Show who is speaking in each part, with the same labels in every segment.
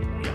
Speaker 1: 模样。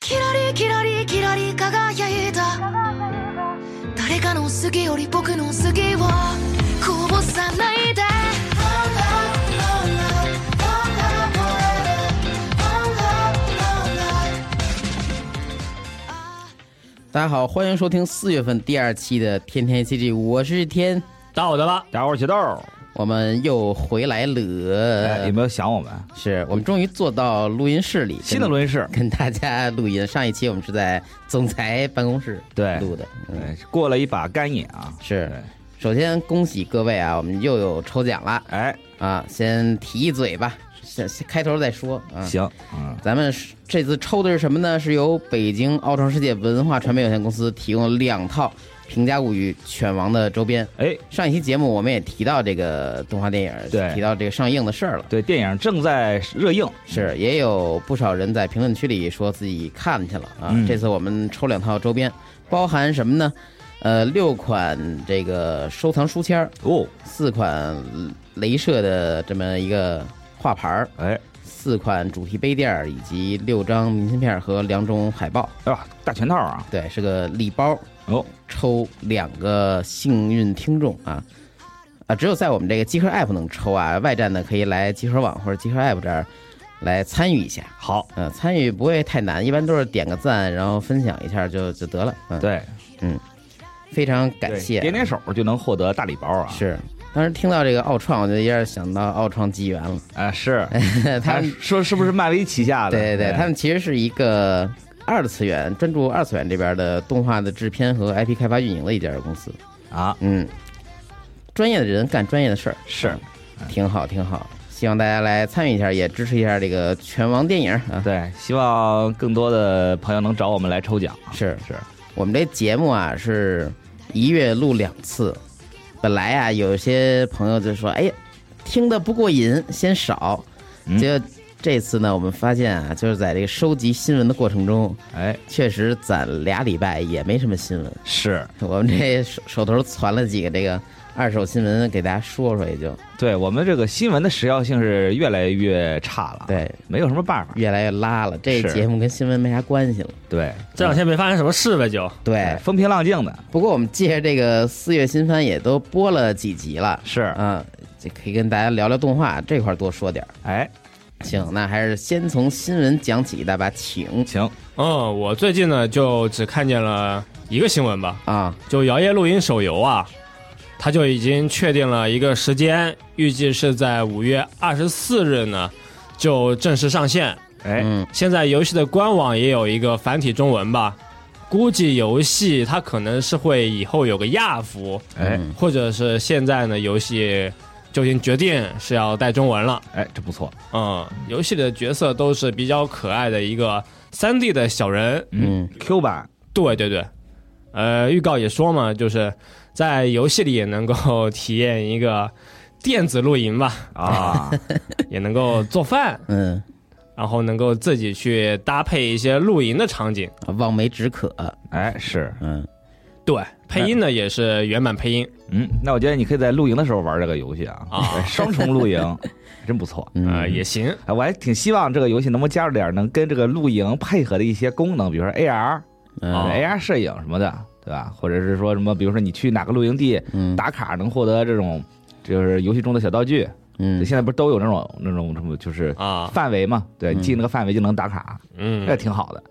Speaker 2: キラリキラリキラリ輝いた誰かの好きより僕の好きをこぼさないで
Speaker 3: 大家好，欢迎收听四月份第二期的《天天 CG》，我是天，
Speaker 4: 到的了，
Speaker 5: 大伙儿起豆，
Speaker 3: 我们又回来
Speaker 5: 哎，有
Speaker 3: 了，
Speaker 5: 没有想我们？
Speaker 3: 是我们终于坐到录音室里，
Speaker 5: 新的录音室，
Speaker 3: 跟大家录音。上一期我们是在总裁办公室
Speaker 5: 对
Speaker 3: 录的，嗯，
Speaker 5: 对，哎过了一把干瘾啊，
Speaker 3: 是
Speaker 5: 对。
Speaker 3: 首先恭喜各位啊，我们又有抽奖了
Speaker 5: 哎，
Speaker 3: 啊！先提一嘴吧，先先开头再说啊。
Speaker 5: 行，嗯，
Speaker 3: 咱们是这次抽的是什么呢？是由北京奥创世界文化传媒有限公司提供了两套《平家物语》犬王的周边。
Speaker 5: 哎，
Speaker 3: 上一期节目我们也提到这个动画电影，
Speaker 5: 对
Speaker 3: 提到这个上映的事儿了。
Speaker 5: 对，电影正在热映，
Speaker 3: 是，也有不少人在评论区里说自己看去了啊。
Speaker 5: 嗯
Speaker 3: 这次我们抽两套周边，包含什么呢？呃，六款这个收藏书签儿，
Speaker 5: 哦，
Speaker 3: 四款镭射的这么一个画牌儿，
Speaker 5: 哎，
Speaker 3: 四款主题杯垫儿，以及六张明信片儿和两种海报。
Speaker 5: 哎呀，大全套啊，
Speaker 3: 对，是个礼包，
Speaker 5: 哦，
Speaker 3: 抽两个幸运听众啊啊！只有在我们这个集合 App 能抽啊，外站的可以来集合网或者集合 App 这儿来参与一下。
Speaker 5: 好，
Speaker 3: 嗯、参与不会太难，一般都是点个赞，然后分享一下就就得了。嗯，，
Speaker 5: 对，
Speaker 3: 非常感
Speaker 5: 对
Speaker 3: 谢。
Speaker 5: 点点手就能获得大礼包啊，，
Speaker 3: 是，当时听到这个奥创，我就一下想到奥创纪元了。
Speaker 5: 哎，是，
Speaker 3: 他
Speaker 5: 哎
Speaker 3: 们
Speaker 5: 说是不是漫威旗下的？哎
Speaker 3: 对对对，他们其实是一个二次元专注二次元这边的动画的制片和 IP 开发运营的一家公司。
Speaker 5: 啊，
Speaker 3: 嗯，专业的人干专业的事儿，
Speaker 5: 是，
Speaker 3: 挺好挺好。希望大家来参与一下，也支持一下这个拳王电影啊。
Speaker 5: 对，希望更多的朋友能找我们来抽奖啊，
Speaker 3: 是
Speaker 5: 是，
Speaker 3: 我们这节目啊是一月录两次，本来啊有些朋友就说，哎呀，听的不过瘾，嫌少。
Speaker 5: 嗯
Speaker 3: 结果这次呢，我们发现啊，就是在这个收集新闻的过程中，
Speaker 5: 哎，
Speaker 3: 确实攒俩礼拜也没什么新闻。
Speaker 5: 是，
Speaker 3: 我们这手手头攒了几个这个二手新闻，给大家说说也就
Speaker 5: 对我们这个新闻的时效性是越来越差了，，
Speaker 3: 对，
Speaker 5: 没有什么办法，
Speaker 3: 越来越拉了。这
Speaker 5: 啊是
Speaker 3: 节目跟新闻没啥关系了。
Speaker 5: 对，
Speaker 4: 这两天没发生什么事呗，就
Speaker 3: 对，
Speaker 5: 哎风平浪静的，
Speaker 3: 不过我们借着这个四月新番也都播了几集了，
Speaker 5: 是，
Speaker 3: 啊，这可以跟大家聊聊动画这块儿多说点儿。
Speaker 5: 哎，
Speaker 3: 行，那还是先从新闻讲起，大把请
Speaker 5: 行，
Speaker 4: 嗯，我最近呢就只看见了一个新闻吧，
Speaker 3: 啊，
Speaker 4: 就《摇曳露营》手游啊，它就已经确定了一个时间，预计是在五月二十四日呢就正式上线。
Speaker 5: 哎，
Speaker 3: 嗯
Speaker 4: 现在游戏的官网也有一个繁体中文吧，估计游戏它可能是会以后有个亚服，
Speaker 5: 哎，
Speaker 3: 嗯
Speaker 4: 或者是现在呢游戏就已经决定是要带中文了。
Speaker 5: 哎，这不错，
Speaker 4: 嗯，游戏里的角色都是比较可爱的一个三 D 的小人。
Speaker 3: 嗯
Speaker 5: ，Q 版，
Speaker 4: 对对对，呃，预告也说嘛，就是在游戏里也能够 体验一个电子露营吧，
Speaker 5: 啊，
Speaker 4: 也能够做饭，
Speaker 3: 嗯，
Speaker 4: 然后能够自己去搭配一些露营的场景。
Speaker 3: 望梅止渴，
Speaker 5: 哎是，
Speaker 3: 嗯。
Speaker 4: 对，配音呢也是原版配音
Speaker 5: 嗯，那我觉得你可以在露营的时候玩这个游戏啊，
Speaker 4: 啊
Speaker 5: 对双重 露营，真不错。
Speaker 3: 嗯
Speaker 4: 啊，也行。
Speaker 5: 哎，我还挺希望这个游戏能够加入点能跟这个露营配合的一些功能，比如说 AR、
Speaker 3: 嗯
Speaker 4: 啊
Speaker 5: AR 摄影什么的，对吧？或者是说什么，比如说你去哪个露营地
Speaker 3: 嗯
Speaker 5: 打卡能获得这种，就是游戏中的小道具。
Speaker 3: 嗯，
Speaker 5: 现在不是都有那种那种什么，就是
Speaker 4: 啊，
Speaker 5: 范围嘛？对，
Speaker 3: 嗯
Speaker 5: 你进那个范围就能打卡，
Speaker 4: 嗯，
Speaker 5: 这挺好的。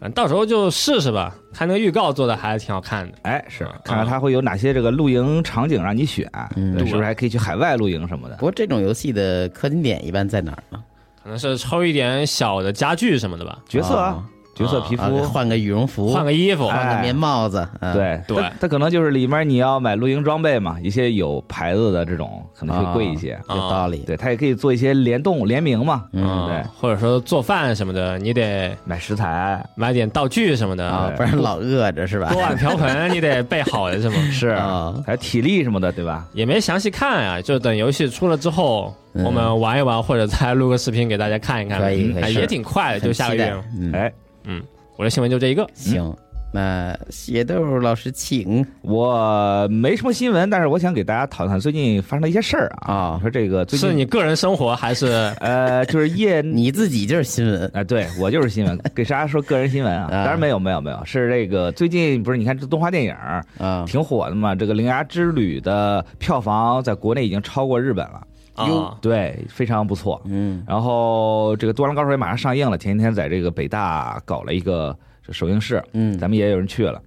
Speaker 4: 反正到时候就试试吧，看那个预告做的还挺好看的。
Speaker 5: 哎，是
Speaker 4: 啊
Speaker 5: 看看它会有哪些这个露营场景让你选，
Speaker 3: 嗯
Speaker 5: 对，是不是还可以去海外露营什么的
Speaker 3: 不？过这种游戏的氪金点一般在哪儿呢？
Speaker 4: 可能是抽一点小的家具什么的吧，
Speaker 5: 角色啊，
Speaker 3: 啊
Speaker 5: 角色皮肤，
Speaker 3: 啊，换个羽绒服，
Speaker 4: 换个衣服，
Speaker 5: 哎
Speaker 3: 换个棉帽子，啊，
Speaker 5: 对
Speaker 4: 对
Speaker 5: 它它可能就是里面你要买露营装备嘛，一些有牌子的这种可能会贵一些。
Speaker 3: 有道理。
Speaker 5: 啊对，它也可以做一些联动联名嘛，
Speaker 3: 啊嗯
Speaker 5: 对
Speaker 4: 啊，或者说做饭什么的，你得
Speaker 5: 买食材
Speaker 4: 买点道具什么
Speaker 3: 啊
Speaker 4: 的，，
Speaker 3: 不然老饿着 是吧？
Speaker 5: 啊
Speaker 4: 锅碗瓢盆你得备好 了是吗？
Speaker 5: 是
Speaker 3: 啊，
Speaker 5: 还有体力什么的，对吧？
Speaker 4: 也没详细看啊，就等游戏出了之后，我们玩一玩，或者再录个视频给大家看一看，
Speaker 3: 可以
Speaker 4: 嗯
Speaker 3: 可以
Speaker 4: 哎也挺快的，
Speaker 3: 很
Speaker 4: 就下个
Speaker 3: 期待
Speaker 4: 月了。
Speaker 3: 嗯，
Speaker 5: 哎，
Speaker 4: 我的新闻就这一个，
Speaker 3: 行，那野豆老师请
Speaker 5: 我没什么新闻，但是我想给大家讨论讨论最近发生的一些事儿啊。
Speaker 3: 啊
Speaker 5: 我说这个最
Speaker 4: 是
Speaker 5: 近
Speaker 4: 你个人生活还是
Speaker 5: 呃，就是业
Speaker 3: 你自己就是新闻
Speaker 5: 啊，对我就是新闻，给大家说个人新闻啊。
Speaker 3: 啊
Speaker 5: 当然没有没有没有，是这个最近不是你看这动画电影儿
Speaker 3: 啊，
Speaker 5: 挺火的嘛，这个《铃芽之旅》的票房在国内已经超过日本了。
Speaker 4: 啊？
Speaker 5: 对，非常不错。
Speaker 3: 嗯
Speaker 5: 然后这个《多兰高手》也马上上映了，前几天在这个北大搞了一个首映式，
Speaker 3: 嗯，
Speaker 5: 咱们也有人去了，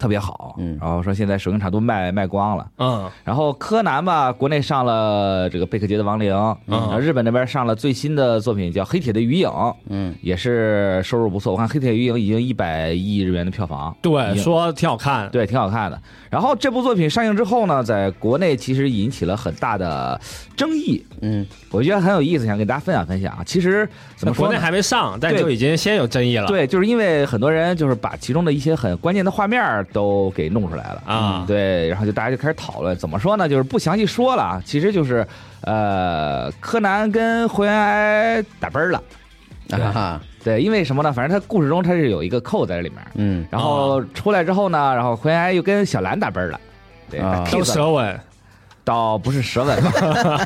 Speaker 5: 特别好。
Speaker 3: 嗯
Speaker 5: 然后说现在首映场都卖卖光了。
Speaker 4: 嗯
Speaker 5: 然后柯南吧，国内上了这个《贝克街的亡灵》，
Speaker 3: 啊
Speaker 5: 然后日本那边上了最新的作品叫《黑铁的鱼影》，
Speaker 3: 嗯，
Speaker 5: 也是收入不错。我看《黑铁的鱼影》已经一百亿日元的票房，
Speaker 4: 对，
Speaker 5: 嗯
Speaker 4: 说挺好看，
Speaker 5: 对，挺好看的。然后这部作品上映之后呢，在国内其实引起了很大的争议，
Speaker 3: 嗯
Speaker 5: 我觉得很有意思，想给大家分享分享啊。其实怎么
Speaker 4: 国
Speaker 5: 说
Speaker 4: 内
Speaker 5: 呢？
Speaker 4: 还没上，但
Speaker 5: 对
Speaker 4: 就已经先有争议了。
Speaker 5: 对，就是因为很多人就是把其中的一些很关键的画面儿都给弄出来了
Speaker 4: 啊
Speaker 5: 嗯对，然后就大家就开始讨论，怎么说呢？就是不详细说了，啊，其实就是呃，柯南跟灰原哀打奔儿了，
Speaker 3: 啊哈，
Speaker 5: 对，因为什么呢？反正他故事中他是有一个扣在这里面儿，
Speaker 3: 嗯
Speaker 5: 然后出来之后呢，然后灰原哀又跟小兰打奔儿了，对，
Speaker 3: 啊
Speaker 5: 他 kiss
Speaker 4: 都
Speaker 5: 了
Speaker 4: 舌吻，
Speaker 5: 倒不是 舌吻吧。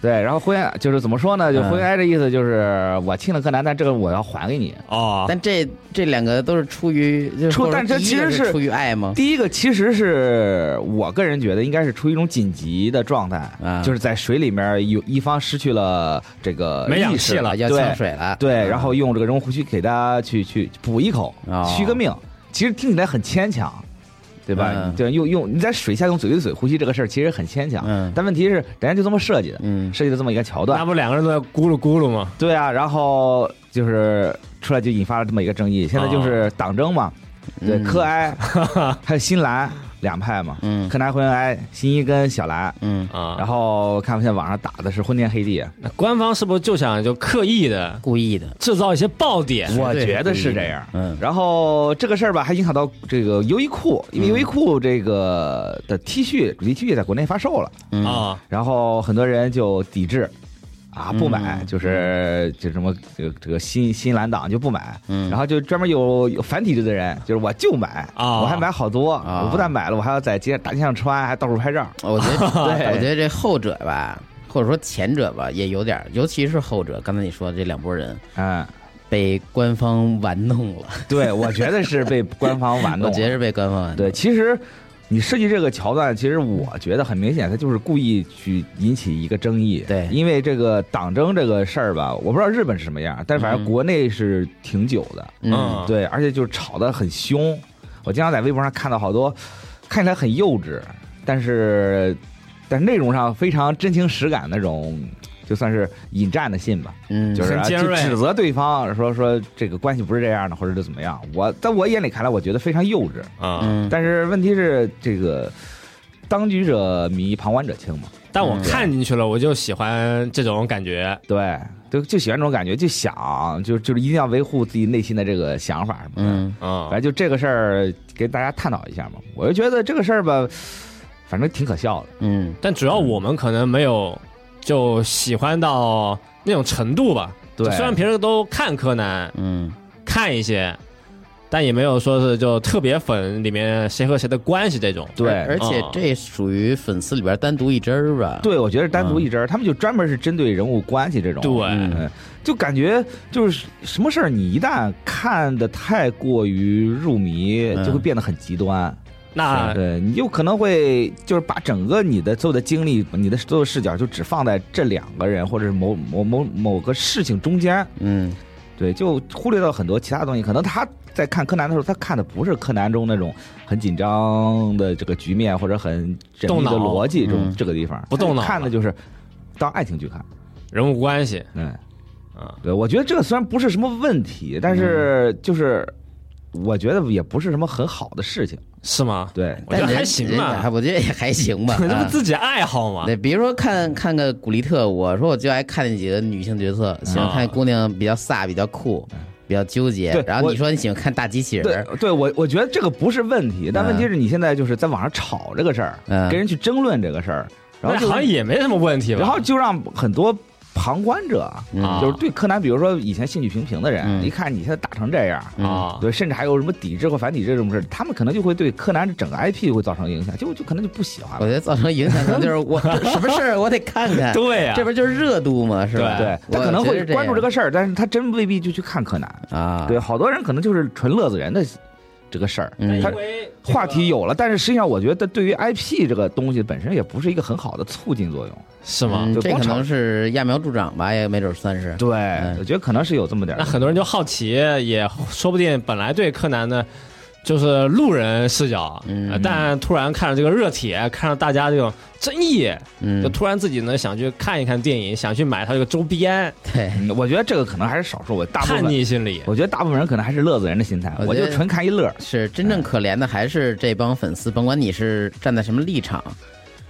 Speaker 5: 对，然后灰原就是怎么说呢？就
Speaker 3: 嗯
Speaker 5: 灰原哀的意思就是我亲了柯南，但这个我要还给你。
Speaker 4: 哦，
Speaker 3: 但这这两个都是出于，就是
Speaker 5: 出
Speaker 3: 或者
Speaker 5: 但这
Speaker 3: 第一
Speaker 5: 其实
Speaker 3: 个
Speaker 5: 是
Speaker 3: 出于爱吗？
Speaker 5: 第一个其实是我个人觉得应该是处于一种紧急的状态，
Speaker 3: 啊
Speaker 5: 就是在水里面有一方失去了这个
Speaker 4: 没氧
Speaker 5: 意识
Speaker 4: 气了
Speaker 3: 要呛
Speaker 5: 对
Speaker 3: 水了，嗯
Speaker 5: 对，然后用这个绒胡须给他去去补一口
Speaker 3: 哦，
Speaker 5: 续个命。其实听起来很牵强，对吧？
Speaker 3: 嗯
Speaker 5: 对，用用你在水下用嘴对嘴呼吸这个事儿其实很牵强，
Speaker 3: 嗯
Speaker 5: 但问题是人家就这么设计的，
Speaker 3: 嗯
Speaker 5: 设计的这么一个桥段
Speaker 4: 那。不两个人都在咕噜咕噜吗？
Speaker 5: 对啊，然后就是出来就引发了这么一个争议，现在就是党争嘛，对，
Speaker 3: 哦嗯
Speaker 5: 柯哀还有新兰两派嘛，
Speaker 3: 嗯
Speaker 5: 柯南、灰原哀、新一跟小兰，
Speaker 3: 嗯，
Speaker 4: 啊，
Speaker 5: 然后看现在网上打的是昏天黑地，啊
Speaker 4: 那官方是不是就想就刻意的
Speaker 3: 故意的，
Speaker 4: 制造一些爆点？
Speaker 5: 我
Speaker 3: 对
Speaker 5: 觉得
Speaker 3: 故
Speaker 5: 是
Speaker 3: 意的
Speaker 5: 这样。
Speaker 3: 嗯
Speaker 5: 然后这个事儿吧，还影响到这个优衣库，因为
Speaker 3: 嗯
Speaker 5: 优衣库这个的 T 恤主题 T 恤在国内发售了，
Speaker 3: 嗯
Speaker 4: 啊
Speaker 5: 然后很多人就抵制，啊不买，
Speaker 3: 嗯
Speaker 5: 就是就什么这个这个新新蓝党就不买，
Speaker 3: 嗯
Speaker 5: 然后就专门有有反抵制的人，就是我就买，
Speaker 4: 啊
Speaker 5: 我还买好多，
Speaker 3: 啊
Speaker 5: 我不但买了，我还要在街大街上穿，还到处拍照。
Speaker 3: 我 觉得，
Speaker 5: 对
Speaker 3: 我觉得这后者吧，或者说前者吧，也有点儿，尤其是后者，刚才你说的这两拨人
Speaker 5: 嗯，
Speaker 3: 被官方玩弄了，
Speaker 5: 对，我觉得是被官方玩 弄
Speaker 3: 我
Speaker 5: 了。
Speaker 3: 觉得是被官方玩弄。
Speaker 5: 对，，其实你设计这个桥段，其实我觉得很明显，他就是故意去引起一个争议。
Speaker 3: 对
Speaker 5: 因为这个党争这个事儿吧，我不知道日本是什么样，但反正
Speaker 3: 嗯
Speaker 5: 国内是挺久的。
Speaker 3: 嗯
Speaker 4: 嗯
Speaker 5: 对，而且就是吵得很凶。我经常在微博上看到好多看起来很幼稚，但是但是内容上非常真情实感那种，就算是引战的信吧，
Speaker 3: 嗯，
Speaker 5: 就是、啊、
Speaker 4: 很尖
Speaker 5: 就
Speaker 4: 锐
Speaker 5: 指责对方说说这个关系不是这样的，或者是怎么样。我在我眼里看来，我觉得非常幼稚。
Speaker 4: 啊！
Speaker 3: 嗯，
Speaker 5: 但是问题是，这个当局者迷，旁观者清嘛。
Speaker 4: 但我看进去了，我就喜欢这种感觉。
Speaker 5: 对，就就喜欢这种感觉，就想就就是一定要维护自己内心的这个想法什么的。
Speaker 3: 嗯
Speaker 4: 啊
Speaker 5: 反，正就这个事儿给大家探讨一下嘛。我就觉得这个事儿吧，反正挺可笑的。
Speaker 3: 嗯
Speaker 4: 但主要我们可能没有就喜欢到那种程度吧。
Speaker 5: 对
Speaker 4: 就虽然平时都看柯南，
Speaker 3: 嗯
Speaker 4: 看一些，但也没有说是就特别粉里面谁和谁的关系这种。
Speaker 5: 对
Speaker 3: 而而且
Speaker 4: 嗯
Speaker 3: 这属于粉丝里边单独一支儿吧？，
Speaker 5: 对，我觉得是单独一支儿，他们就专门是针嗯对人物关系这种。
Speaker 4: 对
Speaker 5: 嗯，就感觉就是什么事儿，你一旦看的太过于入迷，
Speaker 3: 嗯
Speaker 5: 就会变得很极端。
Speaker 4: 那
Speaker 5: 啊对你有可能会就是把整个你的所有的精力、你的所有视角就只放在这两个人或者是某某某某个事情中间，
Speaker 3: 嗯，
Speaker 5: 对，就忽略到很多其他东西。可能他在看柯南的时候，他看的不是柯南中那种很紧张的这个局面或者很缜密
Speaker 4: 动
Speaker 5: 的
Speaker 4: 脑
Speaker 5: 逻辑这种、
Speaker 3: 嗯
Speaker 5: 这个地方，
Speaker 4: 不动脑
Speaker 5: 他看的
Speaker 4: 了
Speaker 5: 就是当爱情剧看。
Speaker 4: 人物关系
Speaker 5: 嗯，
Speaker 4: 啊，嗯
Speaker 5: 对，我觉得这个虽然不是什么问题，但是就是我觉得也不是什么很好的事情。
Speaker 4: 是吗？
Speaker 5: 对，
Speaker 4: 我觉
Speaker 3: 但
Speaker 4: 得
Speaker 3: 人
Speaker 4: 还行
Speaker 3: 人家
Speaker 4: 吧
Speaker 3: 还我觉得也还行吧。
Speaker 4: 这
Speaker 3: 啊
Speaker 5: 呃
Speaker 4: 不自己爱好吗？
Speaker 3: 对，比如说看看个古力特，我说我就爱看那几个女性角色，喜欢看姑娘比较飒、比较酷、比较纠结
Speaker 5: 啊对。
Speaker 3: 然后
Speaker 5: 我
Speaker 3: 你说你喜欢看大机器人
Speaker 5: 对
Speaker 3: 儿，，
Speaker 5: 对我我觉得这个不是问题，但问题是你现在就是在网上吵这个事儿，
Speaker 3: 嗯
Speaker 5: 跟人去争论这个事儿，然后
Speaker 4: 那
Speaker 5: 就
Speaker 4: 好像也没什么问题吧？
Speaker 5: 然后就让很多旁观者，
Speaker 4: 啊
Speaker 5: 就是对柯南，比如说以前兴趣平平的人，
Speaker 3: 嗯
Speaker 5: 一看你现在打成这样。
Speaker 4: 啊，
Speaker 5: 对，甚至还有什么抵制或反抵制这种事儿，他们可能就会对柯南整个 IP 会造成影响，就就可能就不喜欢
Speaker 3: 我
Speaker 5: 了。
Speaker 3: 觉得造成影响可能就是 我这什么事儿我得看看。
Speaker 4: 啊对呀
Speaker 3: 这，不就是热度吗？是吧？
Speaker 5: 对他
Speaker 3: 我
Speaker 5: 可能
Speaker 3: 觉
Speaker 5: 会
Speaker 3: 得
Speaker 5: 关注这
Speaker 3: 样
Speaker 5: 个事儿，但是他真未必就去看柯南。
Speaker 3: 啊，
Speaker 5: 对，好多人可能就是纯乐子人的这个事儿，
Speaker 3: 嗯
Speaker 5: 他
Speaker 4: 为
Speaker 5: 话题有了，但是实际上我觉得对于 IP 这个东西本身也不是一个很好的促进作用。
Speaker 4: 是吗？
Speaker 3: 嗯
Speaker 5: 就
Speaker 3: 这
Speaker 5: 光
Speaker 3: 可
Speaker 5: 吵
Speaker 3: 能是揠苗助长吧，也没准算是。
Speaker 5: 对，
Speaker 3: 嗯
Speaker 5: 我觉得可能是有这么点
Speaker 4: 那
Speaker 5: 儿。
Speaker 4: 很多人就好奇，也说不定本来对柯南呢就是路人视角，
Speaker 3: 嗯
Speaker 4: 呃但突然看了这个热帖，看到大家这种争议，就
Speaker 3: 嗯，
Speaker 4: 突然自己呢想去看一看电影，想去买他这个周边，
Speaker 3: 对，
Speaker 5: 嗯我觉得这个可能还是少数，我大部
Speaker 4: 叛
Speaker 5: 分
Speaker 4: 逆心理。
Speaker 5: 我觉得大部分人可能还是乐子人的心态，
Speaker 3: 我
Speaker 5: 我
Speaker 3: 觉
Speaker 5: 就
Speaker 3: 得
Speaker 5: 纯看一乐儿。
Speaker 3: 是真正可怜的还是这帮粉丝，甭管你是站在什么立场，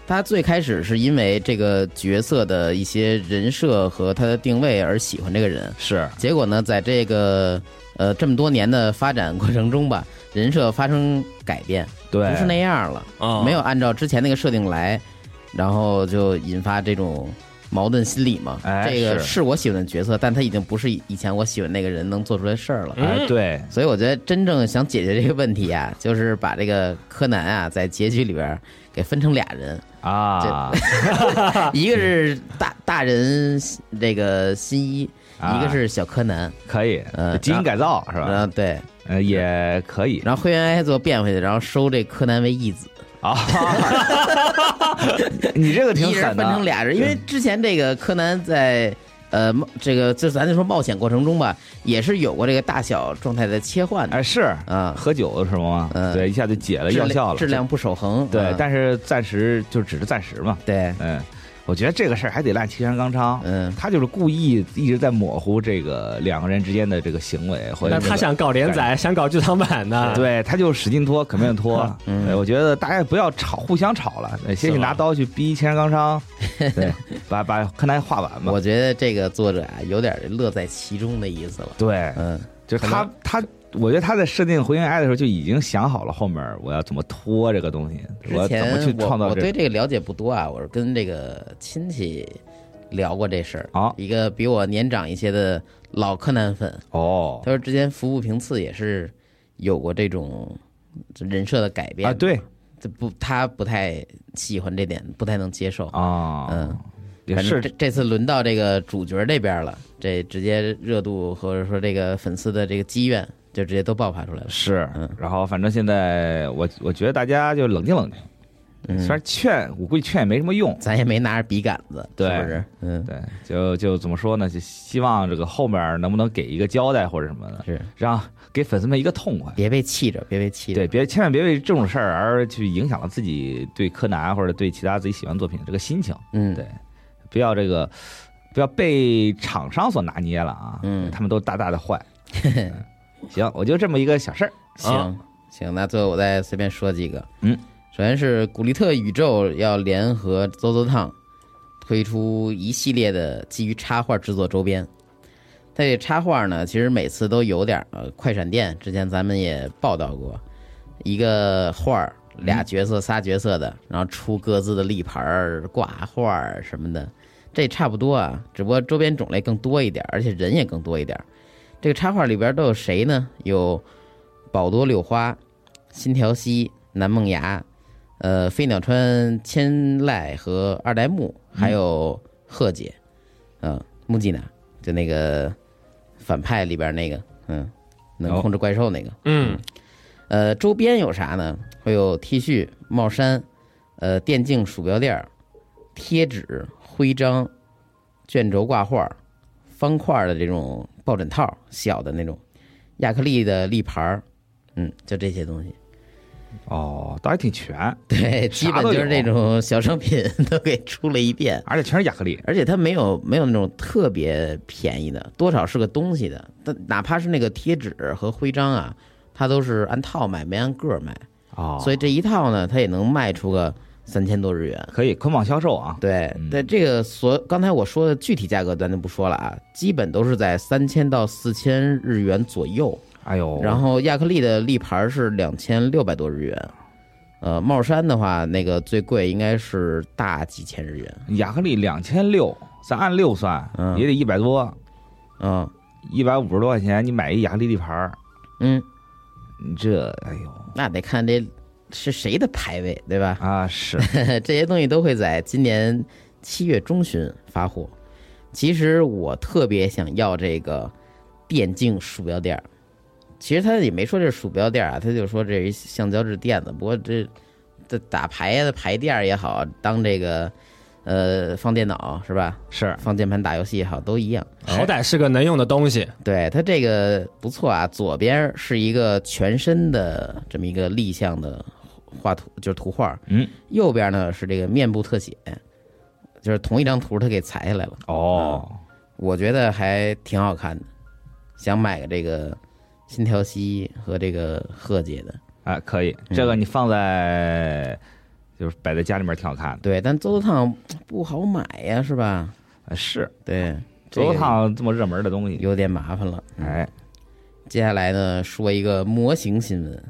Speaker 3: 他最开始是因为这个角色的一些人设和他的定位而喜欢这个人，
Speaker 5: 是，
Speaker 3: 结果呢，在这个呃这么多年的发展过程中吧，人设发生改变，
Speaker 5: 对，
Speaker 3: 不是那样了，
Speaker 4: 啊
Speaker 3: 没有按照之前那个设定来，然后就引发这种。矛盾心理嘛，
Speaker 5: 哎
Speaker 3: 这个
Speaker 5: 是
Speaker 3: 是我喜欢的角色，但他已经不是以前我喜欢那个人能做出来事儿了。
Speaker 5: 哎，
Speaker 4: 嗯
Speaker 5: 对，
Speaker 3: 所以我觉得真正想解决这个问题 啊，就是把这个柯南啊在结局里边儿给分成俩人，
Speaker 5: 啊，
Speaker 3: 一个是大大人这个新一，
Speaker 5: 啊
Speaker 3: 一个是小柯南，
Speaker 5: 可以
Speaker 3: 嗯，
Speaker 5: 基因改造是
Speaker 3: 然
Speaker 5: 吧？
Speaker 3: 后对，
Speaker 5: 呃，也可以
Speaker 3: 然后灰原哀做变回去，然后收这柯南为义子，
Speaker 5: 啊。 你这个挺
Speaker 3: 一人
Speaker 5: 狠
Speaker 3: 分成
Speaker 5: 的，嗯
Speaker 3: 俩人，因为之前这个柯南在。呃，冒这个就咱就说冒险过程中吧，也是有过这个大小状态的切换的
Speaker 5: 哎，是
Speaker 3: 啊，
Speaker 5: 喝酒是吗
Speaker 3: 嗯？
Speaker 5: 对，一下就解了
Speaker 3: 质
Speaker 5: 药
Speaker 3: 量
Speaker 5: 效了，
Speaker 3: 质量不守恒。
Speaker 5: 对
Speaker 3: 嗯，
Speaker 5: 但是暂时就只是暂时嘛。
Speaker 3: 对，
Speaker 5: 嗯，我觉得这个事儿还得赖齐山刚昌，
Speaker 3: 嗯
Speaker 5: 他就是故意一直在模糊这个两个人之间的这个行为，或者
Speaker 4: 那
Speaker 5: 这个
Speaker 4: 他想搞连载，想搞剧场版呢？，
Speaker 5: 对，他就使劲拖，可没有拖。
Speaker 3: 啊嗯
Speaker 5: 对我觉得大家不要吵，互相吵了，对先
Speaker 4: 是
Speaker 5: 去
Speaker 4: 吧
Speaker 5: 拿刀去逼千山刚 昌，对，把把柯南画完嘛
Speaker 3: 我。觉得这个作者啊，有点乐在其中的意思了。
Speaker 5: 对，
Speaker 3: 嗯，
Speaker 5: 就是
Speaker 3: 可
Speaker 5: 他
Speaker 3: 能
Speaker 5: 他，我觉得他在设定回应爱的时候就已经想好了后面我要怎么拖这个东西，
Speaker 3: 之
Speaker 5: 我要怎
Speaker 3: 前
Speaker 5: 么去
Speaker 3: 我
Speaker 5: 创造
Speaker 3: 我
Speaker 5: 这
Speaker 3: 对
Speaker 5: 个。
Speaker 3: 这个了解不多啊，我是跟这个亲戚聊过这事儿。
Speaker 5: 啊
Speaker 3: 一个比我年长一些的老柯南粉，
Speaker 5: 哦
Speaker 3: 他说之前服部平次也是有过这种人设的改变
Speaker 5: 啊，对
Speaker 3: 这不他不太喜欢这点，不太能接受。
Speaker 5: 啊，
Speaker 3: 嗯，
Speaker 5: 也
Speaker 3: 反正这
Speaker 5: 是
Speaker 3: 这次轮到这个主角这边了，这直接热度或者说这个粉丝的这个积怨就直接都爆发出来了。
Speaker 5: 是
Speaker 3: 嗯，
Speaker 5: 然后反正现在我我觉得大家就冷静冷静，
Speaker 3: 嗯
Speaker 5: 对虽然劝我估计劝也没什么用，
Speaker 3: 咱也没拿着笔杆子，
Speaker 5: 对
Speaker 3: 是不是？嗯，
Speaker 5: 对，就就怎么说呢？就希望这个后面能不能给一个交代或者什么的，
Speaker 3: 是
Speaker 5: 让给粉丝们一个痛快。
Speaker 3: 别被气着，别被气着。
Speaker 5: 对，别千万别为这种事儿而去影响了自己对柯南或者对其他自己喜欢作品的这个心情。
Speaker 3: 嗯，
Speaker 5: 对，不要这个，不要被厂商所拿捏了啊！
Speaker 3: 嗯
Speaker 5: 他们都大大 的坏。嗯行，我就这么一个小事儿。
Speaker 3: 行、行，那最后我再随便说几个。
Speaker 5: 嗯，
Speaker 3: 首先是古力特宇宙要联合 ZOZO Town 推出一系列的基于插画制作周边。它这插画呢，其实每次都有点儿呃快闪电，之前咱们也报道过，一个画儿俩角色仨角色的，然后出各自的立牌儿、挂画儿什么的，这差不多啊，只不过周边种类更多一点儿，而且人也更多一点儿。这个插画里边都有谁呢？有宝多柳花、新条溪、南梦崖、呃飞鸟川千濑和二代目，还有贺姐，嗯、呃，木吉娜，就那个反派里边那个，嗯，能
Speaker 5: 哦
Speaker 3: 控制怪兽那个。
Speaker 4: 嗯，
Speaker 3: 呃，周边有啥呢？会有 T 恤、帽衫，呃，电竞鼠标垫儿、贴纸、徽章、卷轴挂画儿、方块儿的这种抱枕套，小的那种，亚克力的立牌儿，嗯，就这些东西。
Speaker 5: 哦，倒还挺全，
Speaker 3: 对，基本就是这种小商品都给出了一遍。
Speaker 5: 而且全是亚克力。
Speaker 3: 而且它没有没有那种特别便宜的，多少是个东西的。但哪怕是那个贴纸和徽章啊，它都是按套买，没按个儿买。
Speaker 5: 哦
Speaker 3: 所以这一套呢，它也能卖出个三千多日元。
Speaker 5: 可以捆绑销售啊。
Speaker 3: 对
Speaker 5: 嗯，
Speaker 3: 但这个所刚才我说的具体价格咱就不说了啊，基本都是在三千到四千日元左右。
Speaker 5: 哎呦，
Speaker 3: 然后亚克力的立牌是两千六百多日元，呃，帽衫的话，那个最贵应该是大几千日元，
Speaker 5: 亚克力两千六，咱按六算，
Speaker 3: 嗯
Speaker 5: 也得一百多，
Speaker 3: 嗯
Speaker 5: 一百五十多块钱，你买一亚克力立牌儿，
Speaker 3: 嗯，
Speaker 5: 你这哎呦
Speaker 3: 那得看这是谁的排位，对吧？
Speaker 5: 啊是
Speaker 3: 这些东西都会在今年七月中旬发货。其实我特别想要这个电竞鼠标垫儿，其实他也没说这是鼠标垫儿啊，他就说这是橡胶制垫子。不过这这打牌的牌垫儿也好，当这个呃放电脑是吧？
Speaker 5: 是，
Speaker 3: 放键盘打游戏也好，都一样。
Speaker 4: 嗯好歹是个能用的东西。
Speaker 3: 对它这个不错啊，左边是一个全身的这么一个立项的画图，就是图画。
Speaker 5: 嗯，
Speaker 3: 右边呢是这个面部特写，就是同一张图它给裁下来了，嗯
Speaker 5: 哦，
Speaker 3: 我觉得还挺好看的，想买个这个新条溪和这个贺姐的。
Speaker 5: 哎可以，
Speaker 3: 嗯
Speaker 5: 这个你放在就是摆在家里面挺好看的，
Speaker 3: 对，但周周烫不好买呀，是吧？
Speaker 5: 啊是
Speaker 3: 对，这
Speaker 5: 多
Speaker 3: 个
Speaker 5: 烫这么热门的东西，
Speaker 3: 有点麻烦了。嗯
Speaker 5: 哎
Speaker 3: 接下来呢，说一个模型新闻，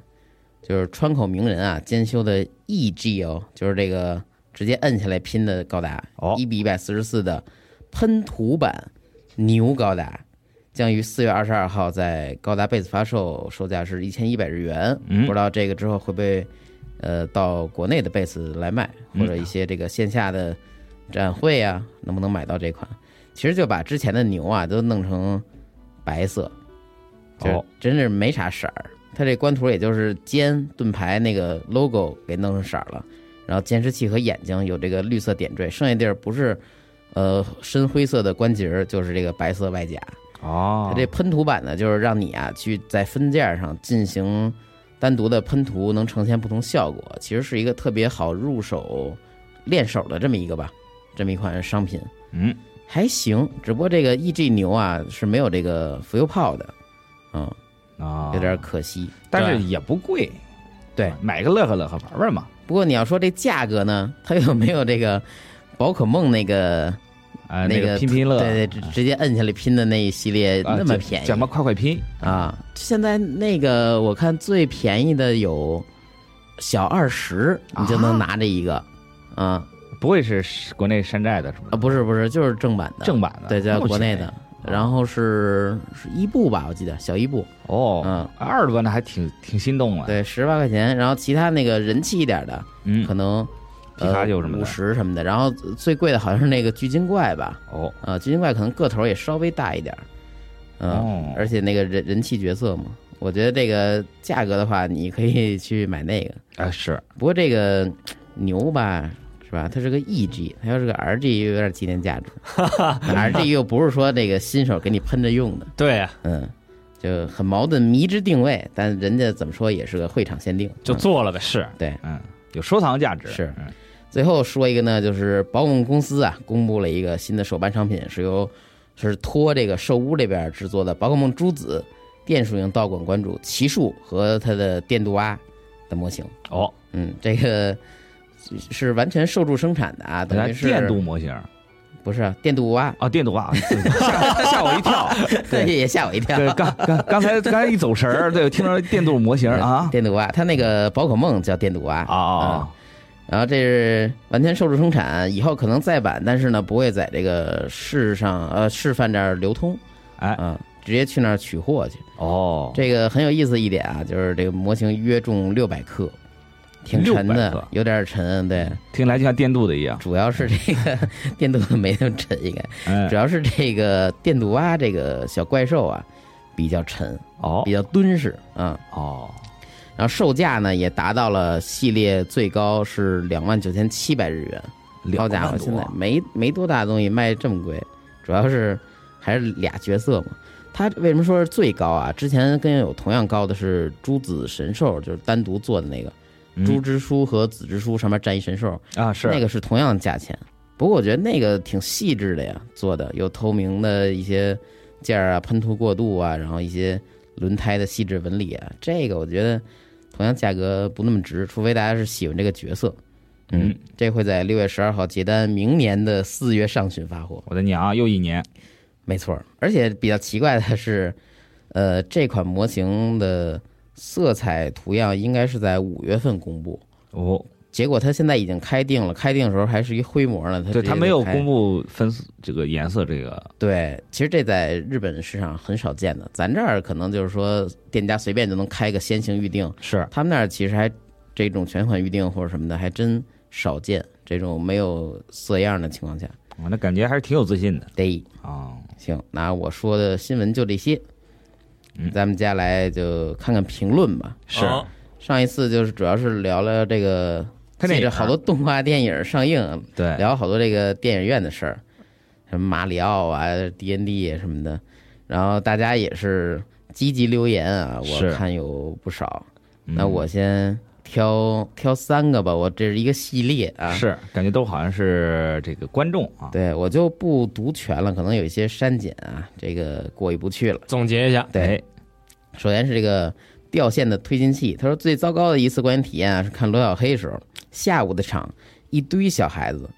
Speaker 3: 就是川口名人啊监修的 EG 哦，就是这个直接摁下来拼的高达，
Speaker 5: 哦
Speaker 3: 一比一百四十四的喷涂版牛高达，将于四月二十二号在高达贝斯发售，售价是一千一百日元。
Speaker 5: 嗯
Speaker 3: 不知道这个之后会不会呃到国内的贝斯来卖，或者一些这个线下的展会啊，能不能买到这款？其实就把之前的牛啊都弄成白色，就是
Speaker 5: 哦
Speaker 3: 真是没啥色儿。它这官图也就是肩盾牌那个 logo 给弄成色儿了，然后监视器和眼睛有这个绿色点缀，剩下地儿不是呃深灰色的关节儿，就是这个白色外甲。
Speaker 5: 哦
Speaker 3: 它，这喷涂版呢，就是让你啊去在分件上进行单独的喷涂，能呈现不同效果，其实是一个特别好入手、练手的这么一个吧，这么一款商品。
Speaker 5: 嗯，
Speaker 3: 还行，只不过这个 EG 牛啊是没有这个浮游炮的，嗯，
Speaker 5: 啊
Speaker 3: 有点可惜。
Speaker 5: 但是
Speaker 4: 对
Speaker 5: 也不贵，
Speaker 3: 对，
Speaker 5: 买个乐呵乐呵玩玩嘛，
Speaker 3: 不过你要说这价格呢，它有没有这个宝可梦那个
Speaker 5: 啊
Speaker 3: 那
Speaker 5: 个拼拼乐，
Speaker 3: 对对，直直接摁下来拼的那一系列
Speaker 5: 啊
Speaker 3: 那么便
Speaker 5: 叫
Speaker 3: 宜
Speaker 5: 叫什么快快拼
Speaker 3: 啊？现在那个我看最便宜的有小二十，
Speaker 5: 啊
Speaker 3: 你就能拿着一个啊
Speaker 5: 不会是国内山寨的，是不
Speaker 3: 啊！不是不是，就是正版的，
Speaker 5: 正版的，哦
Speaker 3: 对，在
Speaker 5: 那么
Speaker 3: 国内
Speaker 5: 便宜
Speaker 3: 的。然后是是伊布吧，我记得小伊布，
Speaker 5: 哦，
Speaker 3: 嗯，
Speaker 5: 二十多呢，还挺挺心动了。，
Speaker 3: 对，十八块钱。然后其他那个人气一点的，
Speaker 5: 嗯
Speaker 3: 可，能呃
Speaker 5: 皮卡丘什么的
Speaker 3: 五十什么的。然后最贵的好像是那个巨金怪吧，
Speaker 5: 哦，
Speaker 3: 啊，巨金怪可能个头也稍微大一点儿，嗯、
Speaker 5: 哦
Speaker 3: 而且那个人人气角色嘛，我觉得这个价格的话，你可以去买那个。
Speaker 5: 哎是，
Speaker 3: 不过这个嘖牛吧，是吧？它是个 EG，它要是个 RG 有点纪念价值 ，RG 又不是说这个新手给你喷着用的，
Speaker 4: 对，
Speaker 3: 嗯，就很矛盾，迷之定位，但人家怎么说也是个会场限定，
Speaker 4: 就做了呗。
Speaker 5: 是，
Speaker 3: 嗯对。
Speaker 5: 嗯，有收藏价值
Speaker 3: 是
Speaker 5: 嗯
Speaker 3: 最后说一个呢，就是保姆公司啊，公布了一个新的手办商品，是由是托这个兽屋这边制作的宝可梦朱子、电属性道馆馆主奇树和他的电镀啊蛙的模型。
Speaker 5: 哦，
Speaker 3: 嗯，这个是完全受助生产的啊，等于
Speaker 5: 咱
Speaker 3: 是
Speaker 5: 电镀模型
Speaker 3: 不是电镀 蛙，
Speaker 5: 啊，电镀啊，对吓吓我 一跳。
Speaker 3: 这
Speaker 5: 对
Speaker 3: 也吓我一跳。
Speaker 5: 对，刚刚刚才刚才一走神儿，对，我听着电镀模型啊
Speaker 3: 电镀蛙，它那个宝可梦叫电镀蛙
Speaker 5: 啊啊
Speaker 3: 然后这是完全受助生产，以后可能再版，但是呢不会在这个市上呃示范这儿流通。
Speaker 5: 哎
Speaker 3: 啊，直接去那儿取货去。
Speaker 5: 哦，
Speaker 3: 这个很有意思一点啊，就是这个模型约重六百克，挺沉
Speaker 5: 600
Speaker 3: 的
Speaker 5: 克，嗯
Speaker 3: 有点沉。对，
Speaker 5: 听起来就像电镀的一样。
Speaker 3: 主要是这个电镀没那么沉，应该
Speaker 5: 哎
Speaker 3: 主，要是这个电镀蛙这个小怪兽啊比较沉，
Speaker 5: 哦
Speaker 3: 比较敦实啊、
Speaker 5: 哦，
Speaker 3: 然后售价呢也达到了系列最高是两万九千七百日元。好家伙，
Speaker 5: 2万多
Speaker 3: 现在没没多大东西卖这么贵，主要是还是俩角色嘛。它为什么说是最高啊？之前跟有同样高的是朱子神兽，就是单独做的那个、
Speaker 5: 嗯
Speaker 3: 朱之书和子之书上面站一神兽，
Speaker 5: 啊是
Speaker 3: 那个是同样价钱。不过我觉得那个挺细致的呀，做的有透明的一些件儿啊、喷涂过渡啊，然后一些轮胎的细致纹理啊，这个我觉得同样价格不那么值，除非大家是喜欢这个角色。嗯
Speaker 5: 嗯，
Speaker 3: 这会在六月十二号结单，明年的四月上旬发货。
Speaker 5: 我的娘，又一年
Speaker 3: 没错儿，而且比较奇怪的是，呃，这款模型的色彩图样应该是在五月份公布，
Speaker 5: 哦，
Speaker 3: 结果它现在已经开定了，开定的时候还是一灰模呢。它
Speaker 5: 对，
Speaker 3: 它
Speaker 5: 它没有公。布分数这个颜色这个
Speaker 3: 对，其实这在日本市场很少见的，咱这儿可能就是说店家随便就能开个先行预定，
Speaker 5: 是
Speaker 3: 他们那儿其实还这种全款预定或者什么的还真少见，这种没有色样的情况下，
Speaker 5: 我那感觉还是挺有自信的
Speaker 3: 得
Speaker 5: 啊。
Speaker 3: 行，那我说的新闻就这些，
Speaker 5: 嗯
Speaker 3: 咱们接下来就看看评论吧。
Speaker 5: 是
Speaker 4: 哦
Speaker 3: 上一次就是主要是聊聊这个，
Speaker 5: 看电
Speaker 3: 记
Speaker 5: 影啊
Speaker 3: 着好多动画电影上映，啊
Speaker 5: 对，
Speaker 3: 聊好多这个电影院的事儿，什么马里奥啊、D N D 什么的，然后大家也是积极留言啊，我
Speaker 5: 是
Speaker 3: 看有不少。
Speaker 5: 嗯
Speaker 3: 那我先挑挑三个吧，我这是一个系列啊。
Speaker 5: 是感觉都好像是这个观众啊，
Speaker 3: 对，我就不读全了，可能有一些删减啊，这个过意不去了。
Speaker 4: 总结一下，
Speaker 3: 对
Speaker 5: 哎，
Speaker 3: 首先是这个掉线的推进器，他说最糟糕的一次观影体验啊，是看罗小黑时候，下午的场，一堆小孩子，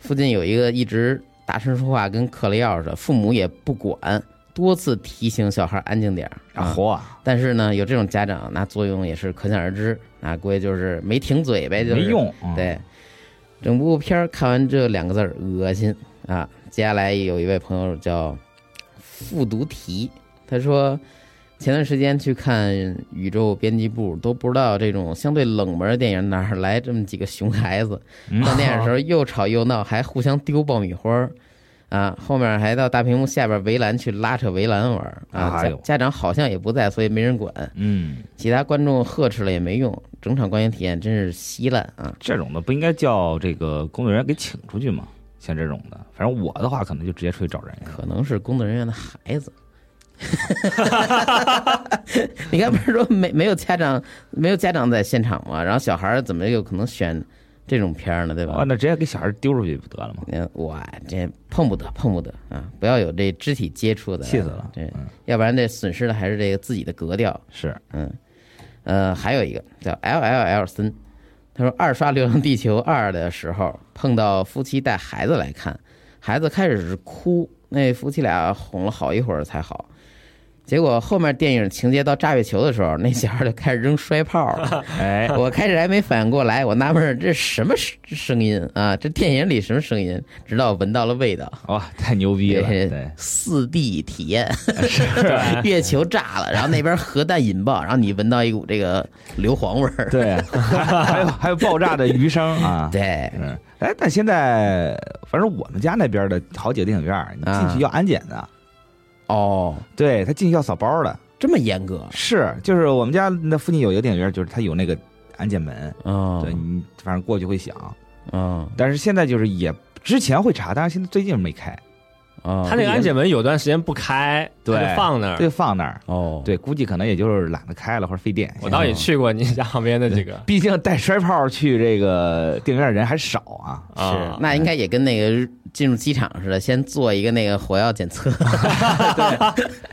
Speaker 3: 附近有一个一直大声说话跟嗑了药似的，父母也不管，多次提醒小孩安静点儿
Speaker 5: 啊活啊
Speaker 3: 但是呢，有这种家长，那作用也是可想而知，那估计就是没停嘴哎呗，就是
Speaker 5: 没用，啊
Speaker 3: 对，整部片儿看完这两个字儿恶心啊！接下来有一位朋友叫复读题，他说前段时间去看宇宙编辑部，都不知道这种相对冷门的电影哪儿来这么几个熊孩子，
Speaker 5: 嗯
Speaker 3: 看电影的时候又吵又闹，还互相丢爆米花儿。啊，后面还到大屏幕下边围栏去拉扯围栏玩儿啊，
Speaker 5: 哎
Speaker 3: 家
Speaker 5: 呦
Speaker 3: 家长好像也不在，所以没人管，
Speaker 5: 嗯，
Speaker 3: 其他观众呵斥了也没用，整场观影体验真是稀烂啊！
Speaker 5: 这种的不应该叫这个工作人员给请出去吗？像这种的，反正我的话可能就直接出去找人去了。
Speaker 3: 可能是工作人员的孩子。 你刚不是说没没有家长没有家长在现场吗？然后小孩儿怎么有可能选这种片儿呢？对
Speaker 5: 啊，
Speaker 3: 吧？
Speaker 5: 那直接给小孩丢出去不得了吗？
Speaker 3: 你看哇，这碰不得碰不得啊！不要有这肢体接触的，
Speaker 5: 气死了！
Speaker 3: 对，啊
Speaker 5: 嗯，
Speaker 3: 要不然这损失的还是这个自己的格调。
Speaker 5: 是
Speaker 3: 嗯，呃，还有一个叫 L L L 森，他说二刷《流浪地球二》的时候，碰到夫妻带孩子来看，孩子开始是哭，那夫妻俩哄了好一会儿才好。结果后面电影情节到炸月球的时候，那小孩就开始扔摔炮 了。
Speaker 5: 哎，
Speaker 3: 我开始还没反应过来，我纳闷儿这什么声声音啊？这电影里什么声音？直到闻到了味道，
Speaker 5: 哇，太牛逼了！对，
Speaker 3: 四 D 体 验， 月球炸了，然后那边核弹引爆，然后你闻到一股这个硫磺味儿。
Speaker 5: 对，啊 还有还有爆炸的余生啊。，
Speaker 3: 对，
Speaker 5: 嗯，哎，但现在反正我们家那边的好几个电影院儿，你进去要安检的，
Speaker 3: 嗯哦，
Speaker 5: 对他进去要扫包的。
Speaker 3: 这么严格
Speaker 5: 是，就是我们家那附近有一个电影院，就是它有那个安检门，
Speaker 3: 哦
Speaker 5: 对你反正过去会响。
Speaker 3: 哦
Speaker 5: 但是现在就是也之前会查，但是现在最近没开，
Speaker 3: 哦，
Speaker 4: 他这个安检门有段时间不开，
Speaker 5: 对
Speaker 4: 它就
Speaker 3: 嗯
Speaker 4: 放那儿。
Speaker 5: 对，放那儿。
Speaker 3: 哦，
Speaker 5: 对，估计可能也就是懒得开了或者费电。
Speaker 4: 我倒也去过你家旁边的这个
Speaker 5: 毕竟带摔炮去这个电影院人还少啊。
Speaker 3: 是
Speaker 4: 啊，
Speaker 3: 那应该也跟那个进入机场似的，先做一个那个火药检测，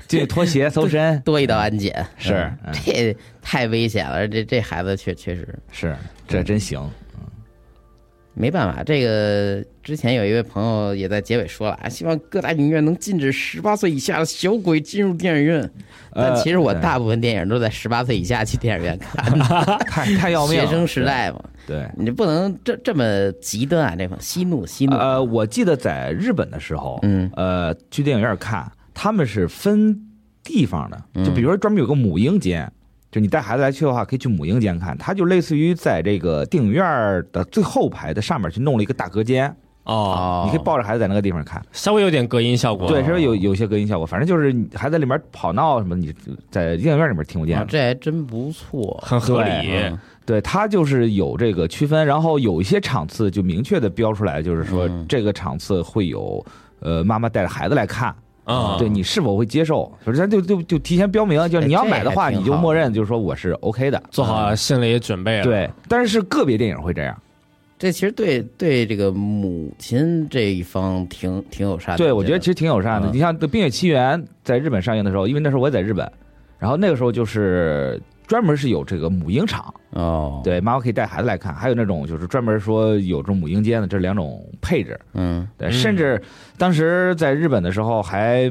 Speaker 5: 进去脱鞋搜身
Speaker 3: 多一道安检。
Speaker 5: 是
Speaker 3: 嗯这太危险了，这这孩子确确实
Speaker 5: 是，这真行。
Speaker 3: 没办法，这个之前有一位朋友也在结尾说了，啊，希望各大影院能禁止十八岁以下的小鬼进入电影院。
Speaker 5: 呃
Speaker 3: 但其实我
Speaker 5: 对
Speaker 3: 大部分电影都在十八岁以下去电影院看，
Speaker 5: 太太 要命了。
Speaker 3: 学生时代嘛，
Speaker 5: 对，
Speaker 3: 你不能这这么极端啊，这方息怒息怒。
Speaker 5: 呃呃，我记得在日本的时候，
Speaker 3: 嗯
Speaker 5: 呃，去电影院看，他们是分地方的，
Speaker 3: 嗯
Speaker 5: 就比如说专门有个母婴间，就你带孩子来去的话，可以去母婴间看，它就类似于在这个电影院的最后排的上面去弄了一个大隔间，
Speaker 4: 哦，
Speaker 3: 哦，
Speaker 5: 你可以抱着孩子在那个地方看，
Speaker 4: 稍微有点隔音效果。
Speaker 5: 对，稍微有有些隔音效果，反正就是你孩子在里面跑闹什么，你在电影院里面听不见
Speaker 3: 啊，，这还真不错，
Speaker 4: 很合理。
Speaker 5: 对对，它就是有这个区分，然后有一些场次就明确的标出来，就是说
Speaker 3: 嗯
Speaker 5: 这个场次会有。呃，妈妈带着孩子来看，
Speaker 4: 啊，
Speaker 5: 对你是否会接受？就是咱就就就提前标明，就是你要
Speaker 3: 哎这
Speaker 5: 买的
Speaker 3: 还
Speaker 5: 话，
Speaker 3: 挺
Speaker 5: 你就
Speaker 3: 好
Speaker 5: 默认就是说我是 OK 的，啊
Speaker 4: 做好心理准备了。，
Speaker 5: 嗯对，但是个别电影会这样。
Speaker 3: 这其实对对这个母亲这一方挺挺友善的。
Speaker 5: 对，我觉得其
Speaker 3: 实
Speaker 5: 实挺友善的。
Speaker 3: 嗯
Speaker 5: 你像《冰雪奇缘》在日本上映的时候，因为那时候我也在日本，然后那个时候就是专门是有这个母婴场，
Speaker 3: 哦，，
Speaker 5: 对，妈妈可以带孩子来看，还有那种就是专门说有这种母婴间的这两种配置。
Speaker 3: 嗯，
Speaker 5: 对，
Speaker 4: 嗯
Speaker 5: 甚至当时在日本的时候还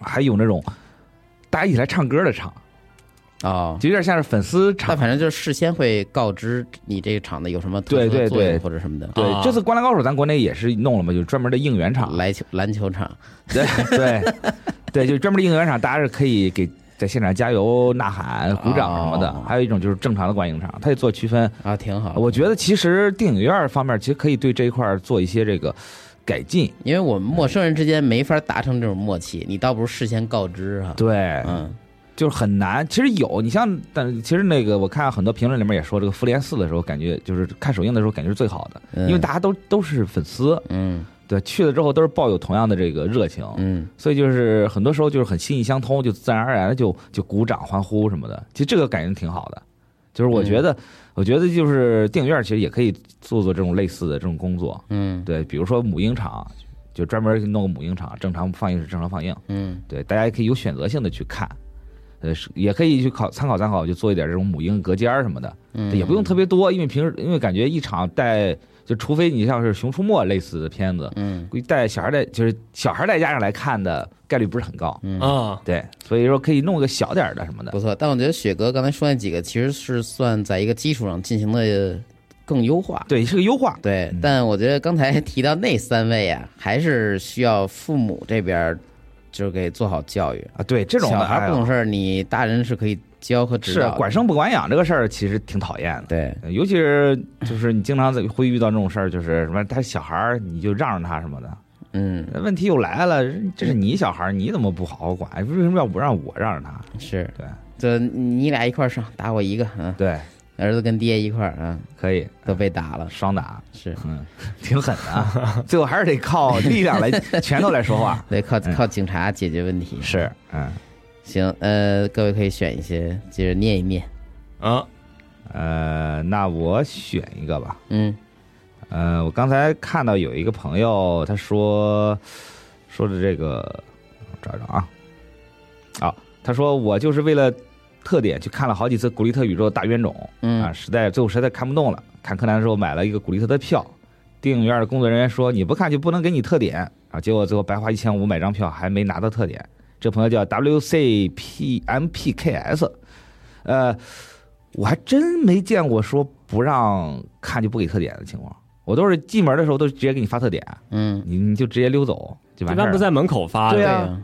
Speaker 5: 还有那种大家一起来唱歌的场，
Speaker 3: 哦，
Speaker 5: 就有点像是粉丝场
Speaker 3: 但。反正就是事先会告知你这个厂子有什么特殊
Speaker 5: 对
Speaker 3: 的
Speaker 5: 对
Speaker 3: 作用
Speaker 5: 对
Speaker 3: 或者什么的。
Speaker 5: 对
Speaker 4: 啊，
Speaker 5: 这次《灌篮高手》咱国内也是弄了嘛，就是专门的应援场。
Speaker 3: 篮球篮球场，
Speaker 5: 对对对，就是专门的应援场，大家是可以给在现场加油、呐喊、鼓掌什么的。
Speaker 3: 哦
Speaker 5: 还有一种就是正常的观影场，它也做区分。
Speaker 3: 啊，挺好。
Speaker 5: 我觉得其实电影院方面其实可以对这一块儿做一些这个改进。
Speaker 3: 因为我们陌生人之间没法达成这种默契，你倒不如事先告知哈。，
Speaker 5: 对，
Speaker 3: 嗯，
Speaker 5: 就是很难。其实有，你像，但其实那个我看很多评论里面也说，这个《复联四》的时候，感觉就是看首映的时候感觉是最好的，
Speaker 3: 嗯
Speaker 5: 因为大家都都是粉丝，
Speaker 3: 嗯
Speaker 5: 对，去了之后都是抱有同样的这个热情，
Speaker 3: 嗯，
Speaker 5: 所以就是很多时候就是很心意相通，就自然而然地就就鼓掌欢呼什么的。其实这个感觉挺好的，就是我觉得，我觉得就是电影院其实也可以做做这种类似的这种工作，
Speaker 3: 嗯
Speaker 5: 对，比如说母婴场，就专门弄个母婴场，正常放映是正常放映，
Speaker 3: 嗯
Speaker 5: 对，大家也可以有选择性的去看。呃，是也可以去考参考参考，就做一点这种母婴隔间儿什么的，
Speaker 3: 嗯，
Speaker 5: 也不用特别多，因为平时因为感觉一场带，就除非你像是《熊出没》类似的片子，
Speaker 3: 嗯
Speaker 5: 估计带小孩带就是小孩带家长来看的概率不是很高，
Speaker 3: 嗯
Speaker 4: 啊，
Speaker 5: 对，所以说可以弄个小点儿的什么的
Speaker 3: 不，错。但我觉得雪哥刚才说那几个其实是算在一个基础上进行了更优化。
Speaker 5: 对，是个优化，
Speaker 3: 对
Speaker 5: 嗯，
Speaker 3: 但我觉得刚才提到那三位啊，还是需要父母这边儿就给做好教育。
Speaker 5: 啊，对，这种
Speaker 3: 小
Speaker 5: 的
Speaker 3: 孩
Speaker 5: 哎
Speaker 3: 不
Speaker 5: 呦
Speaker 3: 懂事儿，你大人是可以教和指
Speaker 5: 是
Speaker 3: 导的。
Speaker 5: 管生不管养这个事儿，其实挺讨厌的。呃
Speaker 3: 对，
Speaker 5: 尤其是就是你经常在会遇到这种事儿，就是什么他小孩儿你就让让他什么的，呃
Speaker 3: 嗯，
Speaker 5: 问题又来了，这是你小孩儿，你怎么不好好管？为什么要不让我让着他？
Speaker 3: 是
Speaker 5: 嗯对，
Speaker 3: 这你俩一块儿上，打我一个，嗯，
Speaker 5: 对，
Speaker 3: 儿子跟爹一块儿，嗯，
Speaker 5: 可以
Speaker 3: 都被打了，
Speaker 5: 双打，
Speaker 3: 是
Speaker 5: 嗯，挺狠的 啊，最后还是得靠力量来拳头来说话。
Speaker 3: 得靠
Speaker 5: 嗯
Speaker 3: 靠警察解决问题。
Speaker 5: 是，嗯，
Speaker 3: 行，呃，各位可以选一些，接着念一念。
Speaker 4: 啊，
Speaker 5: 呃，那我选一个吧。
Speaker 3: 嗯
Speaker 5: 呃，我刚才看到有一个朋友，他说说的这个，我找一找啊，啊，他说我就是为了特点去看了好几次《古力特宇宙大冤种》啊，
Speaker 3: 嗯，
Speaker 5: 实在最后实在看不动了，看柯南的时候买了一个古力特的票，电影院的工作人员说你不看就不能给你特点啊，结果最后白花一千五买张票还没拿到特点。这朋友叫 WCPMPKS，呃，我还真没见过说不让看就不给特点的情况，我都是进门的时候都直接给你发特点，
Speaker 3: 嗯，
Speaker 5: 你你就直接溜走就
Speaker 4: 一
Speaker 5: 完事
Speaker 4: 般
Speaker 5: 儿
Speaker 4: 不
Speaker 5: 了。
Speaker 4: 在门口发
Speaker 5: 对
Speaker 4: 的。
Speaker 5: 啊
Speaker 3: 呀，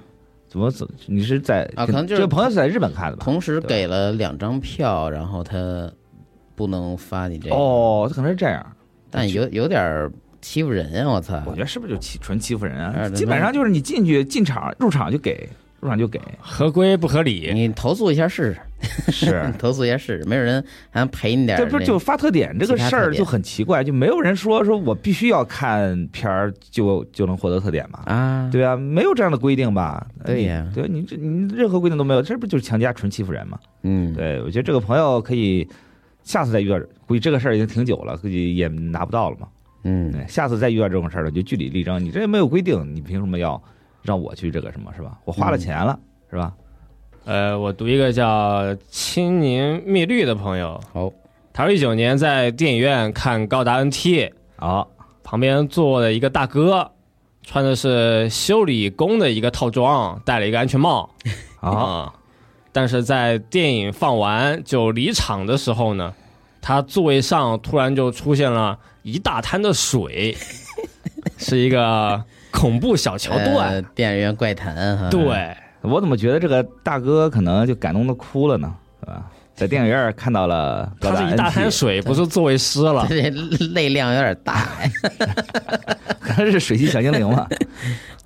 Speaker 5: 怎么怎你是在
Speaker 3: 啊可能就是
Speaker 5: 这个朋友是在日本看的吧？
Speaker 3: 同时给了两张票，然后他不能发你这个，
Speaker 5: 哦，他可能是这样。
Speaker 3: 但有有点儿欺负人啊！我操，
Speaker 5: 我觉得是不是就欺纯欺负人啊
Speaker 3: 哎？
Speaker 5: 基本上就是你进去进场入场就给，入场 就给，
Speaker 4: 合规不合理？
Speaker 3: 你投诉一下试试，
Speaker 5: 是
Speaker 3: 你投诉一下试试，没有人还赔你点儿
Speaker 5: 嗯这
Speaker 3: 那个。
Speaker 5: 不是就发特点这个
Speaker 3: 其他
Speaker 5: 事
Speaker 3: 特
Speaker 5: 儿
Speaker 3: 点
Speaker 5: 就很奇怪，就没有人说说我必须要看片儿就就能获得特点嘛？
Speaker 3: 啊？
Speaker 5: 对啊，没有这样的规定吧？
Speaker 3: 对呀
Speaker 5: 你对你这你任何规定都没有，这不就是强加纯欺负人吗？
Speaker 3: 嗯，
Speaker 5: 对，我觉得这个朋友可以下次再遇到，估计这个事儿已经挺久了，估计也拿不到了嘛。
Speaker 3: 嗯，
Speaker 5: 对，下次再遇到这种事儿了，就据理力争。你这没有规定，你凭什么要让我去这个什么是吧？我花了
Speaker 4: 嗯
Speaker 5: 钱了、是吧？
Speaker 4: 呃，我读一个叫青柠蜜绿的朋友，
Speaker 3: 好，
Speaker 4: 他说一九年在电影院看《高达 NT》，
Speaker 5: 好、
Speaker 4: 旁边坐了一个大哥，穿的是修理工的一个套装，戴了一个安全帽嗯
Speaker 5: 好、
Speaker 3: 啊
Speaker 4: 但是在电影放完就离场的时候呢，他座位上突然就出现了一大滩的 水，是一个恐怖小桥段。
Speaker 3: 呃，电影院怪谈哈。
Speaker 4: 对，
Speaker 5: 我怎么觉得这个大哥可能就感动的哭了呢？是吧？在电影院看到了高
Speaker 4: 他
Speaker 5: 达
Speaker 4: 是一大 滩
Speaker 5: NT，
Speaker 4: 水，不是作为诗了。
Speaker 3: 这泪量有点大，
Speaker 5: 可能是水系小精灵 嘛？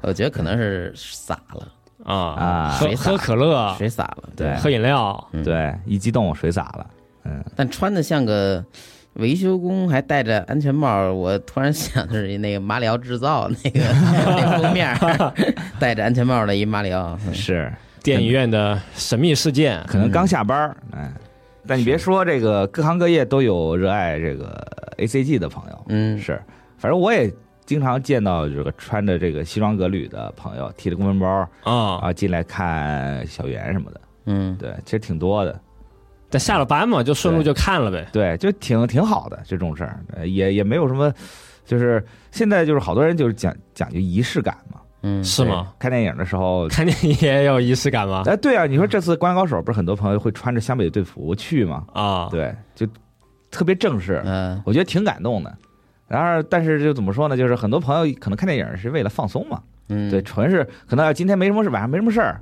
Speaker 3: 我觉得可能是洒了，
Speaker 4: 啊
Speaker 5: 啊
Speaker 4: 喝
Speaker 3: 水洒
Speaker 4: 喝可乐，
Speaker 3: 水洒了。
Speaker 5: 对
Speaker 4: 喝饮料，
Speaker 5: 对，一激动水洒了。嗯
Speaker 3: 但穿的像个维修工，还戴着安全帽，我突然想的是那个马里奥制造那 个那封面儿， 戴着安全帽的一马里奥。嗯
Speaker 5: 是，
Speaker 4: 电影院的神秘事件，
Speaker 5: 可能刚下班儿，
Speaker 4: 嗯
Speaker 5: 哎，但你别说这个，各行各业都有热爱这个 A C G 的朋友，
Speaker 3: 嗯
Speaker 5: 是，反正我也经常见到这个穿着这个西装革履的朋友，提着公文包
Speaker 4: 啊，
Speaker 5: 啊进来看小圆什么的，
Speaker 3: 嗯，
Speaker 5: 对，其实挺多的，
Speaker 4: 但下了班嘛，就顺路
Speaker 5: 对
Speaker 4: 就看了
Speaker 3: 嗯
Speaker 4: 呗。
Speaker 5: 对，就挺挺好的这种事儿，呃也也没有什么，就是现在就是好多人就是讲讲究仪式感嘛，
Speaker 3: 嗯
Speaker 4: 是吗？
Speaker 5: 对？看电影的时候。
Speaker 4: 看电影也有仪式感吗？
Speaker 5: 哎，对啊，你说这次《灌篮高手》不是很多朋友会穿着湘北队服去吗？
Speaker 4: 啊，
Speaker 5: 对，就特别正式，
Speaker 3: 嗯、
Speaker 5: 我觉得挺感动的。然后，但是就怎么说呢？就是很多朋友可能看电影是为了放松嘛，
Speaker 3: 嗯，
Speaker 5: 对，，纯是可能啊今天没什么事，晚上没什么事儿，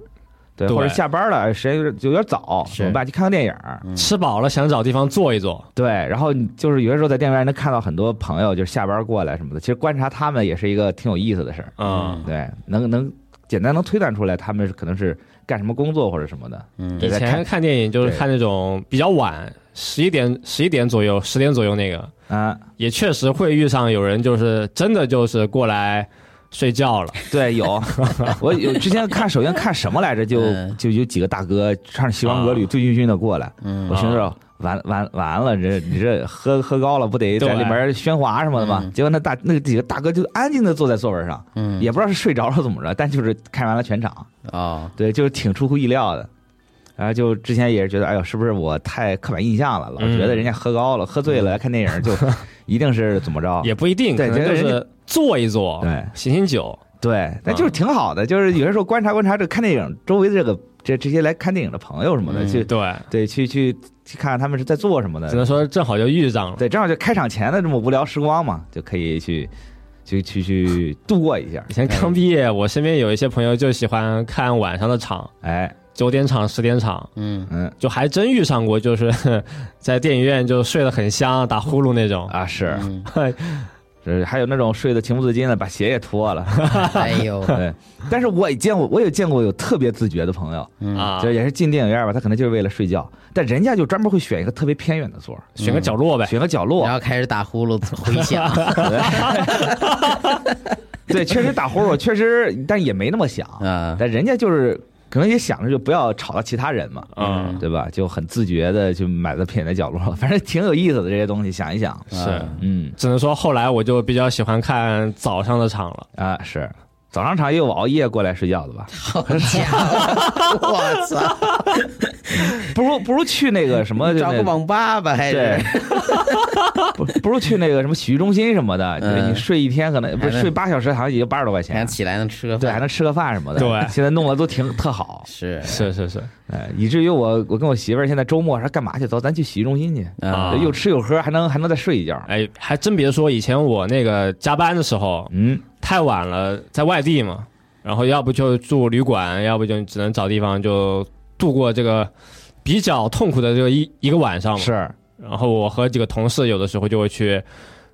Speaker 5: 对，
Speaker 4: 对
Speaker 5: 或者下班了哎时间有点有点早，
Speaker 3: 是
Speaker 5: 怎么办？去看个电影儿，
Speaker 4: 吃饱了想找地方坐一坐。
Speaker 5: 对。然后你就是有些时候在电影院能看到很多朋友就是下班过来什么的，其实观察他们也是一个挺有意思的事儿，
Speaker 4: 嗯，
Speaker 5: 对，能能简单能推断出来他们是可能是干什么工作或者什么的，
Speaker 3: 嗯
Speaker 5: 对
Speaker 4: 以
Speaker 5: 在
Speaker 4: 前
Speaker 5: 看
Speaker 4: 看电影就是
Speaker 5: 对
Speaker 4: 看那种比较晚，十一点、十一点左右、十点左右那个，
Speaker 5: 啊，
Speaker 4: 也确实会遇上有人就是真的就是过来睡觉了。
Speaker 5: 对， 有我有之前看首先看什么来着，就
Speaker 3: 嗯
Speaker 5: 就有几个大哥穿着西装
Speaker 3: 啊
Speaker 5: 革履醉醺醺的过来，
Speaker 3: 嗯
Speaker 5: 我寻思着完完完了，这你这喝喝高了不得在里面喧哗什么的吗？
Speaker 3: 嗯
Speaker 5: 结果那大那几个大哥就安静的坐在座位上，
Speaker 3: 嗯，
Speaker 5: 也不知道是睡着了怎么着，但就是看完了全场，
Speaker 3: 哦，
Speaker 5: 对，就是挺出乎意料的。然后就之前也是觉得，哎呦，是不是我太刻板印象了？老
Speaker 4: 嗯
Speaker 5: 觉得人家喝高了、喝醉了来看电影就一定是怎么着？
Speaker 4: 也不一定，可
Speaker 5: 对
Speaker 4: 能就
Speaker 5: 觉得人
Speaker 4: 是坐一坐，
Speaker 5: 对
Speaker 4: 醒醒酒，
Speaker 5: 对，那就是挺好的，就是有些时候观察观察这个看电影周围的这个这这些来看电影的朋友什么的，
Speaker 3: 嗯
Speaker 5: 去
Speaker 4: 对，
Speaker 5: 对去去去看看他们是在做什么
Speaker 4: 只
Speaker 5: 的，
Speaker 4: 能说正好就遇上了。
Speaker 5: 对，正好就开场前的这么无聊时光嘛，就可以去去去去度过一下
Speaker 4: 以。前刚毕业，我身边有一些朋友就喜欢看晚上的场，
Speaker 5: 哎，
Speaker 4: 九点场、十点场，
Speaker 3: 嗯
Speaker 5: 嗯
Speaker 4: 就还真遇上过，就是在电影院就睡得很香，打呼噜那种。
Speaker 5: 啊是，
Speaker 3: 嗯，
Speaker 5: 这还有那种睡得情不自禁的，把鞋也脱了。
Speaker 3: 哎呦，
Speaker 5: 对，但是我也见过，我也见过有特别自觉的朋友，
Speaker 3: 嗯
Speaker 4: 啊
Speaker 5: 就，也是进电影院吧，他可能就是为了睡觉，但人家就专门会选一个特别偏远的座儿，
Speaker 4: 选个角落呗。
Speaker 5: 选个角落
Speaker 3: 然，后开始打呼噜回 响，啊
Speaker 5: 对，确实打呼噜，确实，但也没那么响
Speaker 3: 啊
Speaker 5: 但人家就是可能也想着就不要吵到其他人嘛，
Speaker 4: 嗯，
Speaker 5: 对吧？就很自觉的就买在偏远的角落，反正挺有意思的这些东西，想一想，
Speaker 4: 是，
Speaker 5: 嗯
Speaker 4: 只能说后来我就比较喜欢看早上的场了。
Speaker 5: 啊是。早上场也有熬夜过来睡觉的吧？
Speaker 3: 好家 伙，我操，
Speaker 5: 不如不如去那个什么，就
Speaker 3: 找
Speaker 5: 那
Speaker 3: 个网吧吧，还
Speaker 5: 对
Speaker 3: 是，
Speaker 5: 不不如去那个什么洗浴中心什么的，
Speaker 3: 嗯
Speaker 5: 你睡一天可能
Speaker 3: 还
Speaker 5: 不
Speaker 3: 能
Speaker 5: 是睡八小时，好像也就八十多块
Speaker 3: 还
Speaker 5: 钱
Speaker 3: 想，起来能吃个
Speaker 5: 对，还
Speaker 3: 饭，
Speaker 5: 能吃个饭什么的。
Speaker 4: 对
Speaker 5: 现在弄得都挺特好，
Speaker 3: 是
Speaker 4: 是是是，
Speaker 5: 哎，以至于我我跟我媳妇儿现在周末说干嘛去？走，咱去洗浴中心去。
Speaker 3: 啊
Speaker 4: 啊，
Speaker 5: 又吃又喝，还能还能再睡一觉。
Speaker 4: 哎，还真别说，以前我那个加班的时候
Speaker 5: 嗯，
Speaker 4: 太晚了，在外地嘛，然后要不就住旅馆，要不就只能找地方就度过这个比较痛苦的这个一一个晚上嘛。
Speaker 5: 是
Speaker 4: 然后我和几个同事有的时候就会去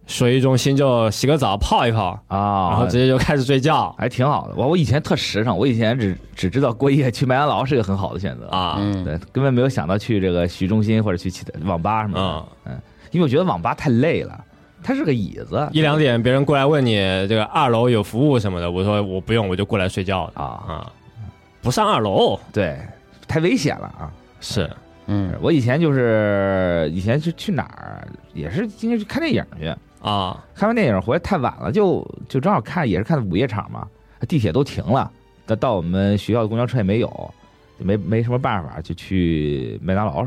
Speaker 4: 水浴中心就洗个澡泡一泡，然
Speaker 5: 啊
Speaker 4: 后直，接就开始睡觉
Speaker 5: 还挺好的。我我以前特实诚，我以前只只知道过夜去麦当劳是个很好的选择，
Speaker 4: 啊。
Speaker 3: 嗯
Speaker 5: 对，根本没有想到去这个洗浴中心或者去其他网吧什么的，
Speaker 4: 嗯，
Speaker 5: 因为我觉得网吧太累了，它是个椅子
Speaker 4: 一两点别人过来问你这个二楼有服务什么的，我说我不用，我就过来睡觉了
Speaker 5: 啊，
Speaker 4: 啊，不上二楼
Speaker 5: 对，太危险了啊。
Speaker 4: 是
Speaker 3: 嗯
Speaker 5: 我以前就是以前是去哪儿也是今天去看电影去，
Speaker 4: 啊，
Speaker 5: 看完电影回来太晚了，就就正好看也是看的午夜场嘛，地铁都停了，到到我们学校的公交车也没有，就没没什么办法，就去麦当劳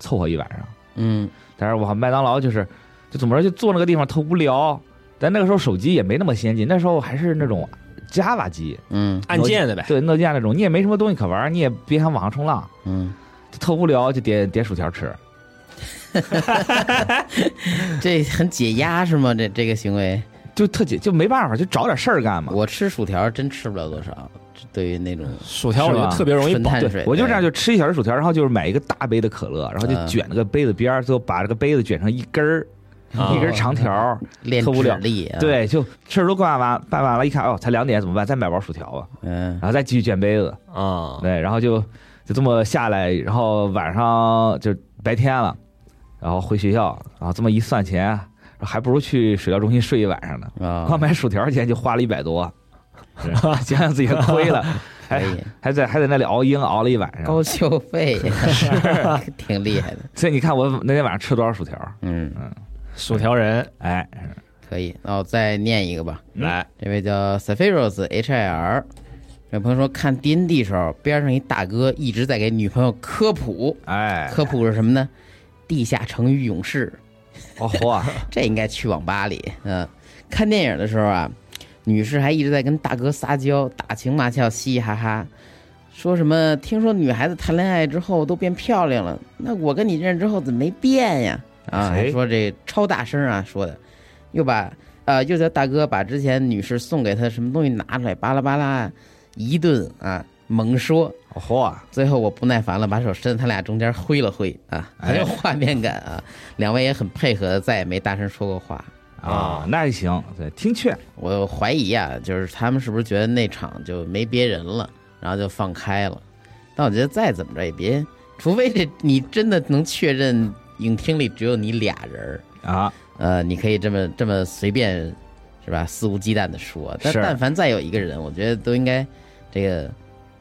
Speaker 5: 凑合一晚上。
Speaker 3: 嗯
Speaker 5: 但是我麦当劳就是就怎么说，就坐那个地方特无聊。但那个时候手机也没那么先进，那时候还是那种 Java 机，
Speaker 3: 嗯
Speaker 4: 按键的呗，
Speaker 5: 对诺基亚那种，你也没什么东西可玩，你也别想网上冲浪，
Speaker 3: 嗯，
Speaker 5: 就特无聊，就点点薯条吃。
Speaker 3: 这很解压是吗？这这个行为，
Speaker 5: 就特解就没办法，就找点事儿干嘛。
Speaker 3: 我吃薯条真吃不了多少，对于那种
Speaker 4: 薯条我觉
Speaker 5: 是
Speaker 4: 得
Speaker 5: 吧
Speaker 4: 特别容易
Speaker 3: 纯
Speaker 4: 饱。
Speaker 3: 碳
Speaker 5: 对
Speaker 3: 水，，
Speaker 5: 我就这样
Speaker 3: 对
Speaker 5: 就吃一小时薯条，然后就是买一个大杯的可乐，然后就
Speaker 3: 嗯
Speaker 5: 卷那个杯子边儿，最后把这个杯子卷成一根儿、
Speaker 4: 啊
Speaker 5: 一根长条儿，
Speaker 3: 练
Speaker 5: 特无
Speaker 3: 智
Speaker 5: 聊
Speaker 3: 力啊，，
Speaker 5: 对，就事儿都干完办完了，一看哦，才两点怎么办？再买包薯条吧，
Speaker 3: 嗯
Speaker 5: 然后再继续卷杯子，
Speaker 4: 啊，
Speaker 5: 对，然后就就这么下来，然后晚上就白天了，然后回学校，然后这么一算钱，还不如去水疗中心睡一晚上呢。光
Speaker 3: 啊，
Speaker 5: 买薯条钱就花了一百多，是想想自己亏了，
Speaker 3: 可
Speaker 5: 还
Speaker 3: 以
Speaker 5: 还在还在那里熬鹰熬了一晚上。
Speaker 3: 高 消费
Speaker 5: 啊
Speaker 3: 挺厉害的，
Speaker 5: 所以你看我那天晚上吃多少薯条？
Speaker 3: 嗯，
Speaker 4: 薯条人
Speaker 5: 哎，
Speaker 3: 可以。那我再念一个吧，
Speaker 4: 来，
Speaker 3: 这位叫 Sephiros HIR，这位朋友说看 D N D 时候，边上一大哥一直在给女朋友科普，
Speaker 5: 哎，
Speaker 3: 科普是什么呢？地下城与勇士，
Speaker 5: 哦嚯，
Speaker 3: 这应该去网吧里。嗯、看电影的时候啊，女士还一直在跟大哥撒娇，打情骂俏，嘻嘻哈哈，说什么听说女孩子谈恋爱之后都变漂亮了，那我跟你认识之后怎么没变呀？啊，
Speaker 5: 哎
Speaker 3: 还说这超大声啊说的，又把呃又叫大哥把之前女士送给他什么东西拿出来，巴拉巴拉一顿啊猛说。
Speaker 5: 哦嚯，
Speaker 3: 最后我不耐烦了，把手伸他俩中间挥了挥啊，很有画面感啊。两位也很配合，再也没大声说过话。
Speaker 5: 啊，那就行，对，听劝，
Speaker 3: 我怀疑啊，就是他们是不是觉得那场就没别人了，然后就放开了？但我觉得再怎么着也别，除非这你真的能确认影厅里只有你俩人儿，
Speaker 5: 啊，
Speaker 3: 呃，你可以这么这么随便，是吧？肆无忌惮的说，但
Speaker 5: 是
Speaker 3: 但凡再有一个人，我觉得都应该这个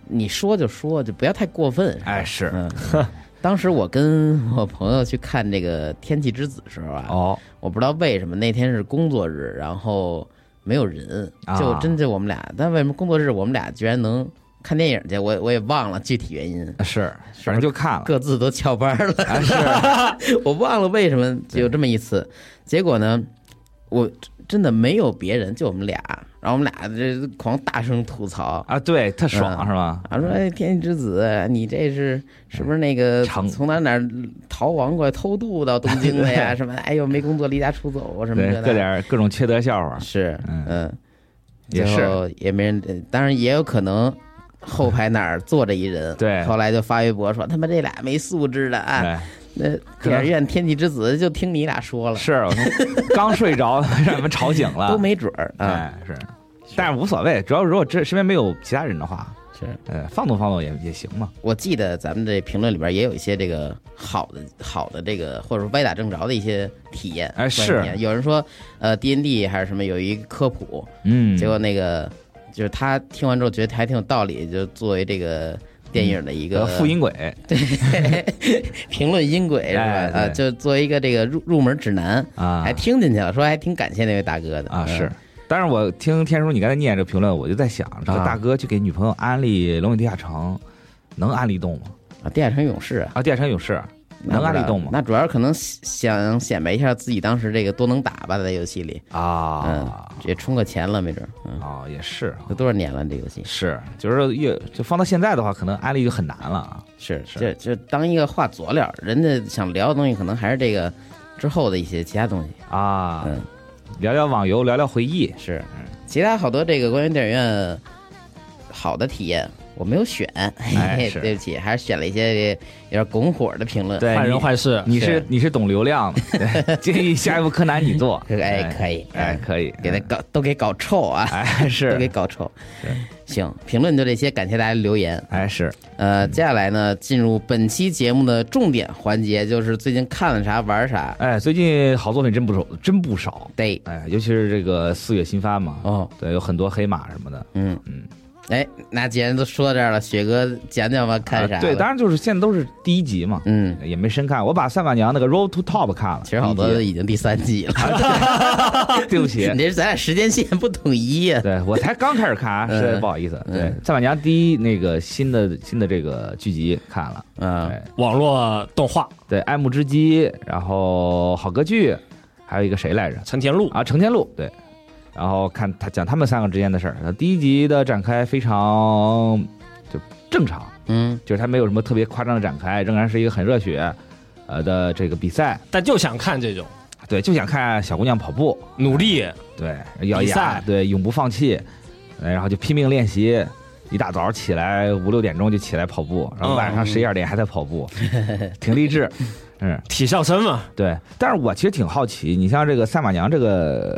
Speaker 3: 你说就说，就不要太过分。是吧
Speaker 5: 哎是，
Speaker 3: 嗯， 当时我跟我朋友去看这个《天气之子》的时候啊，
Speaker 5: 哦，
Speaker 3: 我不知道为什么那天是工作日，然后没有人，
Speaker 5: 啊
Speaker 3: 就真就我们俩。但为什么工作日我们俩居然能看电影去？我我也忘了具体原因，
Speaker 5: 是，反正就看了，哎
Speaker 3: 各自都翘班了。 我忘了为什么有这么一次。结果呢，我真的没有别人，就我们俩，然后我们俩这狂大声吐槽。
Speaker 5: 啊，对，特爽
Speaker 3: 嗯
Speaker 5: 是吧？
Speaker 3: 啊，说哎，天气之子，你这是是不是那个
Speaker 5: 长
Speaker 3: 从哪哪儿逃亡过来偷渡到东京的 呀？什么？哎呦，没工作离家出走啊，什么
Speaker 5: 对
Speaker 3: 这，
Speaker 5: 各
Speaker 3: 那
Speaker 5: 点儿各种缺德笑话，
Speaker 3: 是，
Speaker 5: 嗯
Speaker 3: 嗯，
Speaker 5: 也
Speaker 3: 最
Speaker 5: 是
Speaker 3: 后也没人，呃当然也有可能后排哪儿坐着一人，
Speaker 5: 对
Speaker 3: 后来就发微博说他妈这俩没素质的啊，
Speaker 5: 哎，
Speaker 3: 那
Speaker 5: 可
Speaker 3: 电
Speaker 5: 能
Speaker 3: 影院天气之子就听你俩说了，
Speaker 5: 哎是，我说刚睡着让你们吵醒了，
Speaker 3: 都没准儿啊，
Speaker 5: 哎，是，但是无所谓，主要如果这身边没有其他人的话，
Speaker 3: 是。
Speaker 5: 呃，放纵放纵也也行嘛。
Speaker 3: 我记得咱们这评论里边也有一些这个好的、好的这个，或者说歪打正着的一些体验。
Speaker 5: 哎
Speaker 3: 观
Speaker 5: 是
Speaker 3: 啊点有人说，呃，D N D 还是什么有一个科普，
Speaker 5: 嗯
Speaker 3: 结果那个就是他听完之后觉得还挺有道理，就作为这个电影的一个
Speaker 5: 呃，复 音轨，
Speaker 3: 评论音轨是吧？
Speaker 5: 哎对
Speaker 3: 啊，就作为一个这个入入门指南，
Speaker 5: 啊
Speaker 3: 还听进去了，说还挺感谢那位大哥的
Speaker 5: 啊
Speaker 3: 嗯
Speaker 5: 是。但是我听天叔你刚才念这个评论，我就在想，这个
Speaker 3: 啊
Speaker 5: 大哥去给女朋友安利《龙与地下城》，能安利动吗？
Speaker 3: 啊，地下城勇士啊。
Speaker 5: 啊，《地下城勇士》
Speaker 3: 那
Speaker 5: 能
Speaker 3: 不
Speaker 5: 安利
Speaker 3: 知道
Speaker 5: 动吗？
Speaker 3: 那主要可能想显摆一下自己当时这个多能打吧，在游戏里，嗯
Speaker 5: 啊，
Speaker 3: 直接充个钱了，没准儿，嗯，
Speaker 5: 哦，也是。
Speaker 3: 都多少年了，这游戏
Speaker 5: 是，就是说越就放到现在的话，可能安利就很难了啊。
Speaker 3: 是
Speaker 5: 是
Speaker 3: 这这当一个话佐料，人家想聊的东西可能还是这个之后的一些其他东西，
Speaker 5: 啊
Speaker 3: 嗯，
Speaker 5: 聊聊网游，聊聊回忆，
Speaker 3: 是其他好多这个关于电影院好的体验。我没有选，
Speaker 5: 哎是
Speaker 3: 对不起，还是选了一些有点拱火的评论。哎
Speaker 5: 对
Speaker 4: 坏
Speaker 5: 你
Speaker 4: 人坏事，
Speaker 5: 你是
Speaker 3: 是
Speaker 5: 你是懂 流量的，对建议下一部柯南你做，
Speaker 3: 哎，可以，
Speaker 5: 哎，可以，
Speaker 3: 给他搞都给搞臭啊，
Speaker 5: 哎
Speaker 3: 都给
Speaker 5: 是，
Speaker 3: 搞臭。行，评论就这些，感谢大家留言。
Speaker 5: 哎是，
Speaker 3: 呃，接下来呢，进入本期节目的重点环节，就是最近看了啥，玩啥。
Speaker 5: 哎，最近好作品真不少，真不少，
Speaker 3: 对，
Speaker 5: 哎，尤其是这个四月新番嘛，
Speaker 3: 哦，
Speaker 5: 对，有很多黑马什么的，
Speaker 3: 嗯
Speaker 5: 嗯，
Speaker 3: 哎，那既然都说到这儿了，雪哥讲讲吧，看啥、
Speaker 5: 啊对，当
Speaker 3: 然，
Speaker 5: 然就是现在都是第一集嘛，
Speaker 3: 嗯，
Speaker 5: 也没深看，我把三板娘那个 Road to Top 看了，
Speaker 3: 其实好多
Speaker 5: 第一集，
Speaker 3: 已经第三季了，
Speaker 5: 对 不起
Speaker 3: 你，啊这是咱俩时间线不统一呀、
Speaker 5: 对我才刚开始看啊，实在不好意思，
Speaker 3: 嗯
Speaker 5: 对，三板娘第一那个新的新的这个剧集看了，
Speaker 3: 啊。
Speaker 5: 对。
Speaker 4: 网络动画
Speaker 5: 对，爱慕之基，然后好歌剧，还有一个谁来着？
Speaker 4: 陈田路，
Speaker 5: 啊，程天路，对。然后看他讲他们三个之间的事儿。那第一集的展开非常就正常，
Speaker 3: 嗯，
Speaker 5: 就是他没有什么特别夸张的展开，仍然是一个很热血，呃的这个比赛。
Speaker 4: 但就想看这种
Speaker 5: 对，就想看小姑娘跑步，
Speaker 4: 努力，
Speaker 5: 对，咬
Speaker 4: 比
Speaker 5: 牙
Speaker 4: 赛，
Speaker 5: 哎对，永不放弃，呃然后就拼命练习，一大早起来五六点钟就起来跑步，然后晚上
Speaker 4: 嗯
Speaker 5: 十一二点还在跑步， 挺励 志。嗯，
Speaker 4: 体校生嘛，
Speaker 5: 对。但是我其实挺好奇，你像这个赛马娘这个，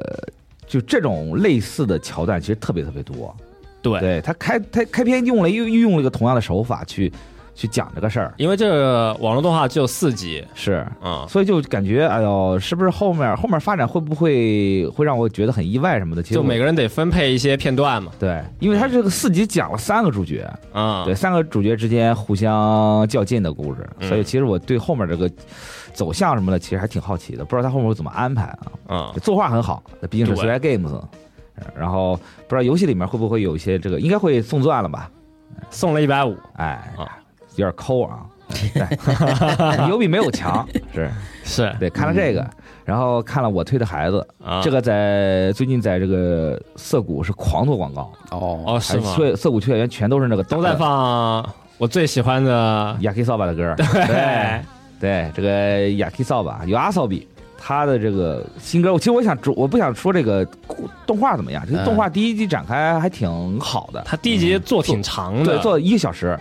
Speaker 5: 就这种类似的桥段其实特别特别多。
Speaker 4: 对
Speaker 5: 对他开他开篇用了又又用了一个同样的手法去去讲这个事儿，
Speaker 4: 因为这个网络动画只有四集，
Speaker 5: 是
Speaker 4: 嗯，
Speaker 5: 所以就感觉，哎呦，是不是后面后面发展会不会会让我觉得很意外什么的？其实
Speaker 4: 就
Speaker 5: 我
Speaker 4: 每个人得分配一些片段嘛，
Speaker 5: 对，因为他这个四集讲了三个主角，
Speaker 4: 嗯，
Speaker 5: 对，三个主角之间互相较劲的故事，
Speaker 4: 嗯
Speaker 5: 所以其实我对后面这个走向什么的，其实还挺好奇的，不知道他后面会怎么安排啊。
Speaker 4: 嗯，
Speaker 5: 作画很好，那毕竟是
Speaker 4: 对
Speaker 5: Square Games，呃然后不知道游戏里面会不会有一些这个，应该会送钻了吧？
Speaker 4: 送了一百五，
Speaker 5: 哎
Speaker 4: 啊，
Speaker 5: 有点抠啊， 哎有比没有强，是
Speaker 4: 是
Speaker 5: 对，看了这
Speaker 4: 嗯
Speaker 5: 个，然后看了我推的孩子，
Speaker 4: 啊，
Speaker 5: 这个在最近在这个涩谷是狂做广告，
Speaker 3: 哦，
Speaker 4: 哦是
Speaker 5: 还
Speaker 4: 吗？
Speaker 5: 涩涩谷秋叶原全都是那个
Speaker 4: 都在放我最喜欢的，
Speaker 5: 雅克扫把的歌儿，对对，这个雅克扫把有阿扫比。他的这个新歌，我其实我想说，我不想说这个故动画怎么样，
Speaker 4: 嗯
Speaker 5: 这个动画第一集展开还挺好的，
Speaker 4: 他第一集做挺长的，
Speaker 5: 嗯对，做了一个小时，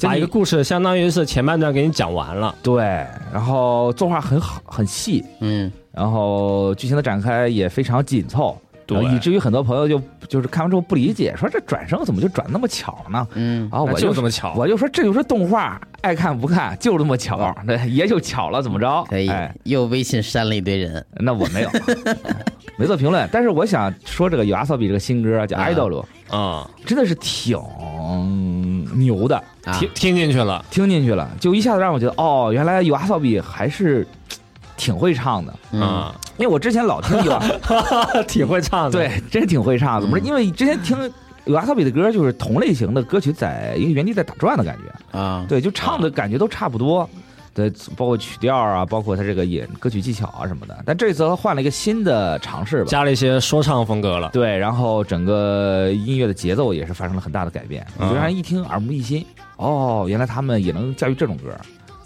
Speaker 4: 把一个故事相当于是前半段给你讲完了，
Speaker 5: 对，然后作画很好，很细，
Speaker 3: 嗯，
Speaker 5: 然后剧情的展开也非常紧凑，然后
Speaker 4: 对
Speaker 5: 以至于很多朋友就就是看完之后不理解，说这转生怎么就转那么巧呢？
Speaker 3: 嗯，
Speaker 5: 啊，我
Speaker 4: 哎就
Speaker 5: 就
Speaker 4: 这么巧，
Speaker 5: 我就说这就是动画，爱看不看就这么巧
Speaker 3: 哦，
Speaker 5: 那 也就巧了，怎么着？
Speaker 3: 可以
Speaker 5: 哎，，
Speaker 3: 又微信删了一堆人，
Speaker 5: 那我没有， 没做评论，但是我想说这个有阿萨比这个新歌叫《
Speaker 3: 啊
Speaker 5: Idol》，
Speaker 4: 嗯，
Speaker 5: 真的是挺牛的，
Speaker 3: 啊，
Speaker 4: 听听进去了，
Speaker 5: 听进去了，就一下子让我觉得哦，原来有阿萨比还是挺会唱的。
Speaker 3: 嗯，
Speaker 4: 嗯，
Speaker 5: 因为我之前老听有，
Speaker 4: 挺会唱的，，
Speaker 5: 对，真挺会唱的。不是
Speaker 3: 嗯
Speaker 5: 因为之前听有阿萨比的歌，就是同类型的歌曲在一个原地在打转的感觉，
Speaker 3: 啊，
Speaker 5: 对，就唱的感觉都差不多，对，包括曲调啊，包括他这个演歌曲技巧啊什么的。但这次他换了一个新的尝试吧，
Speaker 4: 加了一些说唱风格了，
Speaker 5: 对，然后整个音乐的节奏也是发生了很大的改变，
Speaker 4: 嗯
Speaker 5: 就让人一听耳目一新。哦，原来他们也能驾驭这种歌，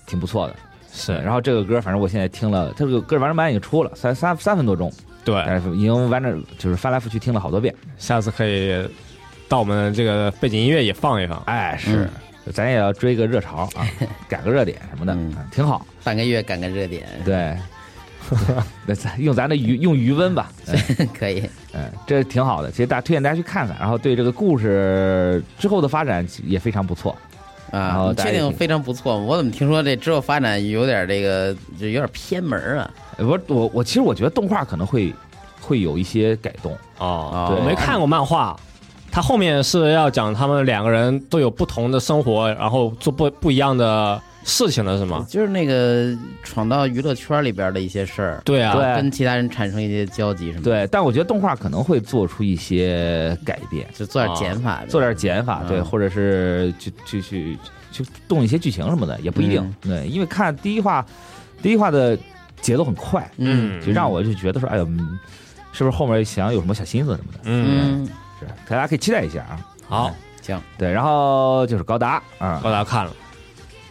Speaker 5: 挺不错的。
Speaker 4: 是，
Speaker 5: 然后这个歌，反正我现在听了，它这个歌完整版已经出了，三三三分多钟，
Speaker 4: 对，
Speaker 5: 但是已经完整就是翻来覆去听了好多遍。
Speaker 4: 下次可以到我们这个背景音乐也放一放，
Speaker 5: 哎，是，咱也要追个热潮啊，赶个热点什么的，
Speaker 3: 嗯
Speaker 5: 啊挺好。
Speaker 3: 半个月赶个热点，
Speaker 5: 对，那咱用咱的余用余温吧，嗯
Speaker 3: 可以，
Speaker 5: 嗯，这挺好的。其实大家推荐大家去看看，然后对这个故事之后的发展也非常不错。然
Speaker 3: 啊，
Speaker 5: 后
Speaker 3: 你
Speaker 5: 大家
Speaker 3: 确
Speaker 5: 也
Speaker 3: 定
Speaker 5: 挺
Speaker 3: 非常不错吗？我怎么听说这之后发展有点这个，就有点偏门儿啊？
Speaker 5: 呃我我我其实我觉得动画可能会会有一些改动，
Speaker 4: 哦，
Speaker 5: 对
Speaker 4: 我没看过漫画。他后面是要讲他们两个人都有不同的生活，然后做不不一样的事情了，是吗？
Speaker 3: 就是那个闯到娱乐圈里边的一些事儿，
Speaker 4: 对啊，
Speaker 5: 对
Speaker 3: 跟其他人产生一些交集什么的，
Speaker 5: 对，但我觉得动画可能会做出一些改变，
Speaker 3: 就做点减法的，
Speaker 5: 啊做点减法，对，
Speaker 3: 嗯
Speaker 5: 或者是去去去去动一些剧情什么的，也不一定。对，因为看第一话，第一话的节奏很快，
Speaker 4: 嗯
Speaker 5: 就让我就觉得说，哎呦，嗯是不是后面想有什么小心思什么的？
Speaker 4: 嗯，
Speaker 3: 嗯，
Speaker 5: 是，大家可以期待一下啊。
Speaker 4: 好，
Speaker 3: 行，
Speaker 5: 对，然后就是高达啊，
Speaker 4: 我来看了，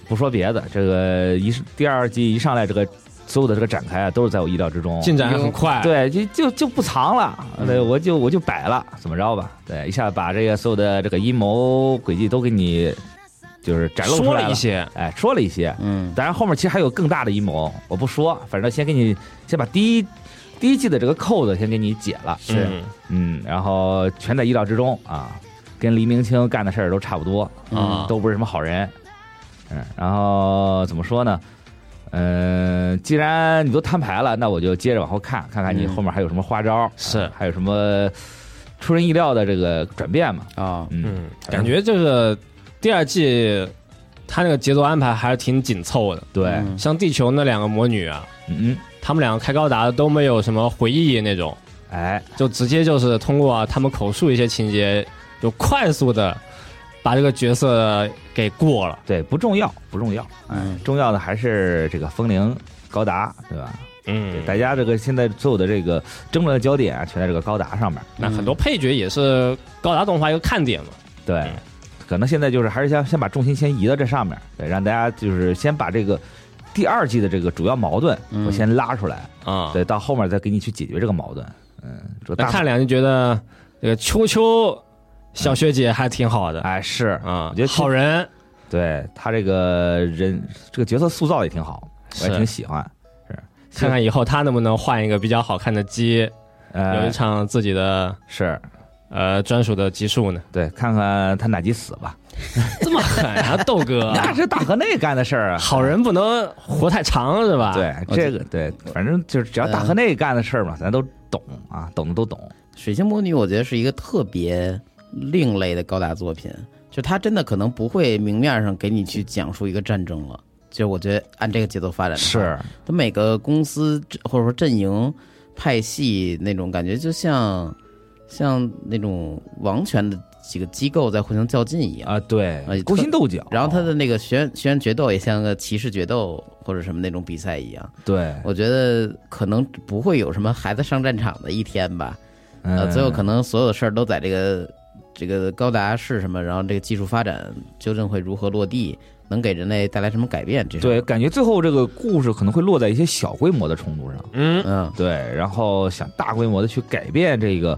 Speaker 5: 不说别的，这个一第二季一上来，这个所有的这个展开啊，都是在我意料之中。
Speaker 4: 进展很快，，
Speaker 5: 对，就就就不藏了，
Speaker 4: 嗯
Speaker 5: 对，我就我就摆了，怎么着吧？对，一下子把这个所有的这个阴谋诡计都给你就是展露出
Speaker 4: 说
Speaker 5: 来
Speaker 4: 了一，些，
Speaker 5: 哎，说了一些。
Speaker 3: 嗯
Speaker 5: 当然后面其实还有更大的阴谋，我不说，反正先给你先把第一第一季的这个扣子先给你解了，
Speaker 4: 嗯
Speaker 5: 嗯，然后全在意料之中啊，跟黎明清干的事儿都差不多，
Speaker 4: 啊
Speaker 5: 都不是什么好人。嗯，然后怎么说呢？嗯，既然你都摊牌了，那我就接着往后看，看看你
Speaker 3: 嗯
Speaker 5: 后面还有什么花招，
Speaker 4: 是
Speaker 5: 啊还有什么出人意料的这个转变嘛？
Speaker 3: 啊，
Speaker 5: 嗯，
Speaker 4: 嗯，感觉这个第二季他那个节奏安排还是挺紧凑的，
Speaker 5: 对，
Speaker 3: 嗯
Speaker 4: 像地球那两个魔女啊，
Speaker 5: 嗯，
Speaker 4: 她们两个开高达都没有什么回忆那种，
Speaker 5: 哎，
Speaker 4: 就直接就是通过啊他们口述一些情节，就快速的把这个角色给过了，
Speaker 5: 对，不重要，不重要，
Speaker 3: 嗯
Speaker 5: 重要的还是这个风铃高达，对吧？
Speaker 4: 嗯
Speaker 5: 大家这个现在所有的这个争论的焦点啊，全在这个高达上面。
Speaker 4: 那很多配角也是高达动画一个看点嘛，
Speaker 5: 对
Speaker 4: 嗯，
Speaker 5: 可能现在就是还是先先把重心先移到这上面，对，让大家就是先把这个第二季的这个主要矛盾
Speaker 3: 嗯
Speaker 5: 我先拉出来，
Speaker 4: 啊、
Speaker 5: 对，到后面再给你去解决这个矛盾。嗯，这个
Speaker 4: 那
Speaker 5: 大
Speaker 4: 看两就觉得这个秋秋小学姐还挺好的
Speaker 5: 哎，是，
Speaker 4: 啊
Speaker 5: 我觉得，
Speaker 4: 好人
Speaker 5: 对他这个人这个角色塑造也挺好，我也挺
Speaker 4: 是。
Speaker 5: 喜欢。是
Speaker 4: 看看以后他能不能换一个比较好看的机，有
Speaker 5: 呃
Speaker 4: 一，场自己的
Speaker 5: 是
Speaker 4: 呃专属的集数呢。
Speaker 5: 对，看看他哪集死吧。
Speaker 4: 这 么狠啊，豆哥！
Speaker 5: 那是大河内干的事儿啊，
Speaker 4: 好人不能活太长是吧？
Speaker 5: 对
Speaker 3: 我
Speaker 5: 这
Speaker 3: 记
Speaker 5: 个对，反正就是只要大河内干的事儿嘛，咱都懂啊，懂的都懂。
Speaker 3: 水星魔女，我觉得是一个特别另类的高达作品，就它真的可能不会明面上给你去讲述一个战争了。就我觉得按这个节奏发展的话，它每个公司或者说阵营派系那种感觉，就像像那种王权的几个机构在互相较劲一样。
Speaker 5: 啊，对
Speaker 3: 哎，
Speaker 5: 勾心斗角。
Speaker 3: 然后他的那个学院学院决斗也像个骑士决斗或者什么那种比赛一样，
Speaker 5: 对，
Speaker 3: 我觉得可能不会有什么孩子上战场的一天吧。呃，
Speaker 5: 嗯
Speaker 3: 最后可能所有的事儿都在这个这个高达是什么，然后这个技术发展究竟会如何落地，能给人类带来什么改变？这是
Speaker 5: 对，，感觉最后这个故事可能会落在一些小规模的冲突上。
Speaker 4: 嗯，
Speaker 3: 嗯，
Speaker 5: 对，然后想大规模的去改变这个，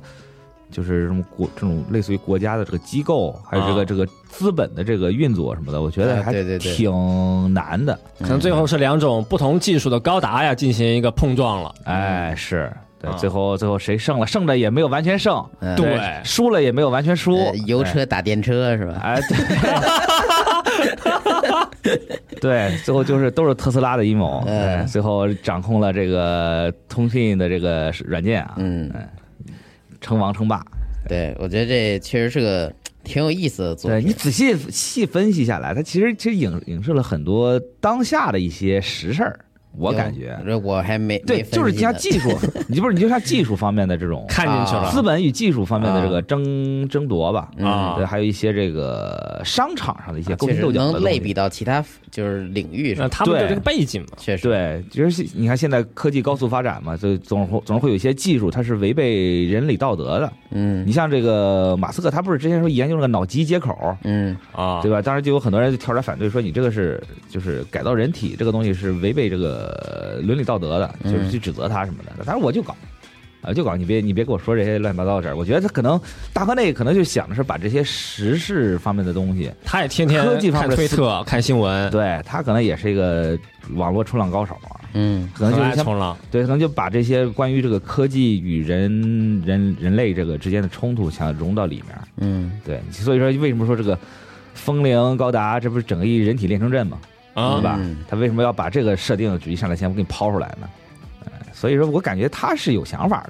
Speaker 5: 就是这种国这种类似于国家的这个机构，还有这个、
Speaker 4: 啊
Speaker 5: 这个资本的这个运作什么的，我觉得
Speaker 3: 哎
Speaker 5: 还
Speaker 3: 对对对
Speaker 5: 挺难的。
Speaker 4: 可能最后是两种不同技术的高达呀进行一个碰撞了。
Speaker 5: 哎，
Speaker 3: 嗯
Speaker 5: 是对，
Speaker 4: 啊
Speaker 5: 最后最后谁胜了，胜的也没有完全胜，
Speaker 3: 嗯
Speaker 4: 对
Speaker 5: 输了也没有完全输
Speaker 3: 呃，油车打电车是吧？
Speaker 5: 哎哎，哎，对， 对，最后就是都是特斯拉的阴谋，
Speaker 3: 嗯
Speaker 5: 哎最后掌控了这个通信的这个软件啊，
Speaker 3: 嗯，
Speaker 5: 称王称霸。
Speaker 3: 对，我觉得这确实是个挺有意思的作
Speaker 5: 对你
Speaker 3: 品。
Speaker 5: 仔细细分析下来，它其实其实影影射了很多当下的一些实事儿，我感觉。
Speaker 3: 这我还没
Speaker 5: 对，
Speaker 3: 没分析
Speaker 5: 就是像
Speaker 3: 呢
Speaker 5: 技术， 你不是你就像技术方面的这 种
Speaker 4: 看进去
Speaker 5: 资
Speaker 4: 了
Speaker 5: 本与技术方面的这
Speaker 4: 啊
Speaker 5: 个争争夺吧，
Speaker 4: 啊
Speaker 5: 对，还有一些这个商场上的一些勾
Speaker 3: 嗯啊确
Speaker 5: 心
Speaker 3: 实
Speaker 5: 斗角的
Speaker 3: 能
Speaker 5: 东西
Speaker 3: 类比到其他就是领域
Speaker 4: 那
Speaker 3: 上，
Speaker 4: 他们
Speaker 5: 对
Speaker 4: 对这个背景嘛，
Speaker 3: 确实
Speaker 5: 对，就是你看现在科技高速发展嘛，就总会总是会有一些技术它是违背人理道德的。
Speaker 3: 嗯
Speaker 5: 你像这个马斯克，他不是之前说研究那个脑机接口，
Speaker 3: 嗯
Speaker 4: 啊，
Speaker 5: 对吧？当时就有很多人就跳出来反对，说你这个是就是改造人体这个东西是违背这个伦理道德的，就是
Speaker 3: 嗯
Speaker 5: 去指责他什么的。但是我就搞。啊，就搞你别你别跟我说这些乱七八糟的事儿，我觉得他可能大河内可能就想的是把这些时事方面的东西，
Speaker 4: 他也天天
Speaker 5: 科技方面
Speaker 4: 看
Speaker 5: 的
Speaker 4: 推
Speaker 5: 思
Speaker 4: 特、看新闻，
Speaker 5: 对他可能也是一个网络冲浪高手啊，
Speaker 3: 嗯
Speaker 5: 可能就
Speaker 4: 很
Speaker 5: 是
Speaker 4: 爱
Speaker 5: 像
Speaker 4: 哎冲浪。
Speaker 5: 对，可能就把这些关于这个科技与人人人类这个之间的冲突想融到里面儿。
Speaker 3: 嗯
Speaker 5: 对，所以说为什么说这个风铃高达这不是整个一人体炼成阵吗？
Speaker 4: 啊
Speaker 5: 对吧
Speaker 3: 嗯？
Speaker 5: 他为什么要把这个设定举一上来先给你抛出来呢？呃所以说我感觉他是有想法的，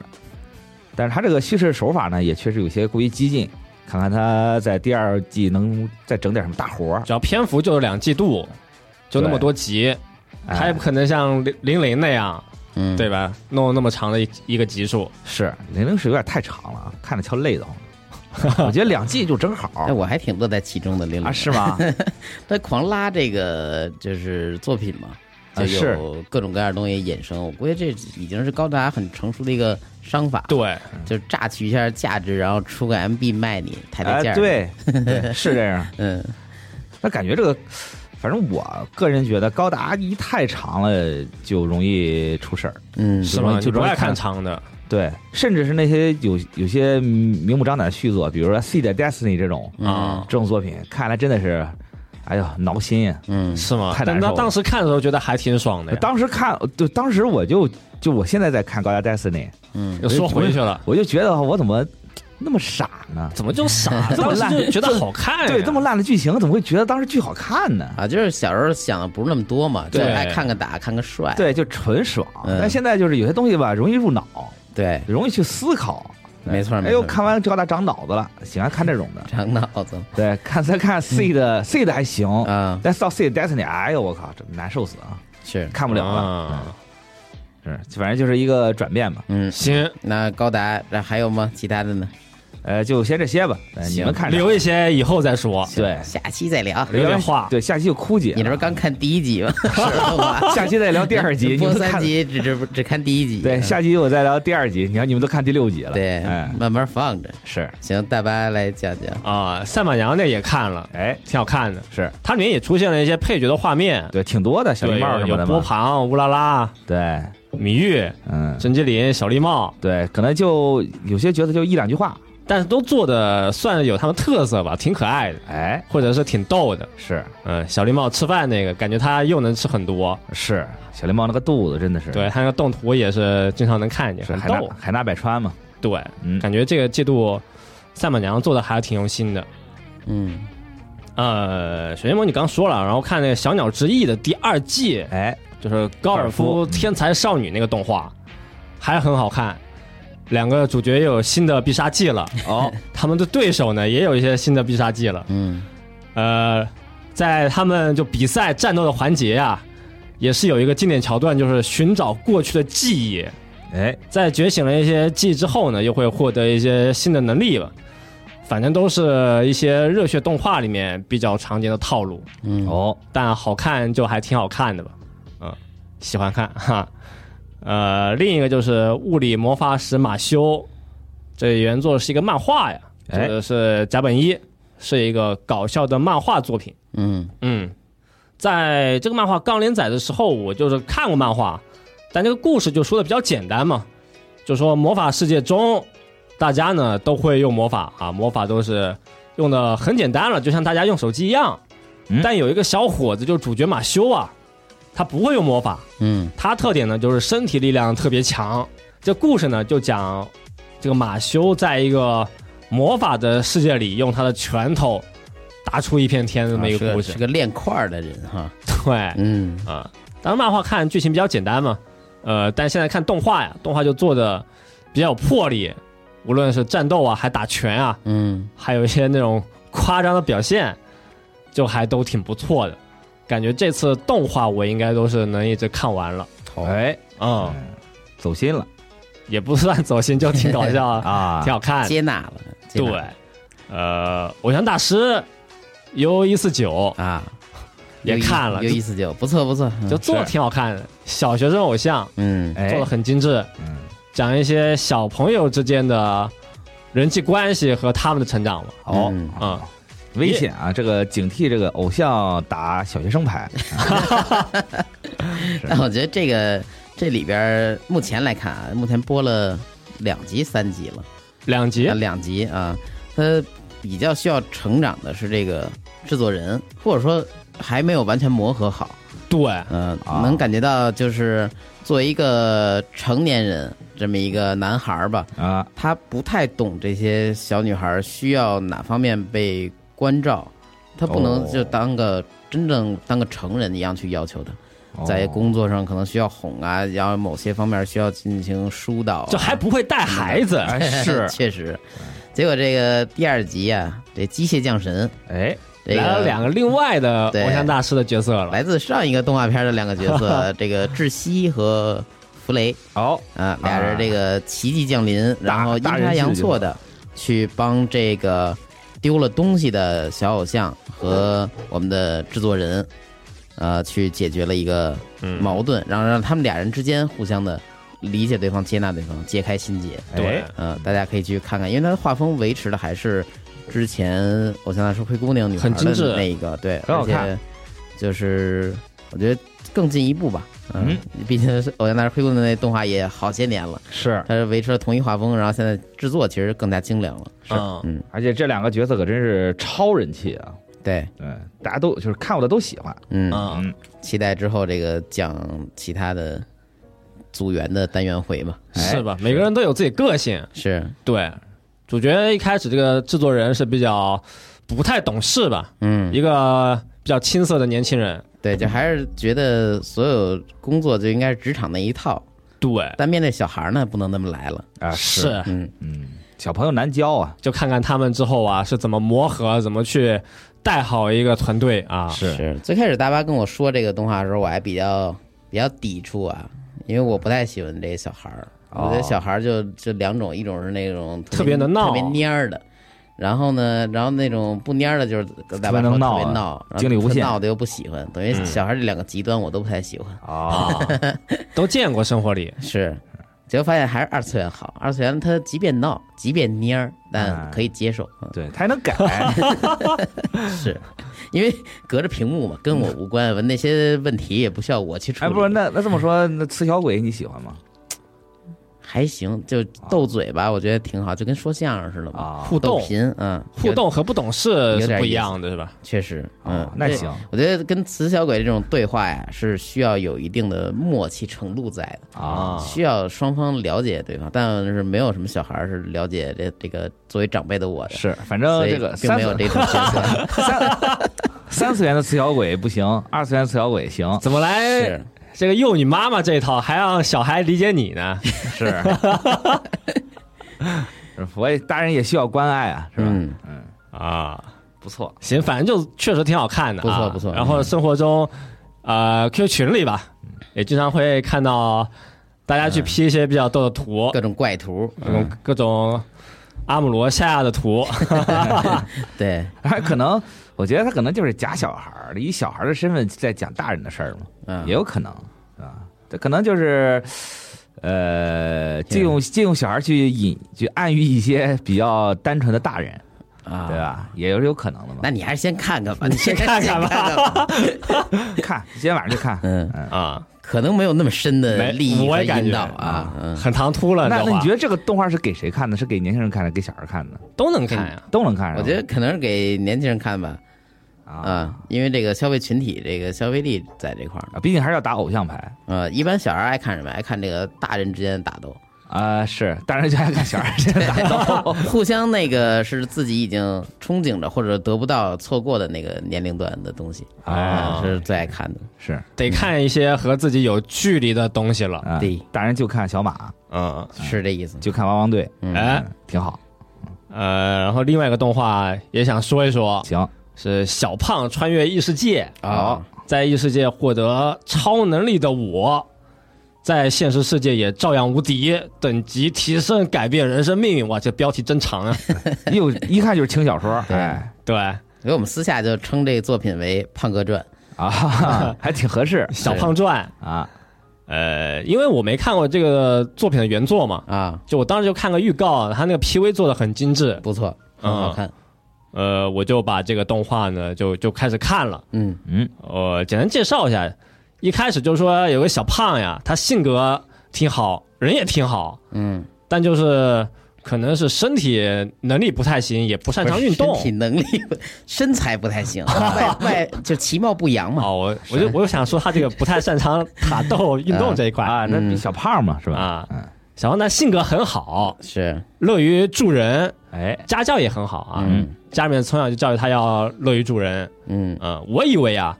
Speaker 5: 但是他这个叙事手法呢，也确实有些过于激进。看看他在第二季能再整点什么大活儿，
Speaker 4: 只要篇幅就是两季度，就那么
Speaker 5: 对
Speaker 4: 多集，他也
Speaker 5: 哎
Speaker 4: 不可能像零零零那样，
Speaker 3: 嗯，
Speaker 4: 对吧？弄那么长的一一个集数，
Speaker 5: 是零零是有点太长了啊，看着瞧累得 慌。我觉得两季就正好
Speaker 3: 哎，我还挺乐在其中的，玲玲
Speaker 5: 啊，是吗？
Speaker 3: 他狂拉这个就是作品嘛，就
Speaker 5: 啊是
Speaker 3: 有各种各样的东西衍生。我估计这已经是高达很成熟的一个商法，
Speaker 4: 对，
Speaker 3: 就是榨取一下价值，然后出个 MB 卖你，抬抬
Speaker 5: 哎，
Speaker 3: 价、，
Speaker 5: 对，对是这样。
Speaker 3: 嗯，
Speaker 5: 那感觉这个，反正我个人觉得高达一太长了就容易出事儿。
Speaker 3: 嗯
Speaker 4: 是吗？
Speaker 5: 就
Speaker 4: 你不
Speaker 5: 容易
Speaker 4: 爱看
Speaker 5: 看
Speaker 4: 长的，
Speaker 5: 对，甚至是那些有有些明目张胆的续作，比如说《C 的 Destiny》这种
Speaker 4: 啊
Speaker 5: 这种作品，看来真的是，哎呦，挠心呀！
Speaker 3: 嗯
Speaker 4: 是吗？
Speaker 5: 太难
Speaker 4: 但
Speaker 5: 受
Speaker 4: 他
Speaker 5: 了哎
Speaker 4: 当时看的时候觉得还挺爽的呀。
Speaker 5: 当时看，就当时我就就我现在在看《高达 Destiny》，
Speaker 3: 嗯
Speaker 4: 又说回去了，
Speaker 5: 我就觉得我怎么那么傻呢？
Speaker 4: 怎么就 傻？
Speaker 5: 这么
Speaker 4: 当时
Speaker 5: 烂
Speaker 4: 就觉得好看呀，
Speaker 5: 对，这么烂的剧情，怎么会觉得当时剧好看呢？
Speaker 3: 啊，就是小时候想的不是那么多嘛，就
Speaker 4: 对
Speaker 3: 是爱看个打，看个帅，
Speaker 5: 对，就纯爽。
Speaker 3: 哎嗯
Speaker 5: 但现在就是有些东西吧，容易入脑，
Speaker 3: 对，
Speaker 5: 容易去思考。
Speaker 3: 没错嗯没错。
Speaker 5: 哎呦，看完高达长脑子了，喜欢看这种的。
Speaker 3: 长脑子
Speaker 5: 对，看再看 C 的 C 的还行，
Speaker 3: 啊，
Speaker 5: 但是到 C 的 Destiny，哎呦我靠，这难受死啊，
Speaker 3: 是，
Speaker 5: 看不了了。
Speaker 4: 啊
Speaker 5: 嗯是，反正就是一个转变吧。
Speaker 3: 嗯，
Speaker 4: 行，
Speaker 3: 那高达那还有吗？其他的呢？
Speaker 5: 呃，就先这些吧。呃你
Speaker 3: 行
Speaker 5: 们看着
Speaker 4: 留一些以后再说。
Speaker 5: 对，
Speaker 3: 下期再聊。
Speaker 4: 留点话
Speaker 5: 对，下期就枯竭了。
Speaker 3: 你这不是刚看第一集吗？ 是
Speaker 5: 下期再聊第二集，你
Speaker 3: 播
Speaker 5: 们
Speaker 3: 三
Speaker 5: 看。
Speaker 3: 集只只只看第一集。啊
Speaker 5: 对，下期我再聊第二集。你看，你们都看第六集了。
Speaker 3: 对
Speaker 5: 哎，，
Speaker 3: 慢慢放着。
Speaker 5: 是，
Speaker 3: 行，大巴来讲讲。
Speaker 4: 啊，赛马娘那也看了，
Speaker 5: 哎，
Speaker 4: 挺好看的。
Speaker 5: 是
Speaker 4: 它里面也出现了一些配角的画面，
Speaker 5: 对，挺多的小
Speaker 4: 对，
Speaker 5: 绿帽
Speaker 4: 有
Speaker 5: 什么的
Speaker 4: 有波
Speaker 5: 嘛。
Speaker 4: 旁、乌拉拉、
Speaker 5: 对，
Speaker 4: 米玉、
Speaker 5: 嗯，
Speaker 4: 甄姬林、小绿帽
Speaker 5: 对，可能就有些角色就一两句话，
Speaker 4: 但是都做的算是有他们特色吧，挺可爱的，
Speaker 5: 哎，
Speaker 4: 或者是挺逗的。
Speaker 5: 是
Speaker 4: 嗯，小绿帽吃饭那个，感觉他又能吃很多，
Speaker 5: 是，小林猫那个肚子真的是，
Speaker 4: 对他那个动图也是经常能看见，
Speaker 5: 是
Speaker 4: 很
Speaker 5: 海
Speaker 4: 逗
Speaker 5: 纳。海纳百川嘛，
Speaker 4: 对，
Speaker 5: 嗯，
Speaker 4: 感觉这个季度赛马娘做的还挺用心的。
Speaker 3: 嗯，
Speaker 4: 呃，水仙魔你刚说了，然后看那个《小鸟之翼》的第二季，
Speaker 5: 哎，
Speaker 4: 就是高尔
Speaker 5: 高
Speaker 4: 夫
Speaker 5: 尔夫
Speaker 4: 天才少女那个动画，还很好看。两个主角又有新的必杀技了，
Speaker 5: 哦，
Speaker 4: 他们的对手呢也有一些新的必杀技了。
Speaker 3: 嗯，
Speaker 4: 呃，在他们就比赛战斗的环节啊，也是有一个经典桥段，就是寻找过去的记忆。
Speaker 5: 哎，
Speaker 4: 在觉醒了一些技之后呢，又会获得一些新的能力吧。反正都是一些热血动画里面比较常见的套路，
Speaker 5: 哦，
Speaker 4: 但好看就还挺好看的吧，嗯，喜欢看哈。呃，另一个就是物理魔法使马修，这原作是一个漫画呀，
Speaker 5: 哎
Speaker 4: 这个是甲本一，是一个搞笑的漫画作品。
Speaker 3: 嗯，
Speaker 4: 嗯，在这个漫画刚连载的时候，我就是看过漫画，但这个故事就说的比较简单嘛，就说魔法世界中，大家呢都会用魔法啊，魔法都是用的很简单了，就像大家用手机一样。
Speaker 5: 嗯
Speaker 4: 但有一个小伙子，就是主角马修啊，他不会用魔法，
Speaker 3: 嗯，
Speaker 4: 他特点呢就是身体力量特别强。这故事呢就讲这个马修在一个魔法的世界里，用他的拳头打出一片天这么一
Speaker 3: 啊是
Speaker 4: 个故事
Speaker 3: 是。个练块儿的人哈，
Speaker 4: 对，
Speaker 3: 嗯
Speaker 4: 啊，当然漫画看剧情比较简单嘛，呃，但现在看动画呀，动画就做的比较有魄力，无论是战斗啊，还打拳啊，
Speaker 3: 嗯
Speaker 4: 还有一些那种夸张的表现，就还都挺不错的。感觉这次动画我应该都是能一直看完了，
Speaker 5: 哎，
Speaker 4: 嗯，
Speaker 5: 走心了
Speaker 4: 也不算走心，就挺搞笑啊，
Speaker 5: 啊
Speaker 4: 挺，好看。
Speaker 3: 接纳了，接纳
Speaker 4: 对，呃，偶像大师 U 一四九
Speaker 3: 啊，
Speaker 4: 也看了，
Speaker 3: 有
Speaker 4: 就
Speaker 3: 意思就不错不错，嗯
Speaker 4: 就做的
Speaker 5: 是
Speaker 4: 挺好看的，小学生偶像
Speaker 3: 嗯
Speaker 5: 哎
Speaker 4: 做的，很精致。
Speaker 5: 嗯，
Speaker 4: 讲一些小朋友之间的人际关系和他们的成长嘛。
Speaker 5: 哦
Speaker 3: 嗯，
Speaker 4: 嗯，
Speaker 5: 危险啊！这个警惕这个偶像打小学生 牌，
Speaker 3: 但我觉得这个这里边儿目前来看啊，目前播了两集三集了，
Speaker 4: 两集
Speaker 3: 啊，两集啊，它比较需要成长的是这个制作人，或者说还没有完全磨合好，
Speaker 4: 对，
Speaker 3: 嗯、
Speaker 5: 啊
Speaker 3: 能感觉到就是作为一个成年人这么一个男孩儿吧，
Speaker 5: 啊，
Speaker 3: 他不太懂这些小女孩儿需要哪方面被关照，他不能
Speaker 5: 哦
Speaker 3: 就当个、真正当个成人一样去要求他。
Speaker 5: 哦
Speaker 3: 在工作上可能需要哄啊，然后某些方面需要进行疏导、啊，
Speaker 4: 就还不会带孩子，
Speaker 5: 哎 是
Speaker 3: 确实。结果这个第二集啊，这机械降神，
Speaker 5: 哎，
Speaker 3: 这
Speaker 4: 来了两
Speaker 3: 个
Speaker 4: 个另外的
Speaker 3: 对
Speaker 4: 偶像大师的角色了。
Speaker 3: 来自上一个动画片的两个角色，这个窒息和弗雷
Speaker 5: 好，
Speaker 3: 啊，俩人这个奇迹降临，然后阴
Speaker 5: 大人
Speaker 3: 差
Speaker 5: 世
Speaker 3: 阳
Speaker 5: 界
Speaker 3: 错的去帮这个丢了东西的小偶像和我们的制作人，呃，去解决了一个矛盾，然后让他们俩人之间互相的理解对方、接纳对方、揭开心结。
Speaker 4: 对
Speaker 5: 哎，
Speaker 3: 嗯、大家可以去看看，因为它的画风维持的还是之前《偶像大师》灰姑娘女孩
Speaker 4: 很精致
Speaker 3: 的那一个，对，
Speaker 5: 很好看
Speaker 3: 而且就是我觉得更进一步吧。
Speaker 5: 嗯，
Speaker 3: 毕竟是《偶像大师》灰姑娘那动画也好些年了，
Speaker 5: 是，
Speaker 3: 它是维持了同一画风，然后现在制作其实更加精良了。
Speaker 4: 嗯，
Speaker 3: 嗯，
Speaker 5: 而且这两个角色可真是超人气啊！
Speaker 3: 对，
Speaker 5: 对，大家都就是看我的都喜欢，
Speaker 3: 嗯，
Speaker 4: 嗯
Speaker 5: 嗯，
Speaker 3: 期待之后这个讲其他的组员的单元回嘛。
Speaker 5: 哎
Speaker 4: 是吧？每个人都有自己个性。
Speaker 3: 是，
Speaker 4: 对，主角一开始这个制作人是比较不太懂事吧，
Speaker 3: 嗯，
Speaker 4: 一个比较青涩的年轻人。
Speaker 3: 对，就还是觉得所有工作就应该是职场那一套，
Speaker 4: 对，
Speaker 3: 但面对小孩儿呢，不能那么来了。
Speaker 5: 啊，，
Speaker 4: 是，
Speaker 3: 嗯，
Speaker 5: 嗯，小朋友难教啊，
Speaker 4: 就看看他们之后啊是怎么磨合，怎么去带好一个团队啊。
Speaker 5: 是
Speaker 3: 是。最开始大巴跟我说这个动画的时候，我还比较比较抵触啊，因为我不太喜欢这些小孩儿。我觉得
Speaker 5: 哦
Speaker 3: 小孩儿就就两种，一种是那种
Speaker 4: 特别能闹
Speaker 3: 特别蔫儿的，然后呢，然后那种不蔫儿的，就是跟大巴说
Speaker 5: 特别能闹
Speaker 3: 特
Speaker 5: 啊
Speaker 3: 别闹，然后
Speaker 5: 精力无
Speaker 3: 特
Speaker 5: 限
Speaker 3: 闹的又不喜欢，等于
Speaker 4: 嗯
Speaker 3: 小孩儿这两个极端我都不太喜 欢。
Speaker 5: 啊
Speaker 4: 啊，都见过生活里。
Speaker 3: 是，结果发现还是二次元好。二次元它即便闹，即便蔫儿，但
Speaker 5: 哎
Speaker 3: 可以接受。嗯
Speaker 5: 对，他还 能改，
Speaker 3: 是因为隔着屏幕嘛，跟我无关，那些问题也不需要我去处
Speaker 5: 嗯哎，
Speaker 3: 理。
Speaker 5: 不是，那那这么说，那刺小鬼你喜欢吗？
Speaker 3: 还行，就斗嘴吧，我觉得挺好，就跟说相声似的嘛，
Speaker 5: 啊
Speaker 4: 互
Speaker 3: 斗
Speaker 4: 动
Speaker 3: 贫，嗯，
Speaker 4: 互动和不懂事
Speaker 3: 有
Speaker 4: 是
Speaker 3: 点
Speaker 4: 不一
Speaker 3: 意思
Speaker 4: 样的，是吧？
Speaker 3: 确实，嗯
Speaker 5: 哦，那
Speaker 3: 这
Speaker 5: 行，
Speaker 3: 我觉得跟雌小鬼这种对话呀，是需要有一定的默契程度在的，
Speaker 5: 啊，
Speaker 3: 需要双方了解对方，但是没有什么小孩儿是了解这这个作为长辈的我的，
Speaker 5: 是，反
Speaker 3: 所
Speaker 5: 正
Speaker 3: 以
Speaker 5: 这个
Speaker 3: 并
Speaker 5: 三
Speaker 3: 没有
Speaker 5: 次
Speaker 3: 这种角色，
Speaker 5: 三三次元的刺小鬼不行，二次元刺小鬼行，
Speaker 4: 怎么来
Speaker 3: 是
Speaker 4: 这个幼女妈妈这一套，还让小孩理解你呢？
Speaker 5: 是， 我也大人也需要关爱啊，是吧？
Speaker 3: 嗯
Speaker 4: 啊，
Speaker 5: 不错，
Speaker 4: 行，反正就确实挺好看的、啊，
Speaker 3: 不错不错
Speaker 4: 然后生活中，呃，Q 群里吧，也经常会看到大家去 P 一些比较逗的图，
Speaker 3: 各种怪图，
Speaker 4: 各种各种阿姆罗夏亚的图，
Speaker 3: 对，
Speaker 5: 还可能我觉得他可能就是假小孩儿，以小孩儿的身份在讲大人的事儿嘛，
Speaker 3: 嗯
Speaker 5: 也，有可能啊，这可能就是。呃，借用借用小孩儿去引，去暗喻一些比较单纯的大人，
Speaker 3: 啊，
Speaker 5: 对？吧？也有有可能的嘛
Speaker 3: 那。你还是先看看吧，你先
Speaker 4: 看看吧
Speaker 3: 吧，
Speaker 5: 看，今天晚上就看。
Speaker 3: 嗯
Speaker 4: 啊，
Speaker 3: 可能没有那么深的
Speaker 4: 没
Speaker 3: 利益
Speaker 4: 我
Speaker 3: 和
Speaker 4: 也感
Speaker 3: 引
Speaker 4: 觉
Speaker 3: 导啊，嗯，
Speaker 4: 很唐突了，
Speaker 5: 那
Speaker 4: 这
Speaker 5: 那
Speaker 4: 话
Speaker 5: 你觉得这个动画是给谁看的？是给年轻人看的，给小孩儿看的，
Speaker 4: 都能看呀、
Speaker 5: 都能看是吧。
Speaker 3: 我觉得可能是给年轻人看吧，
Speaker 4: 呃
Speaker 5: 啊
Speaker 3: 啊，因为这个消费群体这个消费力在这块儿呢，
Speaker 5: 啊，毕竟还是要打偶像牌
Speaker 3: 呃，一般小孩爱看什么？爱看这个大人之间的打斗，
Speaker 5: 啊、是大人就爱看小 孩儿这打
Speaker 4: 哦
Speaker 5: 斗
Speaker 3: 互相那个是自己已经憧憬着或者得不到、错过的那个年龄段的东西，
Speaker 5: 啊
Speaker 4: 哦
Speaker 3: 啊，是最爱看的。
Speaker 5: 是
Speaker 4: 得看一些和自己有距离的东西了。
Speaker 5: 啊，
Speaker 3: 对
Speaker 5: 大人就看小马，
Speaker 4: 嗯，
Speaker 3: 是这意思吗？
Speaker 5: 就看汪汪队，
Speaker 3: 嗯
Speaker 4: 哎
Speaker 5: 嗯，挺好，
Speaker 4: 呃，然后另外一个动画也想说一说，
Speaker 5: 行，
Speaker 4: 是小胖穿越异世界，
Speaker 3: 哦，
Speaker 4: 在异世界获得超能力的我，在现实世界也照样无敌，等级提升，改变人生命运。哇，这标题真长啊！
Speaker 5: 又一看就是轻小说，
Speaker 3: 对
Speaker 5: 哎
Speaker 4: 对，
Speaker 3: 所以我们私下就称这个作品为《胖哥传
Speaker 5: 啊， 还挺合适
Speaker 4: 小胖传，
Speaker 5: 啊，
Speaker 4: 呃，因为我没看过这个作品的原作嘛》，
Speaker 3: 啊，
Speaker 4: 就我当时就看个预告，他那个 PV 做的很精致，
Speaker 3: 不错，很好
Speaker 4: 嗯
Speaker 3: 看。
Speaker 4: 呃，我就把这个动画呢就就开始看了。
Speaker 3: 嗯
Speaker 4: 呃，简单介绍一下，一开始就是说有个小胖呀，他性格挺好，人也挺好，
Speaker 3: 嗯，
Speaker 4: 但就是可能是身体能力不太行，也不擅长运动
Speaker 3: 不是身。体能力、身材不太行， 外外就其貌不扬嘛。
Speaker 4: 哦，我我就我就想说他这个不太擅长打斗运动这一块
Speaker 5: 啊，那比小胖嘛是吧？
Speaker 4: 嗯啊
Speaker 5: 嗯。
Speaker 4: 小胖呢性格很好，
Speaker 3: 是，
Speaker 4: 乐于助人，
Speaker 5: 哎，
Speaker 4: 家教也很好啊。
Speaker 3: 嗯
Speaker 4: 家里面从小就教育他要乐于助人。
Speaker 3: 嗯
Speaker 4: 嗯，我以为啊，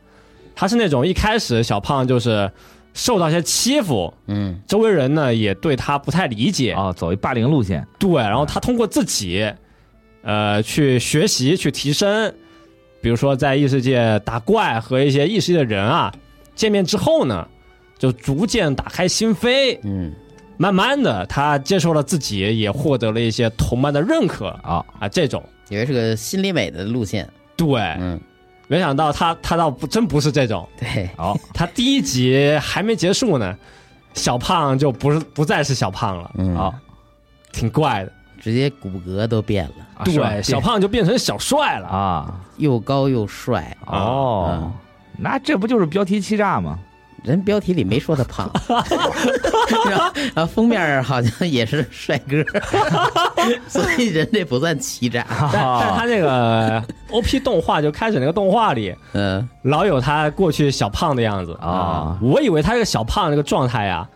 Speaker 4: 他是那种一开始小胖就是受到一些欺负，
Speaker 3: 嗯
Speaker 4: 周围人呢也对他不太理
Speaker 3: 啊
Speaker 4: 解，
Speaker 5: 哦，走一霸凌路线，
Speaker 4: 对，然后他通过自己，呃，去学习去提升，比如说在异世界打怪和一些异世界的人啊见面之后呢，就逐渐打开心扉，
Speaker 3: 嗯，
Speaker 4: 慢慢的他接受了自己，也获得了一些同伴的认可
Speaker 5: 啊，
Speaker 4: 啊，这种
Speaker 3: 以为是个心理美的路线。
Speaker 4: 对，
Speaker 3: 嗯，
Speaker 4: 没想到他他倒不真不是这种，
Speaker 3: 对，
Speaker 5: 好，
Speaker 4: 他第一集还没结束呢，小胖就不是不再是小胖了，
Speaker 3: 嗯，
Speaker 5: 好，
Speaker 4: 挺怪的，
Speaker 3: 直接骨骼都变了，
Speaker 5: 啊是吧
Speaker 4: 对，小胖就变成小帅 了。
Speaker 5: 啊，
Speaker 3: 又高又帅。
Speaker 4: 啊
Speaker 5: 哦，
Speaker 4: 嗯
Speaker 5: 那这不就是标题欺诈吗？
Speaker 3: 人标题里没说他 胖，然后然后封面好像也是帅哥， 所以人这不算欺诈。
Speaker 4: 但但是他 那个 O P 动画就开始那个动画里，
Speaker 3: 嗯，
Speaker 4: 老有他过去小胖的样子
Speaker 5: 啊
Speaker 4: 我以为他这个小胖这个状态呀、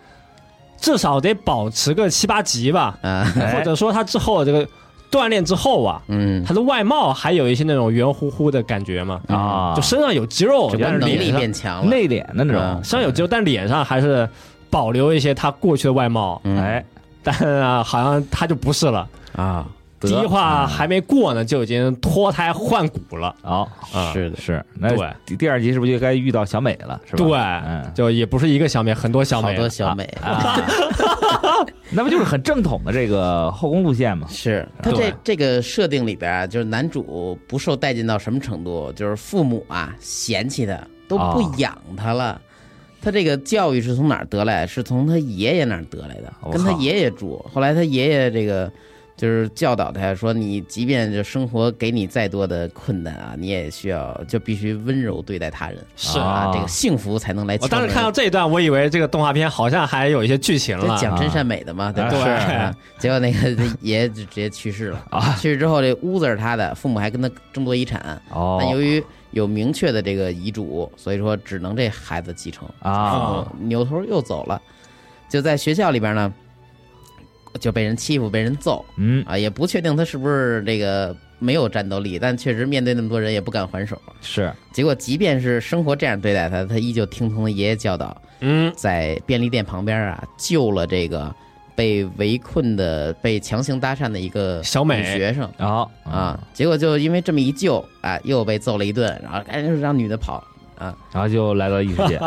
Speaker 4: 至少得保持个七八级吧，
Speaker 3: 啊，
Speaker 4: 或者说他之后这个锻炼之后啊，
Speaker 3: 嗯，
Speaker 4: 他的外貌还有一些那种圆乎乎的感觉嘛，
Speaker 5: 啊，
Speaker 4: 就身上有肌肉，
Speaker 3: 只不过
Speaker 4: 但是
Speaker 3: 能力
Speaker 4: 脸上
Speaker 3: 变强了。
Speaker 5: 内敛的那种
Speaker 3: 嗯，
Speaker 4: 身上有肌肉，但脸上还是保留一些他过去的外貌，
Speaker 3: 嗯
Speaker 5: 哎，
Speaker 4: 但啊，好像他就不是了。
Speaker 3: 啊，
Speaker 4: 第一话还没过呢，就已经脱胎换骨了。
Speaker 5: 好，
Speaker 4: 啊
Speaker 3: 是的，
Speaker 5: 是，那
Speaker 4: 对
Speaker 5: 第第二集是不是就该遇到小美了？是吧？
Speaker 4: 对，
Speaker 5: 嗯，
Speaker 4: 就也不是一个小美，很多小美，
Speaker 3: 好多小美
Speaker 5: 啊， 那不就是很正统的这个后宫路线吗？
Speaker 3: 是他
Speaker 4: 对
Speaker 3: 这这个设定里边啊，就是男主不受待见到什么程度，就是父母啊嫌弃他，都不
Speaker 5: 哦
Speaker 3: 养他了。他这个教育是从哪儿得来？是从他爷爷那儿得来的，
Speaker 5: 我
Speaker 3: 跟他
Speaker 5: 靠
Speaker 3: 爷爷住。后来他爷爷这个就是教导他说，你即便这生活给你再多的困难啊，你也需要就必须温柔对待他人，
Speaker 4: 是
Speaker 3: 啊哎
Speaker 5: 啊，
Speaker 3: 这个幸福才能来敲
Speaker 4: 哦我
Speaker 3: 门。
Speaker 4: 当时看到这一段，我以为这个动画片好像还有一些剧情
Speaker 3: 这
Speaker 4: 了，
Speaker 3: 讲真善美的嘛，对吧？
Speaker 4: 对
Speaker 3: 啊结果那个爷就直接去世了啊！去世之后，这屋子是他的，父母还跟他争夺遗产。
Speaker 5: 哦
Speaker 3: 但由于有明确的这个遗嘱，所以说只能这孩子继承。嗯
Speaker 5: 啊
Speaker 4: 啊
Speaker 3: 扭头又走了，就在学校里边呢，就被人欺负，被人揍
Speaker 5: 嗯
Speaker 3: 啊！也不确定他是不是这个没有战斗力，但确实面对那么多人也不敢还手。
Speaker 5: 是
Speaker 3: 结果即便是生活这样对待他，他依旧听从了爷爷教导，
Speaker 4: 嗯，
Speaker 3: 在便利店旁边啊，救了这个被围困的、被强行搭讪的一个
Speaker 4: 小美嗯
Speaker 3: 女学生
Speaker 5: 啊
Speaker 3: 啊。结果就因为这么一救啊，又被揍了一顿，然后赶紧让女的跑，
Speaker 5: 然后就来到异世界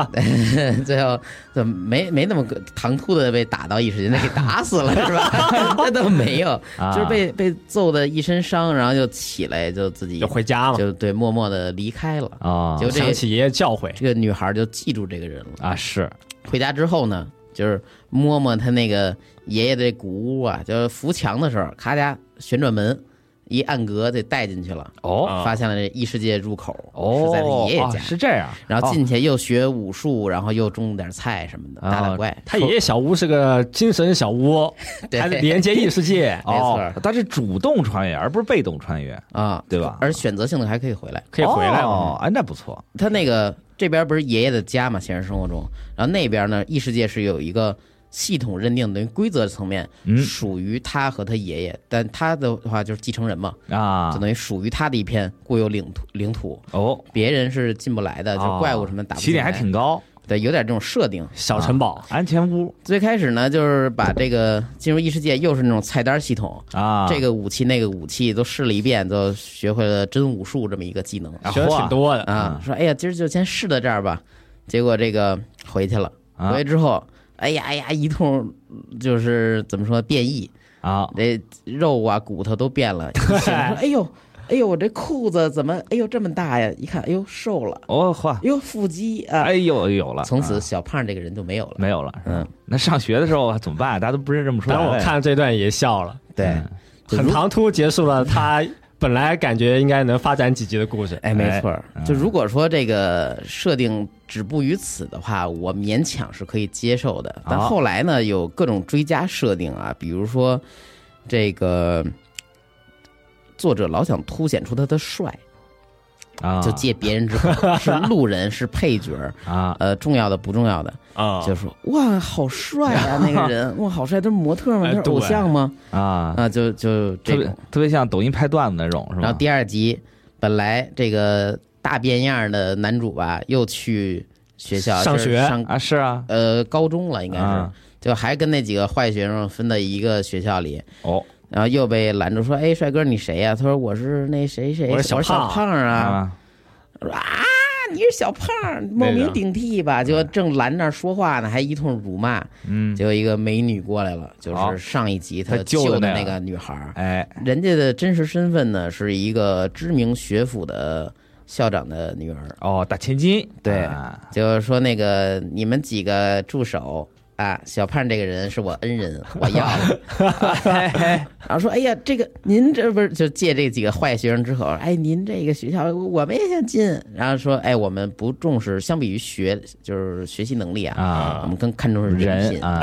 Speaker 3: 最后就没没那么个唐突的被打到一时间，那给打死了是 吧？那倒没有，
Speaker 5: 啊
Speaker 3: 就是被被揍的一身伤，然后就起来就自己
Speaker 4: 就回家嘛，
Speaker 3: 就对默默的离开了。
Speaker 5: 啊
Speaker 3: 结果这
Speaker 4: 想起爷爷教诲，
Speaker 3: 这个女孩就记住这个人了。
Speaker 5: 啊是
Speaker 3: 回家之后呢，就是摸摸他那个爷爷的这古屋啊，就是扶墙的时候，咔嚓旋转门一按格，这带进去了，
Speaker 5: 哦
Speaker 3: 发现了这异世界入口
Speaker 5: 哦
Speaker 3: 啊是在他爷爷
Speaker 5: 哦
Speaker 3: 家，
Speaker 5: 是这样，
Speaker 3: 然后
Speaker 5: 哦
Speaker 3: 进去又学武术，然后又种点菜什么的，
Speaker 5: 哦
Speaker 3: 打打怪。
Speaker 4: 他爷爷小屋是个精神小屋，
Speaker 3: 对
Speaker 4: 还连接异世界，
Speaker 3: 没错
Speaker 5: 哦，他是主动穿越，而不是被动穿越，
Speaker 3: 啊，
Speaker 5: 对吧？
Speaker 3: 而选择性的还可以回来。
Speaker 4: 可以回来
Speaker 5: 哦
Speaker 4: 了。，
Speaker 5: 哎，那不错
Speaker 3: 他那个这边不是爷爷的家嘛，现实生活中，然后那边呢，异世界是有一个系统认定的规则层面，
Speaker 5: 嗯
Speaker 3: 属于他和他爷爷，但他的话就是继承人嘛，
Speaker 5: 啊
Speaker 3: 就等于属于他的一片固有领土领土，
Speaker 5: 哦，
Speaker 3: 别人是进不来的，就
Speaker 5: 哦
Speaker 3: 怪物什么打不进来。
Speaker 5: 起点还挺高，
Speaker 3: 对，有点这种设定。
Speaker 4: 小城堡，
Speaker 5: 安全屋
Speaker 3: 最开始呢，就是把这个进入异世界，又是那种菜单系统，
Speaker 5: 啊，
Speaker 3: 这个武器那个武器都试了一遍，都学会了真武术这么一个技能
Speaker 5: 啊
Speaker 4: 学的挺多的，
Speaker 3: 啊。说哎呀，今儿就先试到这儿吧。结果这个回去了，
Speaker 5: 啊
Speaker 3: 回去之后，哎呀哎呀，一通就是怎么说变异，
Speaker 5: 啊
Speaker 3: 这肉啊骨头都变了。一 想说哎呦哎呦，我这裤子怎么哎呦这么大呀？一看哎呦瘦了。
Speaker 5: 哦嚯，
Speaker 3: 哟，腹肌啊！
Speaker 5: 哎呦有了，
Speaker 3: 从此
Speaker 5: 啊
Speaker 3: 小胖这个人就没有了。
Speaker 5: 没有了，是吧
Speaker 3: 嗯，
Speaker 5: 那上学的时候啊怎么办？大家都不认这么哎出来
Speaker 4: 当然
Speaker 5: 了
Speaker 4: 我
Speaker 5: 呀，
Speaker 4: 看这段也笑了，
Speaker 3: 对，
Speaker 5: 嗯
Speaker 3: 就
Speaker 4: 很
Speaker 3: 如
Speaker 4: 唐突结束了他本来感觉应该能发展几集的故事。
Speaker 3: 哎，没错儿。
Speaker 5: 嗯
Speaker 3: 就如果说这个设定止步于此的话，我勉强是可以接受的。但
Speaker 5: 好
Speaker 3: 后来呢，有各种追加设定啊，比如说这个作者老想凸显出他的帅，
Speaker 5: 啊，
Speaker 3: 就借别人之 口，是路人，是配角儿，
Speaker 5: 啊
Speaker 3: 呃，重要的不重要的，
Speaker 4: 啊
Speaker 3: 就说哇，好帅啊，那 个人哇，好帅，这是模特吗？他
Speaker 4: 哎
Speaker 3: 是偶
Speaker 4: 对
Speaker 3: 像吗？
Speaker 5: 啊，
Speaker 3: 啊，就就
Speaker 5: 特
Speaker 3: 这
Speaker 5: 别
Speaker 3: 种。
Speaker 5: 特别像抖音拍段子那种，是吧？
Speaker 3: 然后第二集，本来这个大变样的男主吧，又去学校
Speaker 4: 上
Speaker 3: 就是
Speaker 4: 学
Speaker 3: 上
Speaker 5: 啊是啊，
Speaker 3: 呃高中了，应该是
Speaker 5: 啊，
Speaker 3: 就还跟那几个坏学生分到一个学校里，
Speaker 5: 哦
Speaker 3: 然后又被拦住说：“哎，帅哥，你谁呀、他说：“我是那谁谁，
Speaker 4: 我
Speaker 3: 我
Speaker 4: 是小
Speaker 3: 小
Speaker 4: 胖
Speaker 3: 胖儿啊。
Speaker 5: 啊
Speaker 3: 我说：“啊，你是小胖儿，冒名顶替吧？”结果正拦那儿说话呢，还一通辱骂。
Speaker 5: 嗯，
Speaker 3: 结果一个美女过来了，就
Speaker 5: 好
Speaker 3: 是上一集
Speaker 5: 他救
Speaker 3: 救
Speaker 5: 的
Speaker 3: 的
Speaker 5: 那
Speaker 3: 那
Speaker 5: 个
Speaker 3: 个女孩儿。
Speaker 5: 哎
Speaker 3: 人家的真实身份呢，是一个知名学府的校长的女儿。
Speaker 5: 哦打千金，
Speaker 3: 对
Speaker 5: 啊
Speaker 3: 就是说，那个你们几个助手啊，小胖这个人是我恩人，我要 了。然后说，哎呀，这个您这不是就借这几个坏学生之口，哎，您这个学校我们也想进。然后说，哎，我们不重视，相比于学就是学习能力啊，我
Speaker 5: 啊
Speaker 3: 们更看重是人
Speaker 5: 人
Speaker 3: 品。
Speaker 5: 啊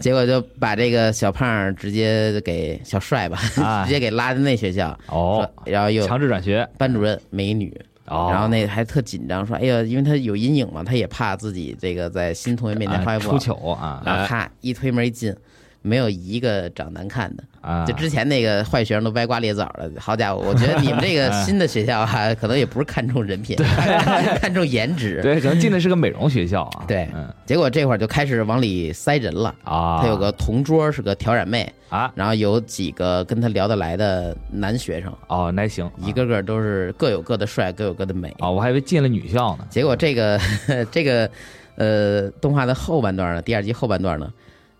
Speaker 3: 结果就把这个小胖直接给小帅吧，
Speaker 5: 啊
Speaker 3: 直接给拉进那学校。
Speaker 5: 哦
Speaker 3: 说，然后又
Speaker 5: 强制转学
Speaker 3: 班主任美女，
Speaker 5: 哦，
Speaker 3: 然后那还特紧张，说：“哎呀，因为他有阴影嘛，他也怕自己这个在新同学面前发
Speaker 5: 啊
Speaker 3: 挥不
Speaker 5: 出
Speaker 3: 好。
Speaker 5: 糗啊
Speaker 3: 然后咔一推门一进，没有一个长难看 的，
Speaker 5: 啊
Speaker 3: 就之前那个坏学生都歪瓜裂枣了。好家伙，我觉得你们这 个新的学校啊，可能也不是看重人品， 看重颜值。
Speaker 5: 对，可能进的是个美容学校啊，
Speaker 3: 对
Speaker 5: 嗯
Speaker 3: 结果这会儿就开始往里塞人了。
Speaker 5: 啊，
Speaker 3: 他有个同桌是个调染妹，
Speaker 5: 啊
Speaker 3: 然后有几个跟他聊得来的男学生，
Speaker 5: 哦那行
Speaker 3: 一个个都是各有各的帅，各有各的美。
Speaker 5: 啊，哦我还以为进了女校呢，
Speaker 3: 结果这个 这个呃动画的后半段呢，第二集后半段呢，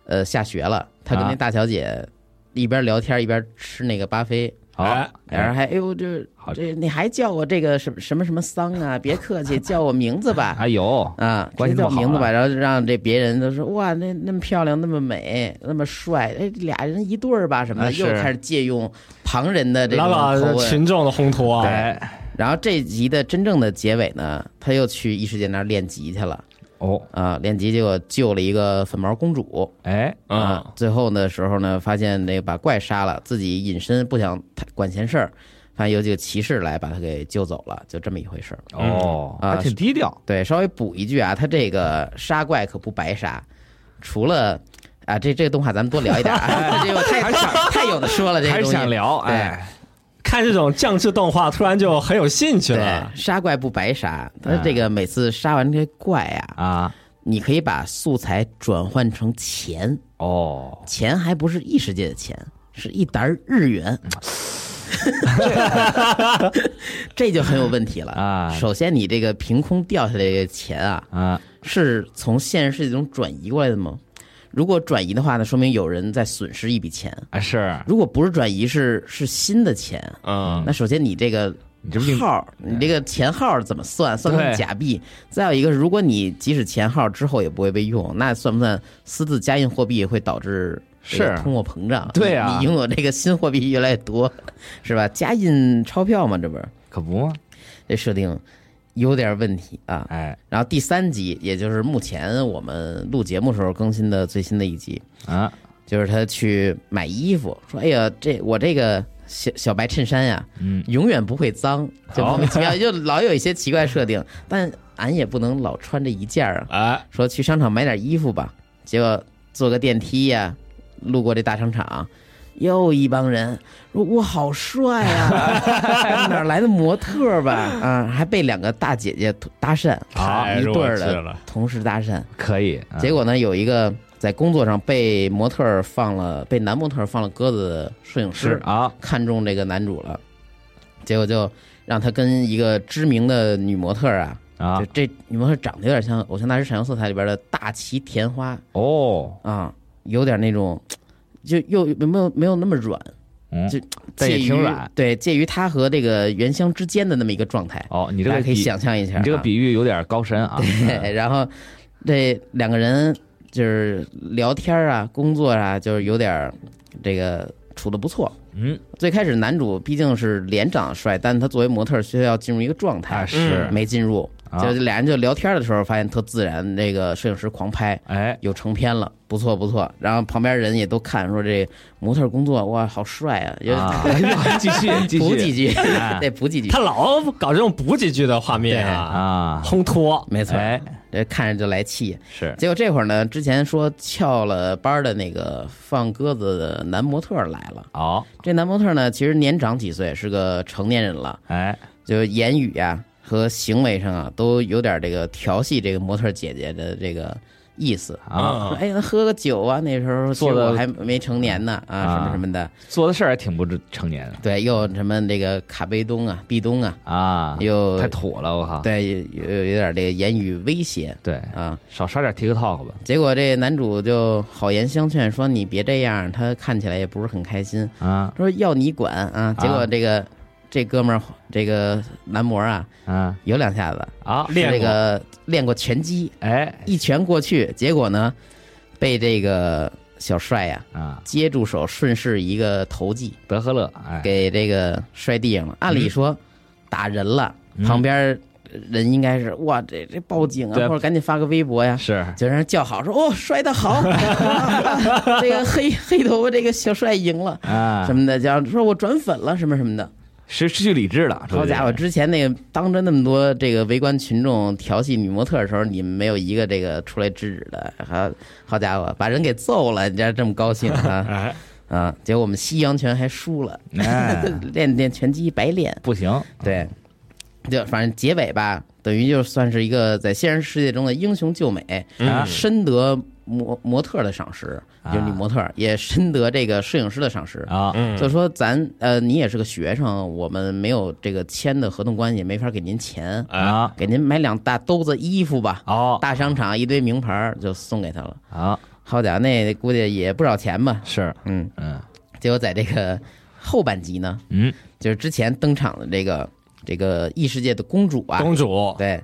Speaker 3: 呃下学了，他跟那
Speaker 5: 啊
Speaker 3: 大小姐一边聊天一边吃那个巴菲，
Speaker 5: 好，
Speaker 4: 哎
Speaker 3: 然后还哎呦这
Speaker 5: 好
Speaker 3: 这你还叫我这个什么什么什么桑 啊？别客气，叫我名字吧。
Speaker 5: 哎呦，
Speaker 3: 啊，
Speaker 5: 关系
Speaker 3: 直接
Speaker 5: 这么
Speaker 3: 叫
Speaker 5: 好
Speaker 3: 名字吧，
Speaker 5: 了
Speaker 3: 然后就让这别人都说哇，那那么漂亮，那么美，那么帅，哎，俩人一对儿吧什么的，
Speaker 5: 啊
Speaker 3: 又
Speaker 5: 是
Speaker 3: 开始借用旁人的这种
Speaker 4: 拉
Speaker 3: 口
Speaker 4: 把
Speaker 3: 吻。
Speaker 4: 群众的烘托啊！
Speaker 5: 哎，
Speaker 3: 然后这集的真正的结尾呢，他又去异世界那儿练级去了
Speaker 5: 哦，
Speaker 3: 啊，练级结果救了一个粉毛公主
Speaker 5: 哎，
Speaker 3: 啊
Speaker 4: 啊，，
Speaker 3: 最后的时候呢，发现那个把怪杀了，自己隐身不想太管闲事儿，发现有几个骑士来把他给救走了，就这么一回事儿。
Speaker 5: 哦，
Speaker 3: 嗯啊
Speaker 5: 还挺低调，
Speaker 3: 对，稍微补一句啊，他这个杀怪可不白杀，除了啊，这这个动画咱们多聊一点啊， 这个太
Speaker 5: 还是想
Speaker 3: 太有的说了，啊这个
Speaker 5: 还
Speaker 3: 东
Speaker 5: 是
Speaker 3: 西
Speaker 5: 想聊，
Speaker 3: 对
Speaker 5: 哎，
Speaker 4: 看这种降智动画，突然就很有兴趣
Speaker 3: 对
Speaker 4: 了，。
Speaker 3: 杀怪不白杀，
Speaker 5: 哎
Speaker 3: 他这个每次杀完这怪啊，
Speaker 5: 啊，
Speaker 3: 你可以把素材转换成钱，
Speaker 5: 哦，
Speaker 3: 钱还不是异世界的钱，是一沓日元。这就很有问题了
Speaker 5: 啊
Speaker 3: 首先，你这个凭空掉下来的钱啊，
Speaker 5: 啊，
Speaker 3: 是从现实世界中转移过来的吗？如果转移的话呢，说明有人在损失一笔钱；
Speaker 5: 啊是，
Speaker 3: 如果不是转移，是是新的钱，
Speaker 4: 嗯，
Speaker 3: 那首先你这个
Speaker 5: 啊你这不定
Speaker 3: 号儿，你这个钱号儿怎么算？算不算
Speaker 5: 对
Speaker 3: 假币？再有一个，如果你即使钱号儿之后也不会被用，那算不算私自加印货币会导致这个
Speaker 5: 是
Speaker 3: 通货膨胀？
Speaker 5: 对啊
Speaker 3: 你你拥有这个新货币越来越多， 是吧？加印钞票嘛，这不是
Speaker 5: 可不吗？
Speaker 3: 这设定有点问题啊。
Speaker 5: 哎，
Speaker 3: 然后第三集，也就是目前我们录节目时候更新的最新的一集，
Speaker 5: 啊，
Speaker 3: 就是他去买衣服，说：“哎呀，这我这个小小白衬衫呀，
Speaker 5: 嗯，
Speaker 3: 永远不会脏。”就莫名其妙，就老有一些奇怪设定，但俺也不能老穿这一件儿啊。
Speaker 4: 哎，
Speaker 3: 说去商场买点衣服吧，结果坐个电梯呀、路过这大商场，又一帮人说：“我好帅呀、 哪来的模特儿吧？”啊，还被两个大姐姐搭讪，
Speaker 1: 太
Speaker 3: 啊一对儿
Speaker 1: 弱智
Speaker 3: 的
Speaker 1: 了
Speaker 3: 同时搭讪。
Speaker 5: 可以，啊
Speaker 3: 结果呢，有一个在工作上被模特儿放了，被男模特儿放了鸽子的摄影
Speaker 5: 是
Speaker 3: 师
Speaker 5: 啊，
Speaker 3: 看中这个男主了，结果就让他跟一个知名的女模特儿啊，
Speaker 5: 啊
Speaker 3: 就，这女模特儿长得有点像《偶像大师闪耀色彩》里边的大崎田花
Speaker 5: 哦，
Speaker 3: 啊，有点那种，就又没有没有那么软，
Speaker 5: 嗯
Speaker 3: 就
Speaker 5: 但
Speaker 3: 介
Speaker 5: 也
Speaker 3: 于
Speaker 5: 挺软
Speaker 3: 对，介于他和这个原香之间的那么一个状态。
Speaker 5: 哦，你这
Speaker 3: 大
Speaker 5: 个
Speaker 3: 家可以
Speaker 5: 比
Speaker 3: 想象一下啊、
Speaker 5: 你这个比喻有点高深啊，
Speaker 3: 对， 然后这两个人就是聊天儿啊，工作啊，就是有点儿这个处的不错。
Speaker 5: 嗯，
Speaker 3: 最开始男主毕竟是脸长得帅，但他作为模特儿需要进入一个状态，
Speaker 5: 啊是，
Speaker 3: 没进入。
Speaker 5: 啊
Speaker 3: 嗯就俩人就聊天的时候，发现特自然，那个摄影师狂拍，
Speaker 5: 哎，
Speaker 3: 有成片了，不错不错。然后旁边人也都看说这模特儿工作哇，好帅啊，也
Speaker 5: 啊，哎呦继续继
Speaker 3: 补几
Speaker 5: 续
Speaker 3: 句
Speaker 5: 哎，
Speaker 3: 得补几句
Speaker 4: 他，老搞这种补几句的画面啊，
Speaker 5: 啊，
Speaker 4: 烘托，
Speaker 3: 没错，
Speaker 5: 哎，
Speaker 3: 这看着就来气。
Speaker 5: 是
Speaker 3: 结果这会儿呢，之前说翘了班儿的那个放鸽子的男模特儿来了。
Speaker 5: 哦，
Speaker 3: 这男模特儿呢，其实年长几岁，是个成年人了，
Speaker 5: 哎，
Speaker 3: 就是言语啊和行为上啊，都有点这个调戏这个模特儿姐姐的这个意思。
Speaker 5: 啊，
Speaker 4: 嗯
Speaker 3: 说哎，那喝个酒啊，那时候其实
Speaker 5: 做的
Speaker 3: 我还没成年呢啊，
Speaker 5: 啊
Speaker 3: 什么什么的。
Speaker 5: 做的事儿还挺不知成年的
Speaker 3: 对，又什么那个卡贝东啊、壁咚啊，
Speaker 5: 啊，
Speaker 3: 又
Speaker 5: 太土了，我靠，
Speaker 3: 对有有有点这个言语威胁
Speaker 5: 对，
Speaker 3: 啊。
Speaker 5: 少刷点 TikTok 吧，
Speaker 3: 结果这男主就好言相劝说：“你别这样，他看起来也不是很开心。
Speaker 5: 啊”
Speaker 3: 说要你管啊！结果
Speaker 5: 啊
Speaker 3: 这个、这哥们儿啊这个男模啊，
Speaker 5: 啊
Speaker 3: 有两下子，
Speaker 5: 啊，
Speaker 3: 是
Speaker 4: 练
Speaker 3: 这
Speaker 4: 过
Speaker 3: 个练过拳击，
Speaker 5: 哎
Speaker 3: 一拳过去，结果呢被这个小帅呀、
Speaker 5: 啊，
Speaker 3: 接住手，顺势一个投技
Speaker 5: 德赫勒，哎，
Speaker 3: 给这个摔地上了。按理说、打人了，
Speaker 5: 嗯
Speaker 3: 旁边人应该是哇，这这报警啊，
Speaker 5: 对
Speaker 3: 或者赶紧发个微博呀。
Speaker 5: 是
Speaker 3: 就让人叫好，说哦摔得好，啊这个黑黑头发这个小帅赢了
Speaker 5: 啊
Speaker 3: 什，么的，叫说我转粉了什么什么的。啊
Speaker 5: 失失去理智了，
Speaker 3: 好家伙，之前那个当着那么多这个围观群众调戏女模特的时候，你们没有一个这个出来制止的，好好家伙，把人给揍了，你这这么高兴啊啊！结果我们西洋拳还输了，
Speaker 5: 哎
Speaker 3: 练练拳击白练。
Speaker 5: 不行，
Speaker 3: 对，就反正结尾吧，等于就算是一个在现实世界中的英雄救美，
Speaker 5: 嗯
Speaker 3: 深得模模特的赏识，就是女模特儿，也深得这个摄影师的赏识。
Speaker 5: 啊，
Speaker 4: 嗯
Speaker 3: 就说咱呃，你也是个学生，我们没有这个签的合同关系，没法给您钱，
Speaker 5: 啊，
Speaker 3: 给您买两大兜子衣服吧。
Speaker 5: 哦，
Speaker 3: 大商场一堆名牌儿就送给他了，
Speaker 5: 啊，
Speaker 3: 好家伙，那估计也不少钱吧。
Speaker 5: 是，
Speaker 3: 嗯，
Speaker 5: 嗯，
Speaker 3: 结果在这个后半集呢，
Speaker 5: 嗯，
Speaker 3: 就是之前登场的这个这个异世界的公主啊，
Speaker 4: 公主，
Speaker 3: 对，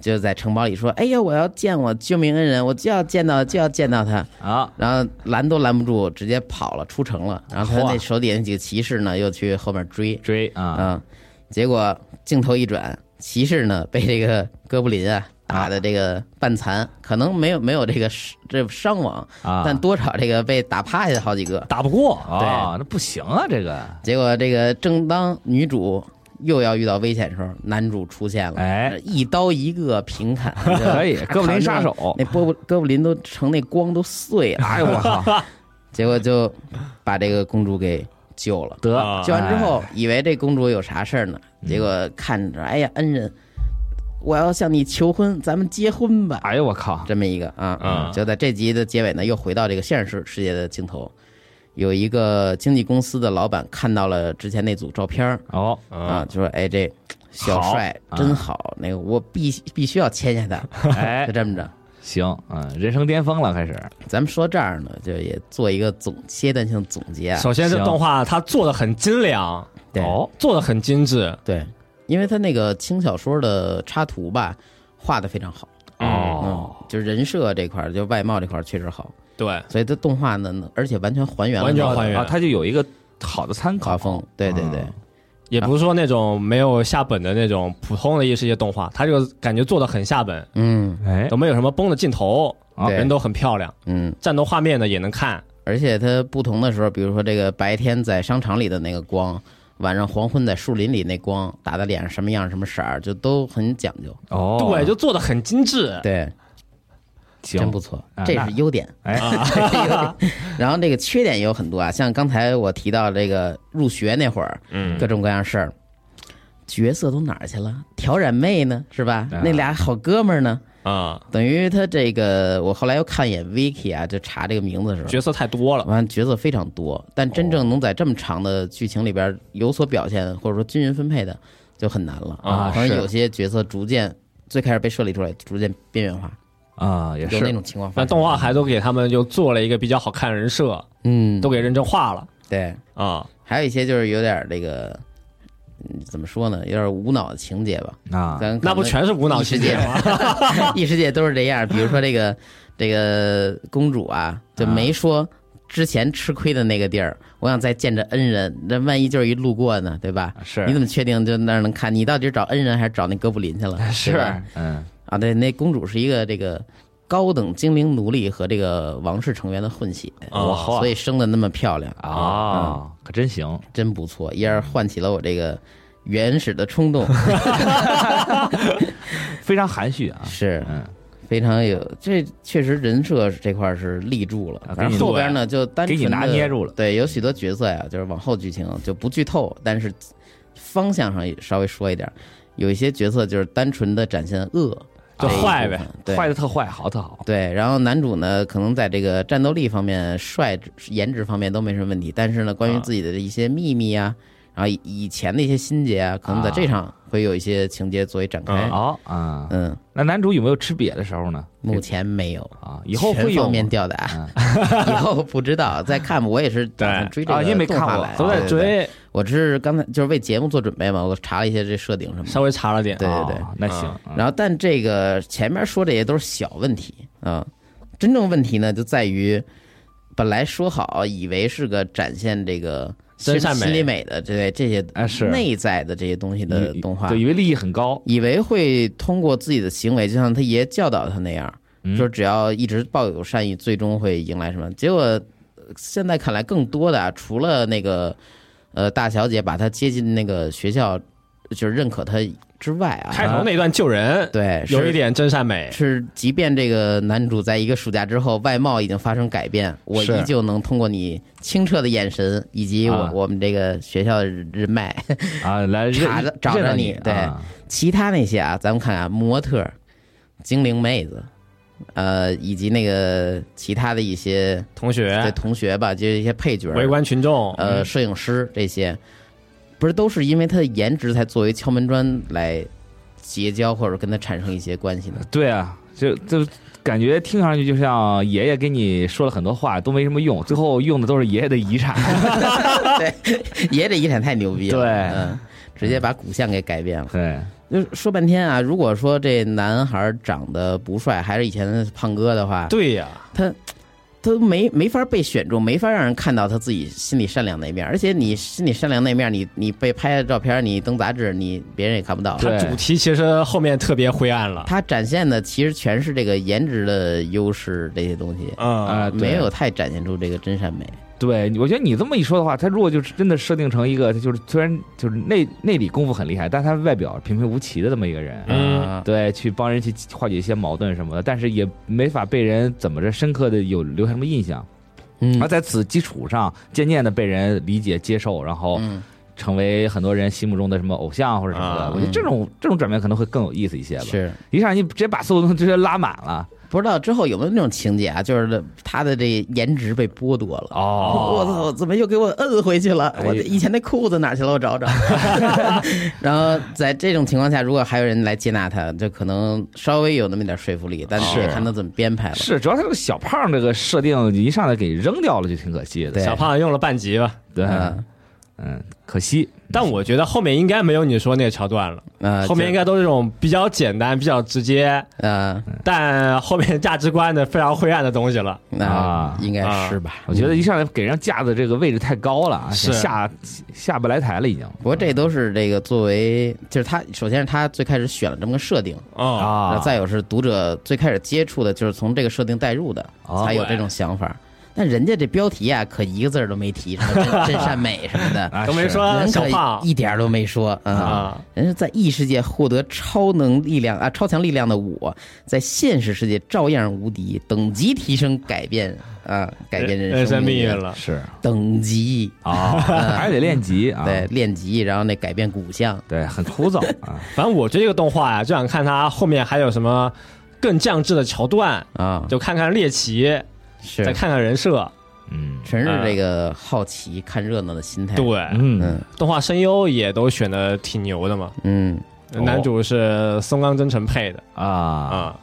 Speaker 3: 就在城堡里说：“哎呀，我要见我救命恩人，我就要见到，就要见到他。
Speaker 5: 啊”，
Speaker 3: 然后拦都拦不住，直接跑了，出城了。然后他
Speaker 4: 哇
Speaker 3: 那手底下那几个骑士呢，又去后面追，
Speaker 5: 追啊，
Speaker 3: 嗯，结果镜头一转，骑士呢被这个哥布林啊打的这个半残，可能没有没有这个伤这伤亡，
Speaker 5: 啊
Speaker 3: 但多少这个被打趴下好几个。
Speaker 4: 打不过，
Speaker 5: 啊，那不行啊，这个，
Speaker 3: 结果这个正当女主又要遇到危险的时候，男主出现了，
Speaker 5: 哎，
Speaker 3: 一刀一个平砍，
Speaker 5: 可以
Speaker 3: 就
Speaker 5: 哥布林杀手
Speaker 3: 那波布哥布林都成那光都碎了，
Speaker 5: 哎呦我操，
Speaker 3: 结果就把这个公主给救了。
Speaker 5: 得
Speaker 4: 啊
Speaker 3: 救完之后，以为这公主有啥事儿呢，
Speaker 5: 嗯
Speaker 3: 结果看着，哎呀，恩人，我要向你求婚，咱们结婚吧，
Speaker 5: 哎呦我靠，
Speaker 3: 这么一个啊
Speaker 1: 啊，
Speaker 3: 就在这集的结尾呢，又回到这个现实世界的镜头，有一个经纪公司的老板看到了之前那组照片儿
Speaker 5: 哦，
Speaker 3: 啊，就说，哎，这小
Speaker 5: 好啊
Speaker 3: 帅真好，那个我必必须要签下他，
Speaker 5: 哎
Speaker 3: 就，这么着。
Speaker 5: 行，嗯，人生巅峰了，开始，
Speaker 3: 咱们说这儿呢，就也做一个总阶段性总结啊。
Speaker 4: 首先这
Speaker 5: 行
Speaker 4: 动画它做的很精良，
Speaker 3: 对、
Speaker 5: 哦，
Speaker 4: 做的很精致，
Speaker 3: 对，因为他那个轻小说的插图吧，画的非常好。
Speaker 5: 哦，
Speaker 3: 嗯，就是人设这块儿，就外貌这块儿确实好，
Speaker 4: 对，
Speaker 3: 所以它动画呢，而且完全嗯还原了
Speaker 4: 完全还原
Speaker 5: 啊，他就有一个好的参
Speaker 3: 画
Speaker 5: 考，
Speaker 3: 风。对对对，
Speaker 4: 也不是说那种没有下本的那种普通的异世界动画，它就感觉做的很下本，
Speaker 3: 嗯
Speaker 5: 哎，
Speaker 4: 都没有什么崩的镜头，
Speaker 5: 啊
Speaker 3: 对
Speaker 4: 人都很漂亮，
Speaker 3: 嗯，
Speaker 4: 战斗画面呢也能看，
Speaker 3: 而且它不同的时候，比如说这个白天在商场里的那个光。晚上黄昏在树林里那光打在脸上什么样什么色儿就都很讲究，
Speaker 5: 哦，
Speaker 4: 对，就做的很精致，
Speaker 3: 对，真
Speaker 5: 行
Speaker 3: 不，错
Speaker 5: 啊，
Speaker 3: 这
Speaker 5: 那
Speaker 3: 是优点。啊
Speaker 5: 哎，
Speaker 3: 然后这个缺点也有很多啊，像刚才我提到这个入学那会儿，嗯，各种各样事儿，角色都哪儿去了？挑染妹呢，是吧？
Speaker 5: 啊
Speaker 3: 那俩好哥们儿呢？
Speaker 4: 啊，
Speaker 3: 等于他这个，我后来又看一眼 Vicky 啊，就查这个名字的时候，
Speaker 4: 角色太多了，
Speaker 3: 完角色非常多，但真
Speaker 5: 哦
Speaker 3: 正能在这么长的剧情里边有所表现，或者说均匀分配的，就很难了
Speaker 5: 啊
Speaker 3: 可能
Speaker 5: 是
Speaker 3: 有些角色逐渐最开始被设立出来，逐渐边缘化，
Speaker 5: 啊，也
Speaker 3: 有那
Speaker 5: 是，
Speaker 3: 种情况发
Speaker 4: 但
Speaker 3: 生。
Speaker 4: 动画还都给他们又做了一个比较好看的人设，
Speaker 3: 嗯，
Speaker 4: 都给认真画了
Speaker 3: 对。
Speaker 4: 啊，
Speaker 3: 还有一些就是有点儿这个，嗯，怎么说呢，有点儿无脑的情节吧。
Speaker 5: 啊，
Speaker 3: 咱
Speaker 4: 那不全是无脑情节吗？
Speaker 3: 是异世界都是这样，比如说这个这个公主啊，就没说之前吃亏的那个地儿，我想再见着恩人，那万一就是一路过呢，对吧？
Speaker 5: 是
Speaker 3: 你怎么确定就那儿能看？你到底是找恩人还是找那哥布林去了？对 吧
Speaker 5: 是，嗯，
Speaker 3: 啊，对，那公主是一个这个高等精灵奴隶和这个王室成员的混血，
Speaker 5: 哇
Speaker 4: 哦
Speaker 5: 呵
Speaker 3: 所以生的那么漂亮嗯
Speaker 5: 啊，可真行，
Speaker 3: 真不错，一下唤起了我这个原始的冲动，
Speaker 5: 嗯非常含蓄啊，
Speaker 3: 是
Speaker 5: 嗯，
Speaker 3: 非常有这确实人设这块儿是立住了
Speaker 5: 啊，
Speaker 3: 然
Speaker 5: 给
Speaker 3: 后
Speaker 5: 你
Speaker 3: 后边呢就单纯
Speaker 5: 给你拿
Speaker 3: 地
Speaker 5: 捏住了
Speaker 3: 对，有许多角色呀，就是往后剧情就不剧透，但是方向上也稍微说一点儿，有一些角色就是单纯的展现恶，
Speaker 4: 就
Speaker 3: 这一
Speaker 4: 坏
Speaker 3: 部
Speaker 4: 呗
Speaker 3: 分，对
Speaker 5: 坏的特坏，好特好，
Speaker 3: 对，然后男主呢，可能在这个战斗力方面、帅、颜值方面都没什么问题，但是呢，
Speaker 5: 啊
Speaker 3: 关于自己的一些秘密啊，然后以以前的一些心结啊，可能在这上会有一些情节作为展开。
Speaker 5: 好啊，
Speaker 3: 哎嗯，
Speaker 5: 那男主有没有吃瘪的时候呢？
Speaker 3: 目前没有，
Speaker 5: 啊，以后
Speaker 3: 全
Speaker 5: 会有
Speaker 3: 方面
Speaker 5: 吗啊
Speaker 3: 吊打，以后不知道再看吧。我也 是打算追这
Speaker 5: 啊，
Speaker 3: 个
Speaker 5: 因为没
Speaker 3: 动
Speaker 5: 看
Speaker 3: 画
Speaker 5: 过
Speaker 3: 来，
Speaker 4: 都在
Speaker 3: 对对对
Speaker 4: 追，
Speaker 3: 我是刚才就是为节目做准备嘛，我查了一些这设定什么的。
Speaker 4: 稍微查了点，
Speaker 3: 对对对
Speaker 5: 哦那行，
Speaker 4: 啊
Speaker 5: 嗯
Speaker 3: 然后，但这个前面说这些都是小问题啊，真正问题呢就在于，本来说好以为是个展现这个
Speaker 4: 真善美啊
Speaker 3: 心里美的这类这些
Speaker 5: 哎是
Speaker 3: 内在的这些东西的
Speaker 5: 以
Speaker 3: 动画
Speaker 5: 对，，因为利益很高，
Speaker 3: 以为会通过自己的行为，就像他爷教导他那样，
Speaker 4: 嗯
Speaker 3: 说只要一直抱有善意，最终会迎来什么？结果呃现在看来，更多的啊，除了那个呃大小姐把他接进那个学校，就是认可他之外啊，
Speaker 4: 开头那段救人，
Speaker 3: 对
Speaker 4: 有
Speaker 3: 是
Speaker 4: 一点真善美，
Speaker 3: 啊是，即便这个男主在一个暑假之后外貌已经发生改变，我
Speaker 5: 是
Speaker 3: 依旧能通过你清澈的眼神以及我、
Speaker 5: 啊
Speaker 3: 我们这个学校的人脉，
Speaker 5: 啊，来认
Speaker 3: 查着
Speaker 5: 认
Speaker 3: 找着
Speaker 5: 认
Speaker 3: 你
Speaker 5: 你，
Speaker 3: 对
Speaker 5: 啊
Speaker 3: 其他那些啊，咱们看看模特儿、精灵妹子，呃，以及那个其他的一些
Speaker 4: 同
Speaker 3: 这
Speaker 4: 学
Speaker 3: 同学吧，就是一些配角儿，
Speaker 4: 围观群众，
Speaker 3: 呃，摄影师这些，不是都是因为他的颜值才作为敲门砖来结交或者跟他产生一些关系的？
Speaker 5: 对啊，就就感觉听上去就像爷爷给你说了很多话都没什么用，最后用的都是爷爷的遗 产。
Speaker 3: 嗯对， 爷这遗产太牛逼了，
Speaker 5: 对
Speaker 3: 嗯，直接把骨相给改变了。
Speaker 5: 对，
Speaker 3: 就是说半天啊，如果说这男孩长得不帅，还是以前的胖哥的话，
Speaker 4: 对呀、
Speaker 3: 他他没没法被选中，没法让人看到他自己心里善良那一面。而且你心里善良那一面，你你被拍的照片，你登杂志，你别人也看不到。
Speaker 5: 对
Speaker 4: 它主题其实后面特别灰暗了。
Speaker 3: 他展现的其实全是这个颜值的优势这些东西，
Speaker 4: 嗯，
Speaker 5: 呃，对
Speaker 3: 没有太展现出这个真善美。
Speaker 5: 对，我觉得你这么一说的话，他如果就是真的设定成一个，他就是虽然就是内内里功夫很厉害，但他外表平平无奇的这么一个人，
Speaker 4: 嗯
Speaker 3: 啊，
Speaker 5: 对，去帮人去化解一些矛盾什么的，但是也没法被人怎么着深刻的有留下什么印象。
Speaker 3: 嗯
Speaker 5: 而在此基础上，渐渐的被人理解接受，然后
Speaker 3: 嗯
Speaker 5: 成为很多人心目中的什么偶像或者什么的。
Speaker 4: 啊
Speaker 5: 我觉得这种这种转变可能会更有意思一些吧。
Speaker 3: 是。
Speaker 5: 一下你直接把所有东西直接拉满了。
Speaker 3: 不知道之后有没有那种情节啊？就是他的这颜值被剥夺了。
Speaker 5: 哦
Speaker 3: 我操！怎么又给我摁回去了？
Speaker 5: 哎
Speaker 3: 我以前那裤子哪去了？我 找找。然后在这种情况下，如果还有人来接纳他，就可能稍微有那么点说服力，但
Speaker 5: 是
Speaker 3: 得看他怎么编排了。
Speaker 5: 哦是，主要他这个小胖这个设定一上来给扔掉了，就挺可惜的。
Speaker 3: 对
Speaker 4: 小胖用了半集吧，
Speaker 5: 对，
Speaker 3: 嗯
Speaker 5: 嗯，可惜。
Speaker 4: 但我觉得后面应该没有你说那个桥段了，
Speaker 5: 嗯
Speaker 3: 呃，
Speaker 4: 后面应该都是这种比较简单、比较直接，
Speaker 3: 就呃
Speaker 4: 但后面价值观的非常灰暗的东西了。
Speaker 3: 那
Speaker 5: 啊
Speaker 3: 应该是吧？
Speaker 5: 我觉得一上来给人架的这个位置太高了啊，
Speaker 4: 是
Speaker 5: 下下不来台了已经
Speaker 3: 不过这都是这个作为，就是他首先是他最开始选了这么个设定，
Speaker 4: 哦，
Speaker 3: 然
Speaker 5: 啊
Speaker 3: 后再有是读者最开始接触的，就是从这个设定带入的，
Speaker 5: 哦
Speaker 3: 才有这种想法。但人家这标题啊，可一个字儿都没提什么 真真善美什么的，
Speaker 5: 啊
Speaker 4: 都没
Speaker 5: 是
Speaker 4: 说
Speaker 3: 人
Speaker 4: 小
Speaker 3: 可
Speaker 4: 胖
Speaker 3: 一点儿都没说啊。
Speaker 4: 啊，
Speaker 3: 人是在异世界获得超能力量啊，超强力量的我，在现实世界照样无敌，等级提升改变啊，改变
Speaker 4: 人
Speaker 3: 生
Speaker 4: 生命
Speaker 3: 运
Speaker 4: 运，了。
Speaker 5: 是
Speaker 3: 等级
Speaker 5: 啊， 还得练级啊，
Speaker 3: 对练级，然后那改变骨相，
Speaker 5: 对，很枯燥 啊。
Speaker 4: 反正我觉得这个动画呀、就想看它后面还有什么更降智的桥段，
Speaker 3: 啊，
Speaker 4: 就看看猎奇，
Speaker 3: 是
Speaker 4: 再看看人设。
Speaker 5: 嗯
Speaker 3: 全是这个好奇看热闹的心态。
Speaker 4: 对，，
Speaker 5: 嗯
Speaker 3: 嗯，
Speaker 4: 动画声优也都选的挺牛的嘛，
Speaker 3: 嗯，
Speaker 5: 哦
Speaker 4: 男主是松冈真诚配的
Speaker 5: 啊，
Speaker 4: 啊。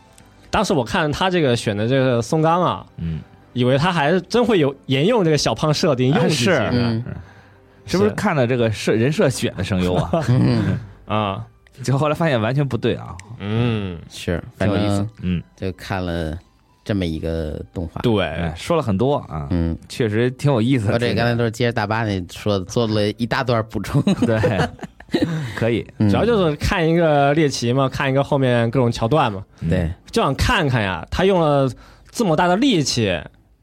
Speaker 4: 当时我看他这个选的这个松冈啊，
Speaker 5: 嗯，
Speaker 4: 以为他还真会有沿用这个小胖设定用
Speaker 5: 啊
Speaker 4: 几集
Speaker 5: 是
Speaker 4: 呢
Speaker 3: 嗯
Speaker 5: 是不是看到这个设人设选的声优 啊？
Speaker 3: 嗯，
Speaker 4: 啊，
Speaker 5: 就后来发现完全不对啊。
Speaker 4: 嗯，
Speaker 3: 是，反
Speaker 5: 挺有意思
Speaker 3: 正
Speaker 5: 嗯，
Speaker 3: 就看了这么一个动画。
Speaker 4: 对
Speaker 5: 哎，，说了很多啊，
Speaker 3: 嗯，
Speaker 5: 确实挺有意思的。
Speaker 3: 我这刚才都是接着大巴那说的，做了一大段补充。
Speaker 5: 对，可以，
Speaker 3: 主
Speaker 4: 主要就是看一个猎奇嘛，看一个后面各种桥段嘛，
Speaker 5: 嗯
Speaker 3: 对，
Speaker 4: 就想看看呀，他用了这么大的力气，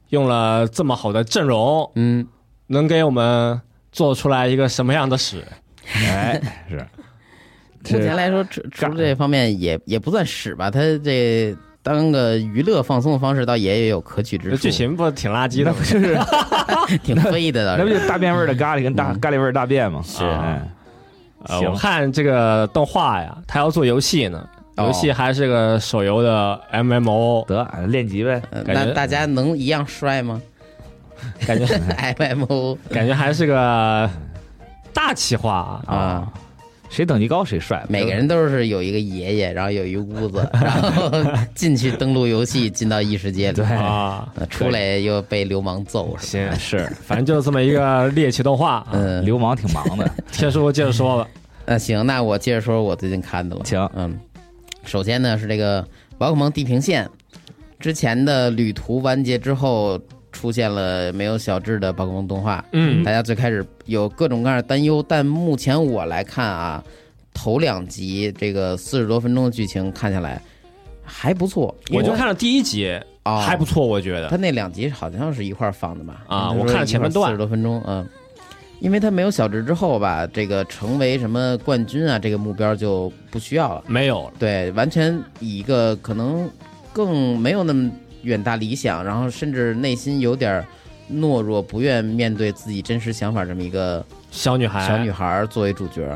Speaker 4: 用了这么好的阵容，
Speaker 3: 嗯，
Speaker 4: 能给我们做出来一个什么样的屎？
Speaker 5: 哎， 是，
Speaker 3: 目前
Speaker 5: 是
Speaker 3: 来说，除除了这方面也也不算屎吧，它这当个娱乐放松的方式，倒也有可取之
Speaker 4: 这
Speaker 3: 处。
Speaker 4: 剧情不是挺垃圾
Speaker 5: 那
Speaker 4: 的
Speaker 5: 不
Speaker 4: 吗？
Speaker 5: 就是
Speaker 3: 挺飞的
Speaker 5: 那
Speaker 3: 倒
Speaker 5: 不
Speaker 3: 是。嗯
Speaker 5: 就大便味儿的咖喱跟大咖喱味儿的大便吗？是哎，
Speaker 4: 呃，
Speaker 5: 行
Speaker 4: 我看这个动画呀，它要做游戏呢，
Speaker 3: 哦
Speaker 4: 游戏还是个手游的 MMO，
Speaker 5: 得练级呗。
Speaker 3: 呃
Speaker 4: 感觉
Speaker 3: 那大家能一样帅吗
Speaker 4: 感觉
Speaker 5: 哎
Speaker 3: ？MMO
Speaker 4: 感觉还是个大企划啊。
Speaker 3: 啊，
Speaker 5: 谁等级高谁帅，
Speaker 3: 每个人都是有一个爷爷，然后有一屋子，然 后进去登录游戏，进到异世界里，
Speaker 5: 对啊
Speaker 4: 啊，
Speaker 3: 呃出来又被流氓揍。是吧
Speaker 4: 行，
Speaker 5: 哎是
Speaker 4: 反正就是这么一个猎奇动画。啊。
Speaker 3: 嗯，
Speaker 5: 流氓挺忙 的，
Speaker 4: 天叔接着说吧，
Speaker 3: 那呃行，那我接着说我最近看的了。
Speaker 5: 行
Speaker 3: 嗯，首先呢是这个《宝可梦地平线》，之前的旅途完结之后，出现了没有小智的宝可梦动画，
Speaker 4: 嗯
Speaker 3: 大家最开始有各种各样的担忧，但目前我来看啊，头两集这个四十多分钟的剧情看下来还不错，
Speaker 4: 我就看了第一集，
Speaker 3: 啊、
Speaker 4: 还不错，我觉
Speaker 3: 他
Speaker 4: 得。
Speaker 3: 那两集好像是一块儿放的吧？
Speaker 4: 啊我看了前半段
Speaker 3: 四十多分钟，嗯，因为他没有小智之后吧，这个成为什么冠军啊，这个目标就不需要了。
Speaker 4: 没有了，
Speaker 3: 对，完全以一个可能更没有那么远大理想，然后甚至内心有点儿懦弱，不愿面对自己真实想法这么一个
Speaker 4: 小女孩，
Speaker 3: 小女孩儿作为主角。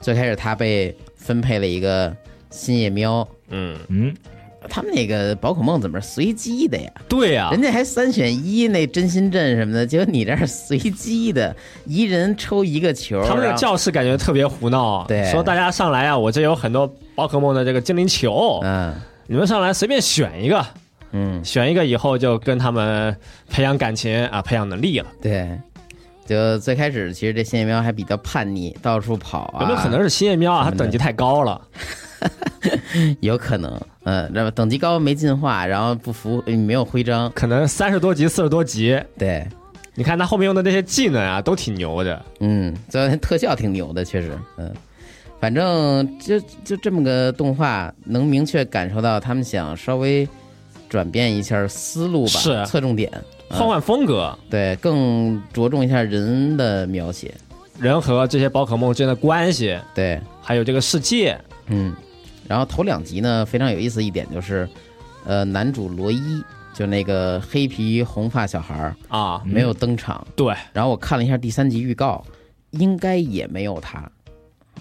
Speaker 3: 最开始她被分配了一个新夜喵，
Speaker 4: 嗯，
Speaker 5: 嗯，
Speaker 3: 他们那个宝可梦怎么是随机的呀？
Speaker 4: 对啊呀、
Speaker 3: 人家还三选一，那真心阵什么的，结果你这是随机的，一人抽一个球。
Speaker 4: 他们
Speaker 3: 然
Speaker 4: 那个
Speaker 3: 后
Speaker 4: 教室感觉特别胡闹啊，
Speaker 3: 对
Speaker 4: 说大家上来啊，我这有很多宝可梦的这个精灵球，
Speaker 3: 嗯，
Speaker 4: 你们上来随便选一个，
Speaker 3: 嗯，
Speaker 4: 选一个以后就跟他们培养感情啊，培养能力了。
Speaker 3: 对，就最开始其实这新野喵还比较叛逆，到处跑啊，
Speaker 4: 有没有可能是新叶喵
Speaker 3: 他
Speaker 4: 啊？它
Speaker 3: 们的
Speaker 4: 等级太高了，
Speaker 3: 有可能，嗯，那么等级高没进化，然后不服没有徽章，
Speaker 4: 可能三十多级、四十多级。
Speaker 3: 对，
Speaker 4: 你看他后面用的那些技能啊，都挺牛的。
Speaker 3: 嗯，最后那特效挺牛的，确实，嗯，反正就就这么个动画，能明确感受到他们想稍微转变一下思路吧，
Speaker 4: 是啊
Speaker 3: 侧重点，嗯
Speaker 4: 换换风格，
Speaker 3: 对，更着重一下人的描写，
Speaker 4: 人和这些宝可梦之间的关系，
Speaker 3: 对，
Speaker 4: 还有这个世界，
Speaker 3: 嗯，然后头两集呢非常有意思一点就是，呃，男主罗伊就那个黑皮红发小孩儿
Speaker 4: 啊，
Speaker 3: 没有登场。
Speaker 4: 对，
Speaker 3: 然后我看了一下第三集预告，应该也没有他。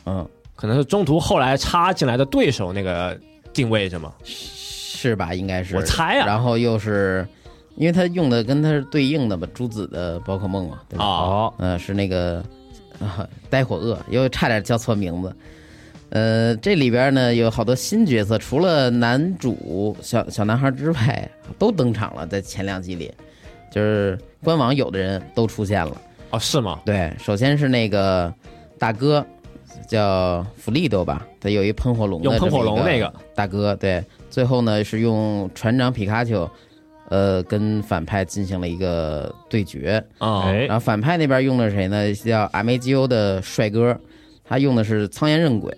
Speaker 3: 嗯，
Speaker 4: 可能是中途后来插进来的对手那个定位是吗？
Speaker 3: 是吧？应该是
Speaker 4: 我猜啊，
Speaker 3: 然后又是，因为他用的跟他是对应的吧，朱子的宝可梦嘛，对吧？
Speaker 4: 啊，
Speaker 3: 呃，是那个啊，呆火鳄，又差点叫错名字。呃，这里边呢有好多新角色，除了男主小小男孩之外，都登场了，在前两集里，就是官网有的人都出现了。
Speaker 4: 哦是吗？
Speaker 3: 对，首先是那个大哥，叫弗利多吧，他有一喷火龙的
Speaker 4: 用喷火龙
Speaker 3: 这么
Speaker 4: 那
Speaker 3: 一
Speaker 4: 个
Speaker 3: 大哥，对，最后呢是用船长皮卡丘，呃，跟反派进行了一个对决，
Speaker 1: 哦
Speaker 4: 啊，
Speaker 5: 哎
Speaker 3: 然后反派那边用了谁呢？叫 M A G O 的帅哥，他用的是苍岩刃鬼。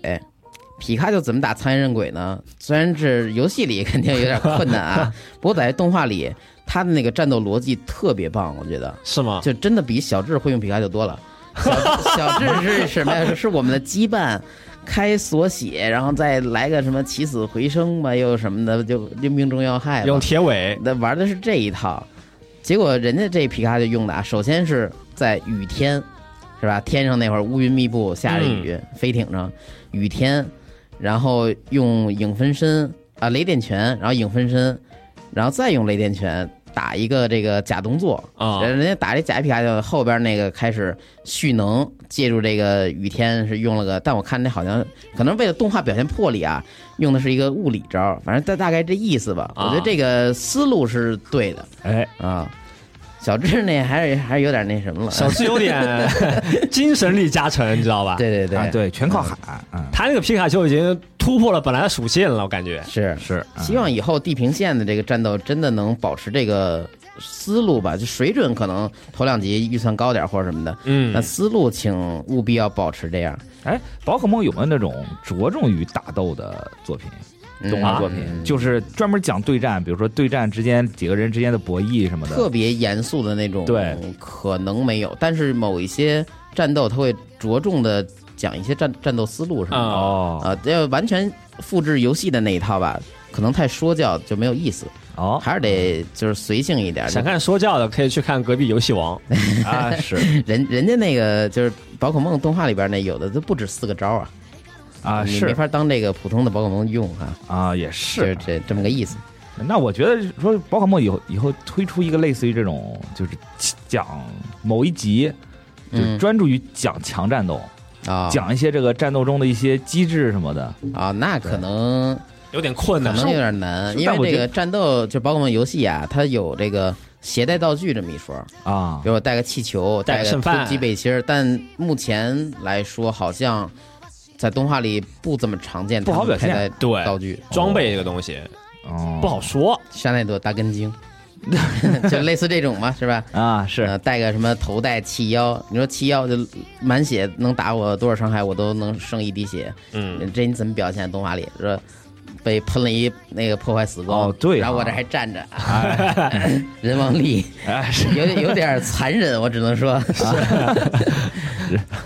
Speaker 3: 皮卡丘怎么打苍岩刃鬼呢？虽然是游戏里肯定有点困难啊，不过在动画里，他的那个战斗逻辑特别棒，我觉得。
Speaker 4: 是吗？
Speaker 3: 就真的比小智会用皮卡丘多了。小小智是什么呀？是我们的羁绊，开锁血，然后再来个什么起死回生吧，又什么的，就就命中要害吧。
Speaker 4: 哎用铁尾
Speaker 3: 那玩的是这一套，结果人家这皮卡丘用的啊，首先是在雨天，是吧？天上那会儿乌云密布，下着雨，飞艇上雨天，然后用影分身啊雷电拳，然后影分身，然后再用雷电拳打一个这个假动作，
Speaker 4: 啊，
Speaker 3: 人人家打这假皮卡丘后边那个开始蓄能，借助这个雨天是用了个，但我看那好像可能为了动画表现魄力啊，用的是一个物理招，反正大大概这意思吧。我
Speaker 4: 啊
Speaker 3: 觉得这个思路是对的
Speaker 5: 哎，
Speaker 3: 啊。小智那还是还是有点那什么了，
Speaker 4: 小智有点精神力加成，你知道吧？
Speaker 3: 对对对、嗯
Speaker 5: 啊，对，全靠喊，啊，
Speaker 4: 他那个皮卡丘已经突破了本来的属性了，我感觉
Speaker 3: 是。
Speaker 5: 是，啊
Speaker 3: 希望以后地平线的这个战斗真的能保持这个思路吧，就水准可能头两集预算高点或者什么的，
Speaker 4: 嗯
Speaker 3: 但思路请务必要保持这样。
Speaker 5: 哎，宝可梦有没有那种着重于打斗的作品？
Speaker 3: 嗯
Speaker 5: 动画作品、
Speaker 3: 嗯
Speaker 5: 就是专门讲对战，比如说对战之间几个人之间的博弈什么
Speaker 3: 特
Speaker 5: 的。
Speaker 3: 别严肃的那种，
Speaker 5: 对，
Speaker 3: 可能没有，但是某一些战斗，它会着重的讲一些战战斗思路什么的，
Speaker 5: 哦
Speaker 3: 啊，要完全复制游戏的那一套吧，可能太说教就没有意思，
Speaker 5: 哦
Speaker 3: 还是得就是随性一点。
Speaker 4: 哦想看说教的可以去看隔壁游戏王，
Speaker 5: 啊是
Speaker 3: 人人家那个就是宝可梦动画里边那有的都不止四个招啊，
Speaker 5: 啊
Speaker 3: 你没
Speaker 5: 是
Speaker 3: 法当这个普通的宝可梦用啊，
Speaker 5: 啊也
Speaker 3: 就是
Speaker 5: 是。
Speaker 3: 这这么个意思。
Speaker 5: 那我觉得说宝可梦以后以后推出一个类似于这种，就是讲某一集，就是
Speaker 3: 嗯
Speaker 5: 专注于讲强战斗，
Speaker 3: 啊
Speaker 5: 讲一些这个战斗中的一些机制什么的。
Speaker 3: 啊，那可能
Speaker 4: 有点困
Speaker 3: 可
Speaker 4: 难。
Speaker 3: 能有点难，
Speaker 5: 是
Speaker 3: 因
Speaker 5: 但我
Speaker 3: 为这
Speaker 5: 觉
Speaker 3: 个
Speaker 5: 得
Speaker 3: 战斗就宝可梦游戏啊，它有这个携带道具这么一说，
Speaker 5: 啊
Speaker 3: 比如我带个气球，
Speaker 4: 带个
Speaker 3: 带个
Speaker 4: 剩
Speaker 3: 突
Speaker 4: 饭
Speaker 3: 击背心儿，但目前来说好像在动画里不怎么常见，
Speaker 5: 不好表现
Speaker 3: 现
Speaker 4: 对
Speaker 3: 道具
Speaker 4: 装备这个东西
Speaker 5: 哦，
Speaker 4: 不好说，
Speaker 3: 沙奈朵大根 茎，就类似这种嘛，是吧？
Speaker 5: 啊是
Speaker 3: 呃，带个什么头带气腰，你说气腰就满血能打我多少伤害，我都能剩一滴血，
Speaker 4: 嗯，
Speaker 3: 这你怎么表现？动画里说被喷了一那个破坏死光，
Speaker 5: 哦对啊
Speaker 3: 然后我这还站着，啊人王力
Speaker 5: 哎是
Speaker 3: 有有点残忍，我只能 说，啊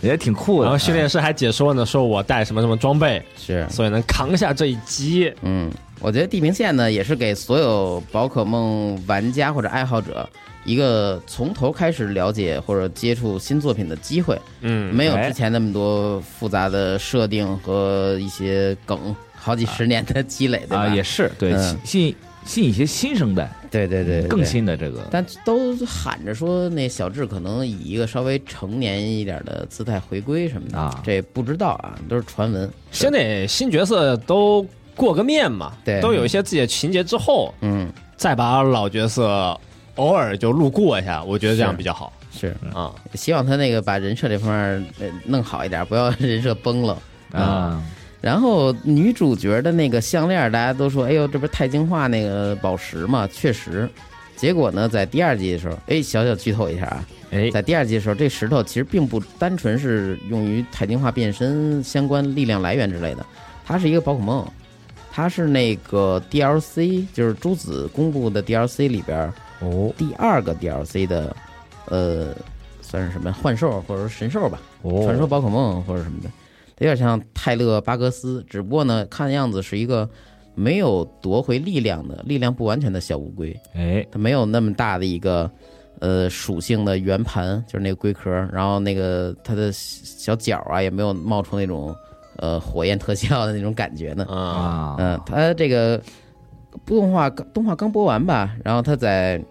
Speaker 5: 也挺酷的
Speaker 4: 然后。训练师还解说呢，说我带什么什么装备，
Speaker 3: 是
Speaker 4: 所以能扛下这一击。
Speaker 3: 嗯，我觉得《地平线》呢，也是给所有宝可梦玩家或者爱好者一个从头开始了解或者接触新作品的机会，
Speaker 4: 嗯，
Speaker 3: 没有
Speaker 5: 哎
Speaker 3: 之前那么多复杂的设定和一些梗，好几十年的积累，对吧？
Speaker 5: 啊，也是对，
Speaker 3: 嗯
Speaker 5: 吸吸引吸引一些新生代，
Speaker 3: 对对对，对
Speaker 5: 更。新的这个
Speaker 3: 但都喊着说，那小智可能以一个稍微成年一点的姿态回归什么的，
Speaker 5: 啊
Speaker 3: 这不知道啊，都是传闻。
Speaker 4: 现在新角色都过个面嘛，
Speaker 3: 对
Speaker 4: 都有一些自己的情节之后，
Speaker 3: 嗯，
Speaker 4: 再把老角色偶尔就路过一下，我觉得这样比较好
Speaker 3: 是，
Speaker 4: 啊。
Speaker 3: 希望他那个把人设这方面儿呃弄好一点，不要人设崩了。
Speaker 5: 啊，
Speaker 3: 然后女主角的那个项链儿，大家都说，哎呦，这不是钛金化那个宝石嘛？确实，结果呢，在第二季的时候，哎，小小剧透一下啊，
Speaker 5: 哎，
Speaker 3: 在第二季的时候，这石头其实并不单纯是用于钛金化变身相关力量来源之类的，它是一个宝可梦，它是那个 DLC，就是朱子公布的 DLC 里边儿
Speaker 5: 哦
Speaker 3: 第二个 DLC 的，呃，算是什么幻兽或者说神兽吧，
Speaker 5: 哦，
Speaker 3: 传说宝可梦或者什么的，有点像泰勒巴格斯，只不过呢，看样子是一个没有夺回力量的、力量不完全的小乌龟，
Speaker 5: 哎，
Speaker 3: 它没有那么大的一个呃属性的圆盘，就是那个龟壳，然后那个它的小脚啊也没有冒出那种呃火焰特效的那种感觉呢。
Speaker 4: 啊，
Speaker 5: 啊，
Speaker 3: 嗯，它这个动画动画刚播完吧，然后它在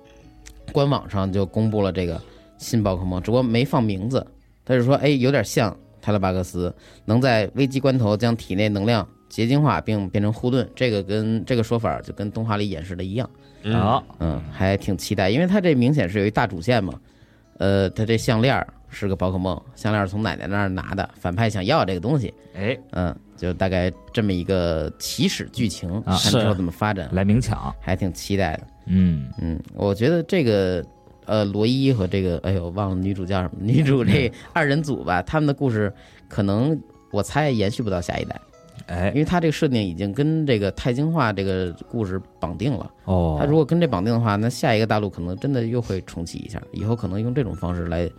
Speaker 3: 官网上就公布了这个新宝可梦，只不过没放名字，他就说，哎，有点像泰勒巴克斯，能在危机关头将体内能量结晶化并变成护盾，这个跟这个说法就跟动画里演示的一样，
Speaker 5: 好，
Speaker 3: 嗯，还挺期待，因为它这明显是有一大主线嘛，呃，它这项链儿是个宝可梦，项链儿从奶奶那儿拿的，反派想要这个东西，
Speaker 5: 哎，
Speaker 3: 嗯，就大概这么一个起始剧情，
Speaker 5: 啊
Speaker 3: 看之后
Speaker 4: 是
Speaker 3: 怎么发展，
Speaker 5: 来明抢，
Speaker 3: 还挺期待的。
Speaker 5: 嗯，
Speaker 3: 嗯，我觉得这个呃罗伊和这个哎呦忘了女主叫什么，女主这二人组吧，他们的故事可能我猜延续不到下一代，
Speaker 5: 哎
Speaker 3: 因，为他这个设定已经跟这个钛金化这个故事绑定了。
Speaker 5: 哦，
Speaker 3: 他如果跟这绑定的话，那下一个大陆可能真的又会重启一下，以后可能用这种方式来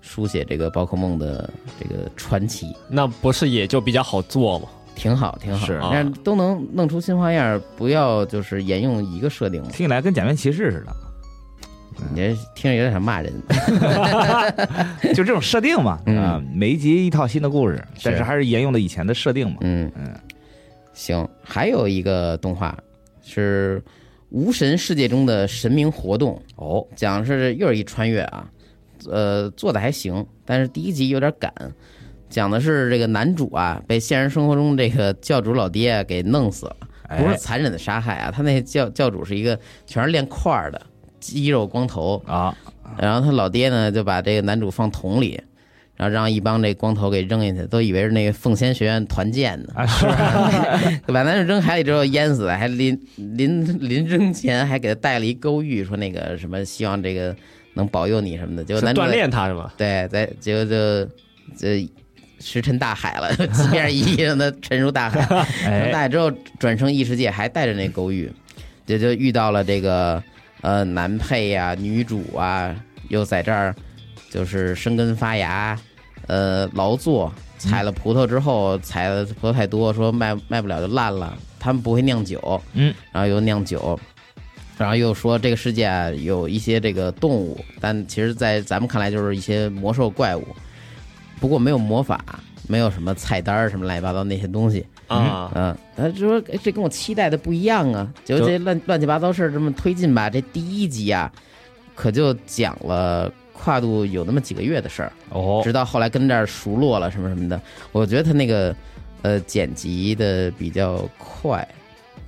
Speaker 3: 书写这个宝可梦的这个传奇。
Speaker 4: 那不是也就比较好做吗？
Speaker 3: 挺好，挺好，
Speaker 5: 是啊
Speaker 3: 但是都能弄出新花样，不要就是沿用一个设定了。
Speaker 5: 听起来跟假面骑士似的，嗯
Speaker 3: 你这听着有点想骂人，
Speaker 5: 就这种设定嘛，
Speaker 3: 嗯
Speaker 5: 啊，每一集一套新的故事，但是还是沿用的以前的设定嘛，
Speaker 3: 嗯
Speaker 5: 嗯，
Speaker 3: 行。还有一个动画是《无神世界中的神明活动
Speaker 5: 哦，》，
Speaker 3: 讲的是又是一穿越啊，呃，做的还行，但是第一集有点赶，讲的是这个男主啊被现实生活中这个教主老爹给弄死了。不是
Speaker 5: 哎
Speaker 3: 残忍的杀害啊，他那教教主是一个全是练块儿的肌肉光头，
Speaker 5: 啊，
Speaker 3: 然后他老爹呢就把这个男主放桶里，然后让一帮这光头给扔进去，都以为是那个奉先学院团建呢，
Speaker 5: 啊是，
Speaker 3: 把男主扔海里之后淹死了，还临临临扔前还给他带了一勾玉，说那个什么希望这个能保佑你什么的，结果
Speaker 4: 是
Speaker 3: 男主
Speaker 4: 锻炼他是吧？
Speaker 3: 对，在结果就这石沉大海了，字面意义让他沉入大海。上
Speaker 5: 哎，
Speaker 3: 大之后转生异世界，还带着那狗玉，这就遇到了这个呃男配呀、女主啊，又在这儿就是生根发芽，呃劳作，
Speaker 5: 嗯
Speaker 3: 采了葡萄之后，采的葡萄太多，说卖卖不了就烂了，他们不会酿酒，
Speaker 5: 嗯，
Speaker 3: 然后又酿酒。然后又说这个世界啊有一些这个动物，但其实，在咱们看来就是一些魔兽怪物，不过没有魔法，没有什么菜单儿什么乱七八糟那些东西。
Speaker 4: 啊，
Speaker 3: 嗯，他就说哎这跟我期待的不一样啊，就
Speaker 5: 就
Speaker 3: 这乱乱七八糟事儿这么推进吧。这第一集啊，可就讲了跨度有那么几个月的事儿，
Speaker 5: 哦，
Speaker 3: 直到后来跟这儿熟络了什么什么的。我觉得他那个呃剪辑的比较快，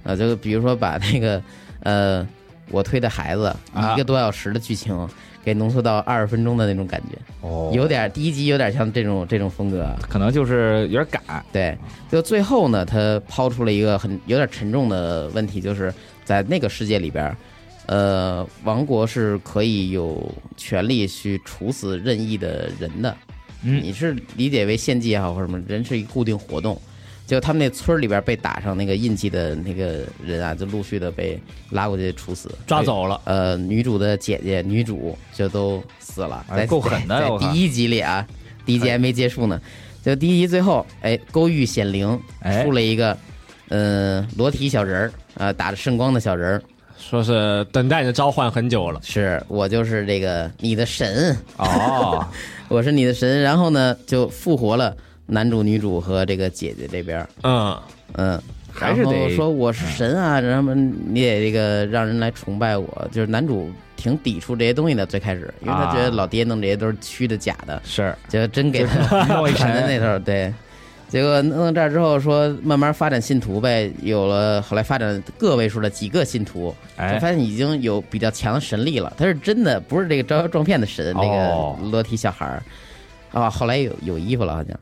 Speaker 3: 啊，就比如说把那个呃我推的孩子
Speaker 5: 啊
Speaker 3: 一个多小时的剧情给浓缩到二十分钟的那种感觉，
Speaker 5: 哦，
Speaker 3: 有点第一集有点像这种这种风格啊。
Speaker 5: 可能就是有点赶，
Speaker 3: 对，就最后呢，他抛出了一个很有点沉重的问题，就是在那个世界里边儿，呃，王国是可以有权利去处死任意的人的。
Speaker 5: 嗯
Speaker 3: 你是理解为献祭也好或者什么，人是一固定活动。结果他们那村儿里边儿被打上那个印记的那个人啊，就陆续的被拉过去处死，
Speaker 4: 抓走了，
Speaker 3: 呃，女主的姐姐、女主就都死了，
Speaker 5: 哎
Speaker 3: 在
Speaker 5: 够狠的
Speaker 3: 在
Speaker 5: 我
Speaker 3: 在
Speaker 5: 靠
Speaker 3: 第一集里啊，第一集还没结束呢，就第一集最后，哎，勾玉显灵
Speaker 5: 哎
Speaker 3: 出了一个，呃，裸体小人儿，呃，打着圣光的小人儿，
Speaker 4: 说是等待你的召唤很久了，
Speaker 3: 是我就是这个你的神，
Speaker 5: 哦，
Speaker 3: 我是你的神，然后呢就复活了男主、女主和这个姐姐这边儿，
Speaker 4: 嗯，
Speaker 3: 嗯，
Speaker 5: 还是
Speaker 3: 然后
Speaker 5: 得嗯
Speaker 3: 说我是神啊，然后你得这个让人来崇拜我。就是男主挺抵触这些东西的，最开始，因为他觉得
Speaker 5: 啊
Speaker 3: 老爹弄这些都是虚的、假的，
Speaker 5: 是，
Speaker 3: 就真给他
Speaker 5: 弄一
Speaker 3: 传在
Speaker 5: 神
Speaker 3: 那头，对，结果弄到这儿之后说慢慢发展信徒呗，有了后来发展个位数的几个信徒，才
Speaker 5: 哎，
Speaker 3: 发现已经有比较强的神力了。他是真的，不是这个招摇撞骗的神，那
Speaker 5: 哦
Speaker 3: 个裸体小孩儿啊。后来有有衣服了，好像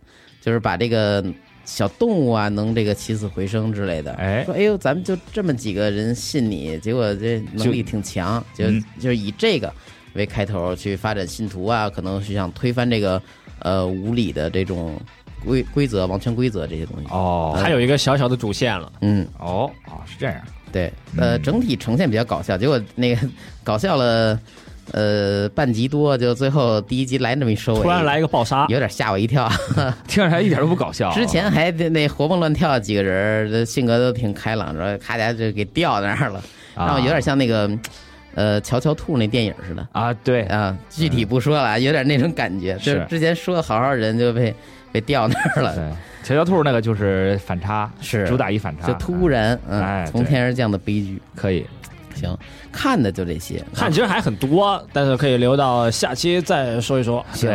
Speaker 3: 就是把这个小动物啊能这个起死回生之类的。
Speaker 5: 哎
Speaker 3: 说哎呦，咱们就这么几个人信你，结果这能力挺强，就
Speaker 5: 嗯
Speaker 3: 就是以这个为开头去发展信徒啊，可能是想推翻这个呃无理的这种规规则、王权规则这些东西。
Speaker 5: 哦
Speaker 4: 还有一个小小的主线了，
Speaker 3: 嗯，
Speaker 5: 哦哦，是这样，
Speaker 3: 对，
Speaker 4: 嗯
Speaker 3: 呃，整体呈现比较搞笑，结果那个 搞笑了，呃，半集多，就最后第一集来那么一收尾，
Speaker 4: 突然来一哦个爆杀，
Speaker 3: 有点吓我一跳。
Speaker 5: 听着还一点都不搞笑 啊。
Speaker 3: 之前还得那活蹦乱跳几个人儿，这性格都挺开朗，然后咔嚓就给吊那儿了，
Speaker 5: 啊
Speaker 3: 让我有点像那个，呃，乔乔兔那电影似的
Speaker 5: 啊，对，
Speaker 3: 啊，具
Speaker 4: 嗯
Speaker 3: 体不说了啊，有点那种感觉，就是之前说好好人就被被吊那儿了，
Speaker 5: 对，小小兔那个就是反差，
Speaker 3: 呃是
Speaker 5: 主打一反差，
Speaker 3: 就
Speaker 4: 啊
Speaker 3: 突然，嗯
Speaker 5: 哎，
Speaker 3: 从
Speaker 5: 对
Speaker 3: 天而降的悲剧。
Speaker 5: 嗯可以，
Speaker 3: 行，看的就这些，
Speaker 4: 看其实还很多，但是可以留到下期再说一说。
Speaker 3: 行，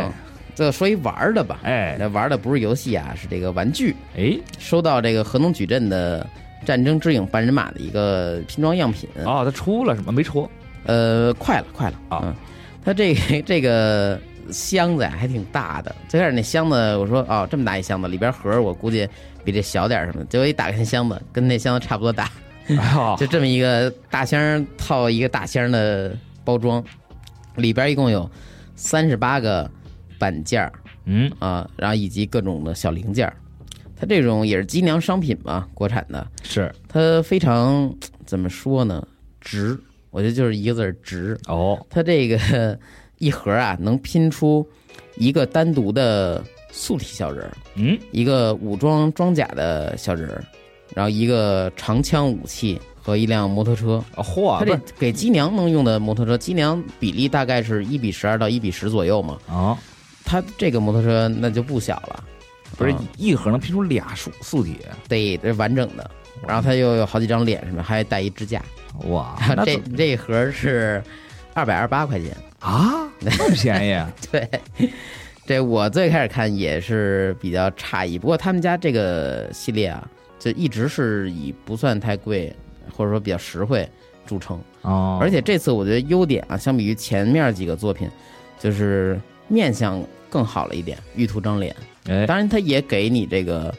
Speaker 3: 最后说一玩儿的吧。
Speaker 5: 哎
Speaker 3: 那玩儿的不是游戏啊，是这个玩具。
Speaker 5: 哎，
Speaker 3: 收到这个河农矩阵的《战争之影》半人马的一个拼装样品，
Speaker 5: 哦，它出了什么？没出
Speaker 3: 呃，快了，快了
Speaker 5: 啊
Speaker 3: 嗯，它这个 这个箱子呀还挺大的。最开始那箱子，我说哦，这么大一箱子，里边盒儿我估计比这小点儿什么的。结果一打开那箱子，跟那箱子差不多大，
Speaker 5: 哦
Speaker 3: 就这么一个大箱儿套一个大箱儿的包装，里边一共有三十八个板件儿。
Speaker 5: 嗯，
Speaker 3: 啊，然后以及各种的小零件儿。它这种也是精良商品嘛，国产的，
Speaker 5: 是
Speaker 3: 它非常怎么说呢？值，我觉得就是一个字儿值。
Speaker 5: 哦，
Speaker 3: 它这个一盒啊，能拼出一个单独的素体小人儿，
Speaker 5: 嗯，
Speaker 3: 一个武装装甲的小人儿，然后一个长枪武器和一辆摩托车。
Speaker 5: 哦
Speaker 3: 它
Speaker 5: 嚯，不
Speaker 3: 这
Speaker 5: 是
Speaker 3: 给机娘能用的摩托车，机娘比例大概是一比十二到一比十左右嘛。
Speaker 5: 哦，
Speaker 3: 它这个摩托车那就不小了，
Speaker 5: 不是
Speaker 3: 啊
Speaker 5: 一盒能拼出俩数素体，
Speaker 3: 对，这完整的。然后它又有好几张脸什么，还带一支架。
Speaker 5: 哇，啊那
Speaker 3: 这
Speaker 5: 怎么
Speaker 3: 这一盒是二百二十八块钱。
Speaker 5: 啊，那么便宜，
Speaker 3: 对，这我最开始看也是比较诧异，不过他们家这个系列啊，就一直是以不算太贵或者说比较实惠著称。
Speaker 5: 哦，
Speaker 3: 而且这次我觉得优点啊，相比于前面几个作品，就是面相更好了一点，玉图张脸。
Speaker 5: 哎，
Speaker 3: 当然，它也给你这个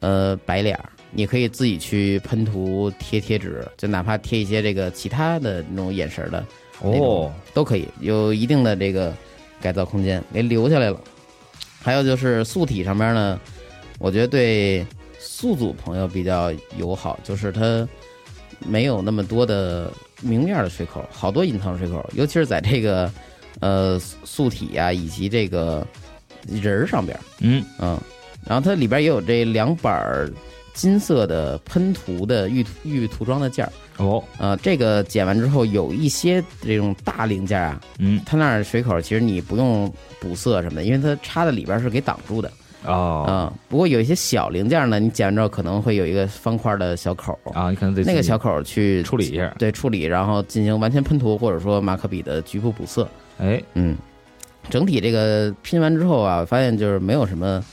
Speaker 3: 呃白脸儿，你可以自己去喷涂、贴贴纸，就哪怕贴一些这个其他的那种眼神儿的那
Speaker 5: 哦
Speaker 3: 种，都可以，有一定的这个改造空间，给留下来了。还有就是素体上面呢，我觉得对素组朋友比较友好，就是它没有那么多的明面的缺口，好多隐藏缺口，尤其是在这个呃素体啊以及这个人儿上边儿。
Speaker 5: 嗯，
Speaker 3: 嗯，然后它里边也有这两板儿金色的喷涂的玉玉涂装的件儿，
Speaker 5: 哦，
Speaker 3: 呃，这个剪完之后有一些这种大零件啊，
Speaker 5: 嗯，
Speaker 3: 它那儿水口其实你不用补色什么的，因为它插在里边是给挡住的啊、
Speaker 5: 哦，
Speaker 3: 不过有一些小零件呢，你剪完之后可能会有一个方块的小口儿，
Speaker 5: 啊，你可能得
Speaker 3: 呃那
Speaker 5: 自
Speaker 3: 个
Speaker 5: 己
Speaker 3: 小口儿去
Speaker 5: 处理一下，
Speaker 3: 对处理，然后进行完全喷涂或者说马克笔的局部补色。
Speaker 5: 哎，
Speaker 3: 嗯，整体这个拼完之后啊，发现就是没有什么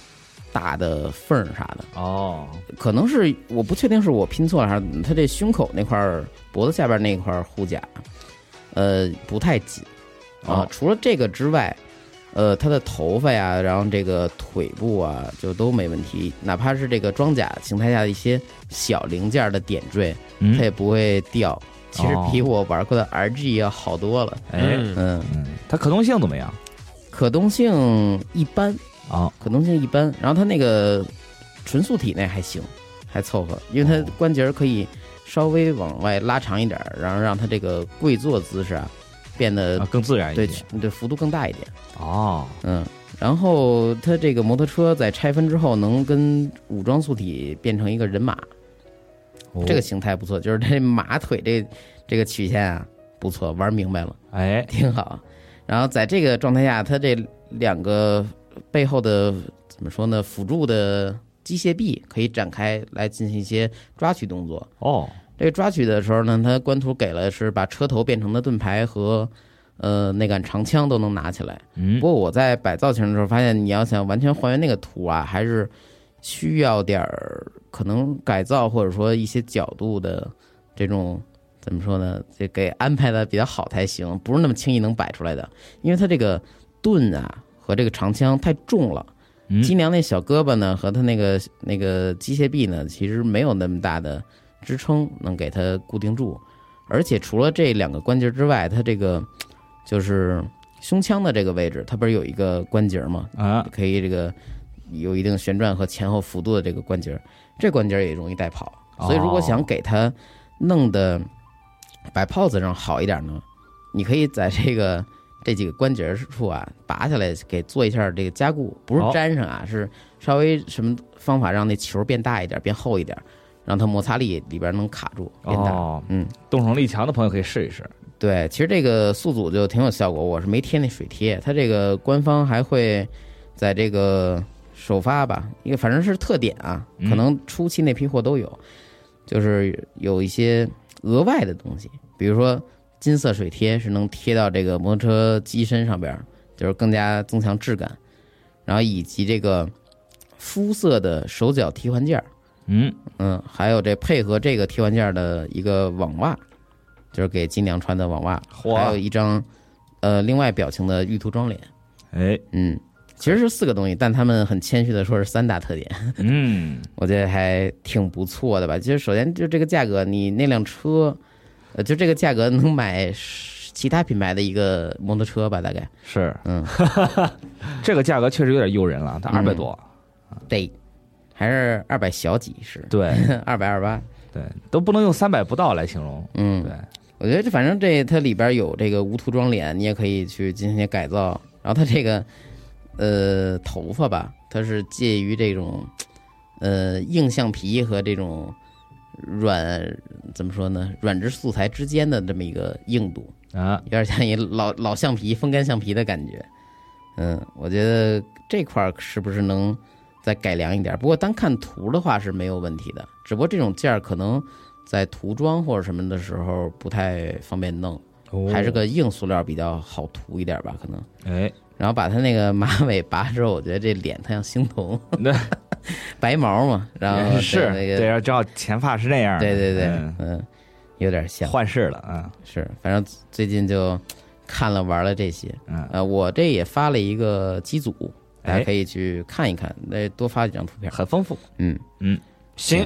Speaker 3: 大的缝儿啥的，
Speaker 5: 哦，
Speaker 3: 可能是我不确定是我拼错了还是怎么它这胸口那块儿、脖子下边那块儿护甲，呃，不太紧啊。
Speaker 5: 哦
Speaker 3: 除了这个之外，呃，他的头发呀，然后这个腿部啊，就都没问题，哪怕是这个装甲形态下的一些小零件的点缀，它也
Speaker 5: 嗯，
Speaker 3: 不会掉。其实
Speaker 5: 哦
Speaker 3: 比我玩过的 RG 要好多了，
Speaker 5: 哎，
Speaker 4: 嗯
Speaker 3: 嗯，
Speaker 5: 嗯，它可动性怎么样？
Speaker 3: 可动性一般，
Speaker 5: 啊，
Speaker 3: 可动性一般。然后它那个纯素体那还行，还凑合，因为它
Speaker 5: 哦
Speaker 3: 关节儿可以稍微往外拉长一点儿，然后让它这个跪坐姿势啊变得、
Speaker 5: 啊更自然一
Speaker 3: 对
Speaker 5: 些，
Speaker 3: 对幅度更大一点。
Speaker 5: 哦，
Speaker 3: 嗯，然后它这个摩托车在拆分之后，能跟武装素体变成一个人马，
Speaker 5: 哦
Speaker 3: 这个形态不错，就是这马腿这这个曲线啊不错，玩明白了。
Speaker 5: 哎，
Speaker 3: 挺好。然后在这个状态下，它这两个背后的怎么说呢？辅助的机械臂可以展开来进行一些抓取动作。
Speaker 5: 哦，
Speaker 3: 这个抓取的时候呢，它官图给了是把车头变成的盾牌和呃那杆长枪都能拿起来。
Speaker 5: 嗯
Speaker 3: 不，过我在摆造型的时候发现，你要想完全还原那个图啊，还是需要点儿可能改造或者说一些角度的这种怎么说呢？这给安排的比较好才行，不是那么轻易能摆出来的，因为它这个盾啊和这个长枪太重了。
Speaker 5: 嗯
Speaker 3: 金良那小胳膊呢和他那个那个机械臂呢，其实没有那么大的支撑能给它固定住，而且除了这两个关节之外，它这个就是胸腔的这个位置，它不是有一个关节吗？
Speaker 5: 啊，
Speaker 3: 可以这个有一定旋转和前后幅度的这个关节儿，这关节儿也容易带跑。所以如果想给它弄的摆 pose 上好一点呢，你可以在这个这几个关节儿处啊拔下来，给做一下这个加固，不
Speaker 5: 哦
Speaker 3: 是粘上啊，是稍微什么方法让那球变大一点，变厚一点，让它摩擦力里边能卡住变大。
Speaker 5: 哦，
Speaker 3: 嗯，
Speaker 5: 动手力强的朋友可以试一试。
Speaker 3: 对，其实这个宿组就挺有效果，我是没贴那水贴，它这个官方还会在这个首发吧，一个反正是特点啊，
Speaker 5: 嗯
Speaker 3: 可能初期那批货都有，就是有一些额外的东西，比如说金色水贴是能贴到这个摩托车机身上边儿，就是更加增强质感，然后以及这个肤色的手脚替换件儿，
Speaker 5: 嗯，
Speaker 3: 嗯，还有这配合这个替换件儿的一个网袜，就是给金良穿的网袜，
Speaker 5: 嚯
Speaker 3: 还有一张呃另外表情的玉兔装脸，
Speaker 5: 哎，
Speaker 3: 嗯，其实是四个东西，但他们很谦虚的说是三大特点，
Speaker 5: 嗯，
Speaker 3: 我觉得还挺不错的吧。其实首先就这个价格，你那辆车，呃，就这个价格能买十其他品牌的一个摩托车吧，大概，
Speaker 5: 是
Speaker 3: 嗯，
Speaker 5: 这个价格确实有点诱人了，它二
Speaker 3: 嗯
Speaker 5: 百多，
Speaker 3: 对，还是二百小几是，
Speaker 5: 对
Speaker 3: 二百二八，
Speaker 5: 对，都不能用三百不到来形容。
Speaker 3: 嗯，
Speaker 5: 对，
Speaker 3: 我觉得这反正这它里边有这个无涂装脸，你也可以去进行一些改造。然后它这个呃头发吧，它是介于这种呃硬橡皮和这种软怎么说呢软质素材之间的这么一个硬度，
Speaker 5: 啊，
Speaker 3: 有点像一老老橡皮风干橡皮的感觉。嗯，我觉得这块儿是不是能再改良一点？不过单看图的话是没有问题的，只不过这种件儿可能在涂装或者什么的时候不太方便弄，
Speaker 5: 哦
Speaker 3: 还是个硬塑料比较好涂一点吧，可能。
Speaker 5: 哎，
Speaker 3: 然后把它那个马尾拔之后，我觉得这脸它像星童，
Speaker 5: 那
Speaker 3: 白毛嘛，然后
Speaker 5: 是
Speaker 3: 那
Speaker 5: 对，
Speaker 3: 个，
Speaker 5: 要知道前发是那样的，
Speaker 3: 对对对
Speaker 5: 嗯，
Speaker 3: 嗯，有点像，
Speaker 5: 幻视了啊，
Speaker 3: 是，反正最近就看了玩了这些，
Speaker 5: 嗯
Speaker 3: 呃，我这也发了一个机组，大
Speaker 5: 哎
Speaker 3: 家可以去看一看，那多发几张图片。
Speaker 5: 很丰富。
Speaker 3: 嗯，
Speaker 4: 行，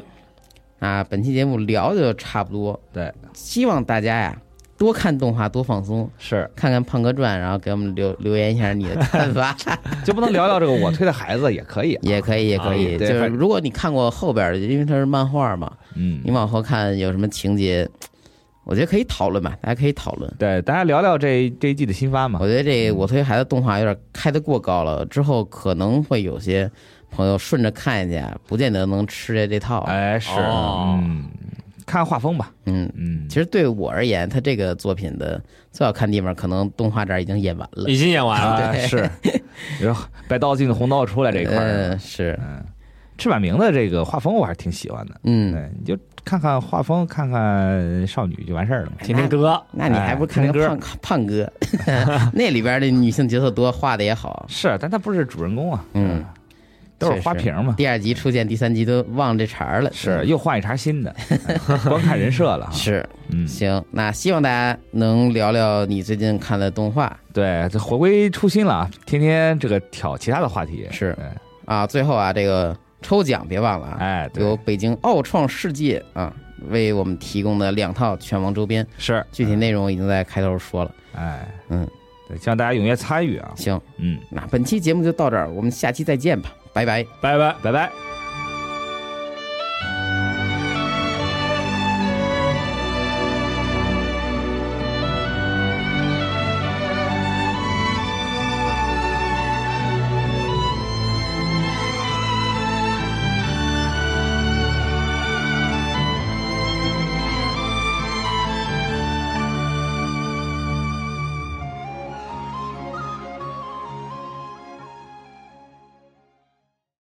Speaker 3: 那本期节目聊的就差不多，
Speaker 5: 对，
Speaker 3: 希望大家呀多看动画，多放松，
Speaker 5: 是
Speaker 3: 看看《胖哥传》，然后给我们留留言一下你的看法，
Speaker 5: 就不能聊聊这个我推的孩子也可以啊，
Speaker 3: 也可以，也可以。
Speaker 5: 啊
Speaker 3: 就
Speaker 5: 对
Speaker 3: 是
Speaker 5: 反
Speaker 3: 如果你看过后边儿，因为它是漫画嘛，
Speaker 5: 嗯
Speaker 3: 你，往后看有什么情节，我觉得可以讨论吧，大家可以讨论。
Speaker 5: 对，大家聊聊这这一季的新番嘛
Speaker 3: 我。觉得这我推孩子动画有点开得过高了，之后可能会有些朋友顺着看一下，不见得能吃下这套。
Speaker 5: 哎，是，
Speaker 4: 哦
Speaker 5: 嗯，看画风吧，
Speaker 3: 嗯，
Speaker 5: 嗯
Speaker 3: 其，实 对我而言，他这个作品的最好看地方，可能动画这儿已经演完了。
Speaker 4: 已经演完了，
Speaker 5: 啊，是，然后白刀进红刀出来这一块儿
Speaker 3: 嗯，，是，
Speaker 5: 嗯，赤坂明的这个画风我还是挺喜欢的。
Speaker 3: 嗯，
Speaker 5: 对，你就看看画风，看看少女就完事儿了嘛。
Speaker 4: 听听歌，
Speaker 3: 那你还不如看
Speaker 5: 哎
Speaker 3: 个
Speaker 5: 听
Speaker 3: 胖 胖哥， 那里边的女性角色多，画的也好。
Speaker 5: 是，但他不是主人公啊，
Speaker 3: 嗯，
Speaker 5: 都是
Speaker 3: 确
Speaker 5: 花
Speaker 3: 实
Speaker 5: 瓶嘛。
Speaker 3: 第二集出现，第三集都忘这茬儿了。
Speaker 5: 是，又换一茬新的， 嗯光看人设了哈。
Speaker 3: 是，
Speaker 5: 嗯，
Speaker 3: 行，那希望大家能聊聊你最近看的动画
Speaker 5: 对，这回归初心了啊，天天这个挑其他的话题。
Speaker 3: 是
Speaker 5: 对
Speaker 3: 啊。最后啊，这个抽奖别忘了啊，
Speaker 5: 哎，
Speaker 3: 由
Speaker 5: 对，
Speaker 3: 北京奥创世界啊为我们提供的两套拳王周边，
Speaker 5: 是，
Speaker 3: 具体内容已经在开头说了。
Speaker 5: 哎，
Speaker 3: 嗯，
Speaker 5: 对，希望大家踊跃参与啊。
Speaker 3: 行，
Speaker 5: 嗯，
Speaker 3: 那本期节目就到这儿，我们下期再见吧，拜拜。
Speaker 4: 拜拜。
Speaker 5: 拜拜。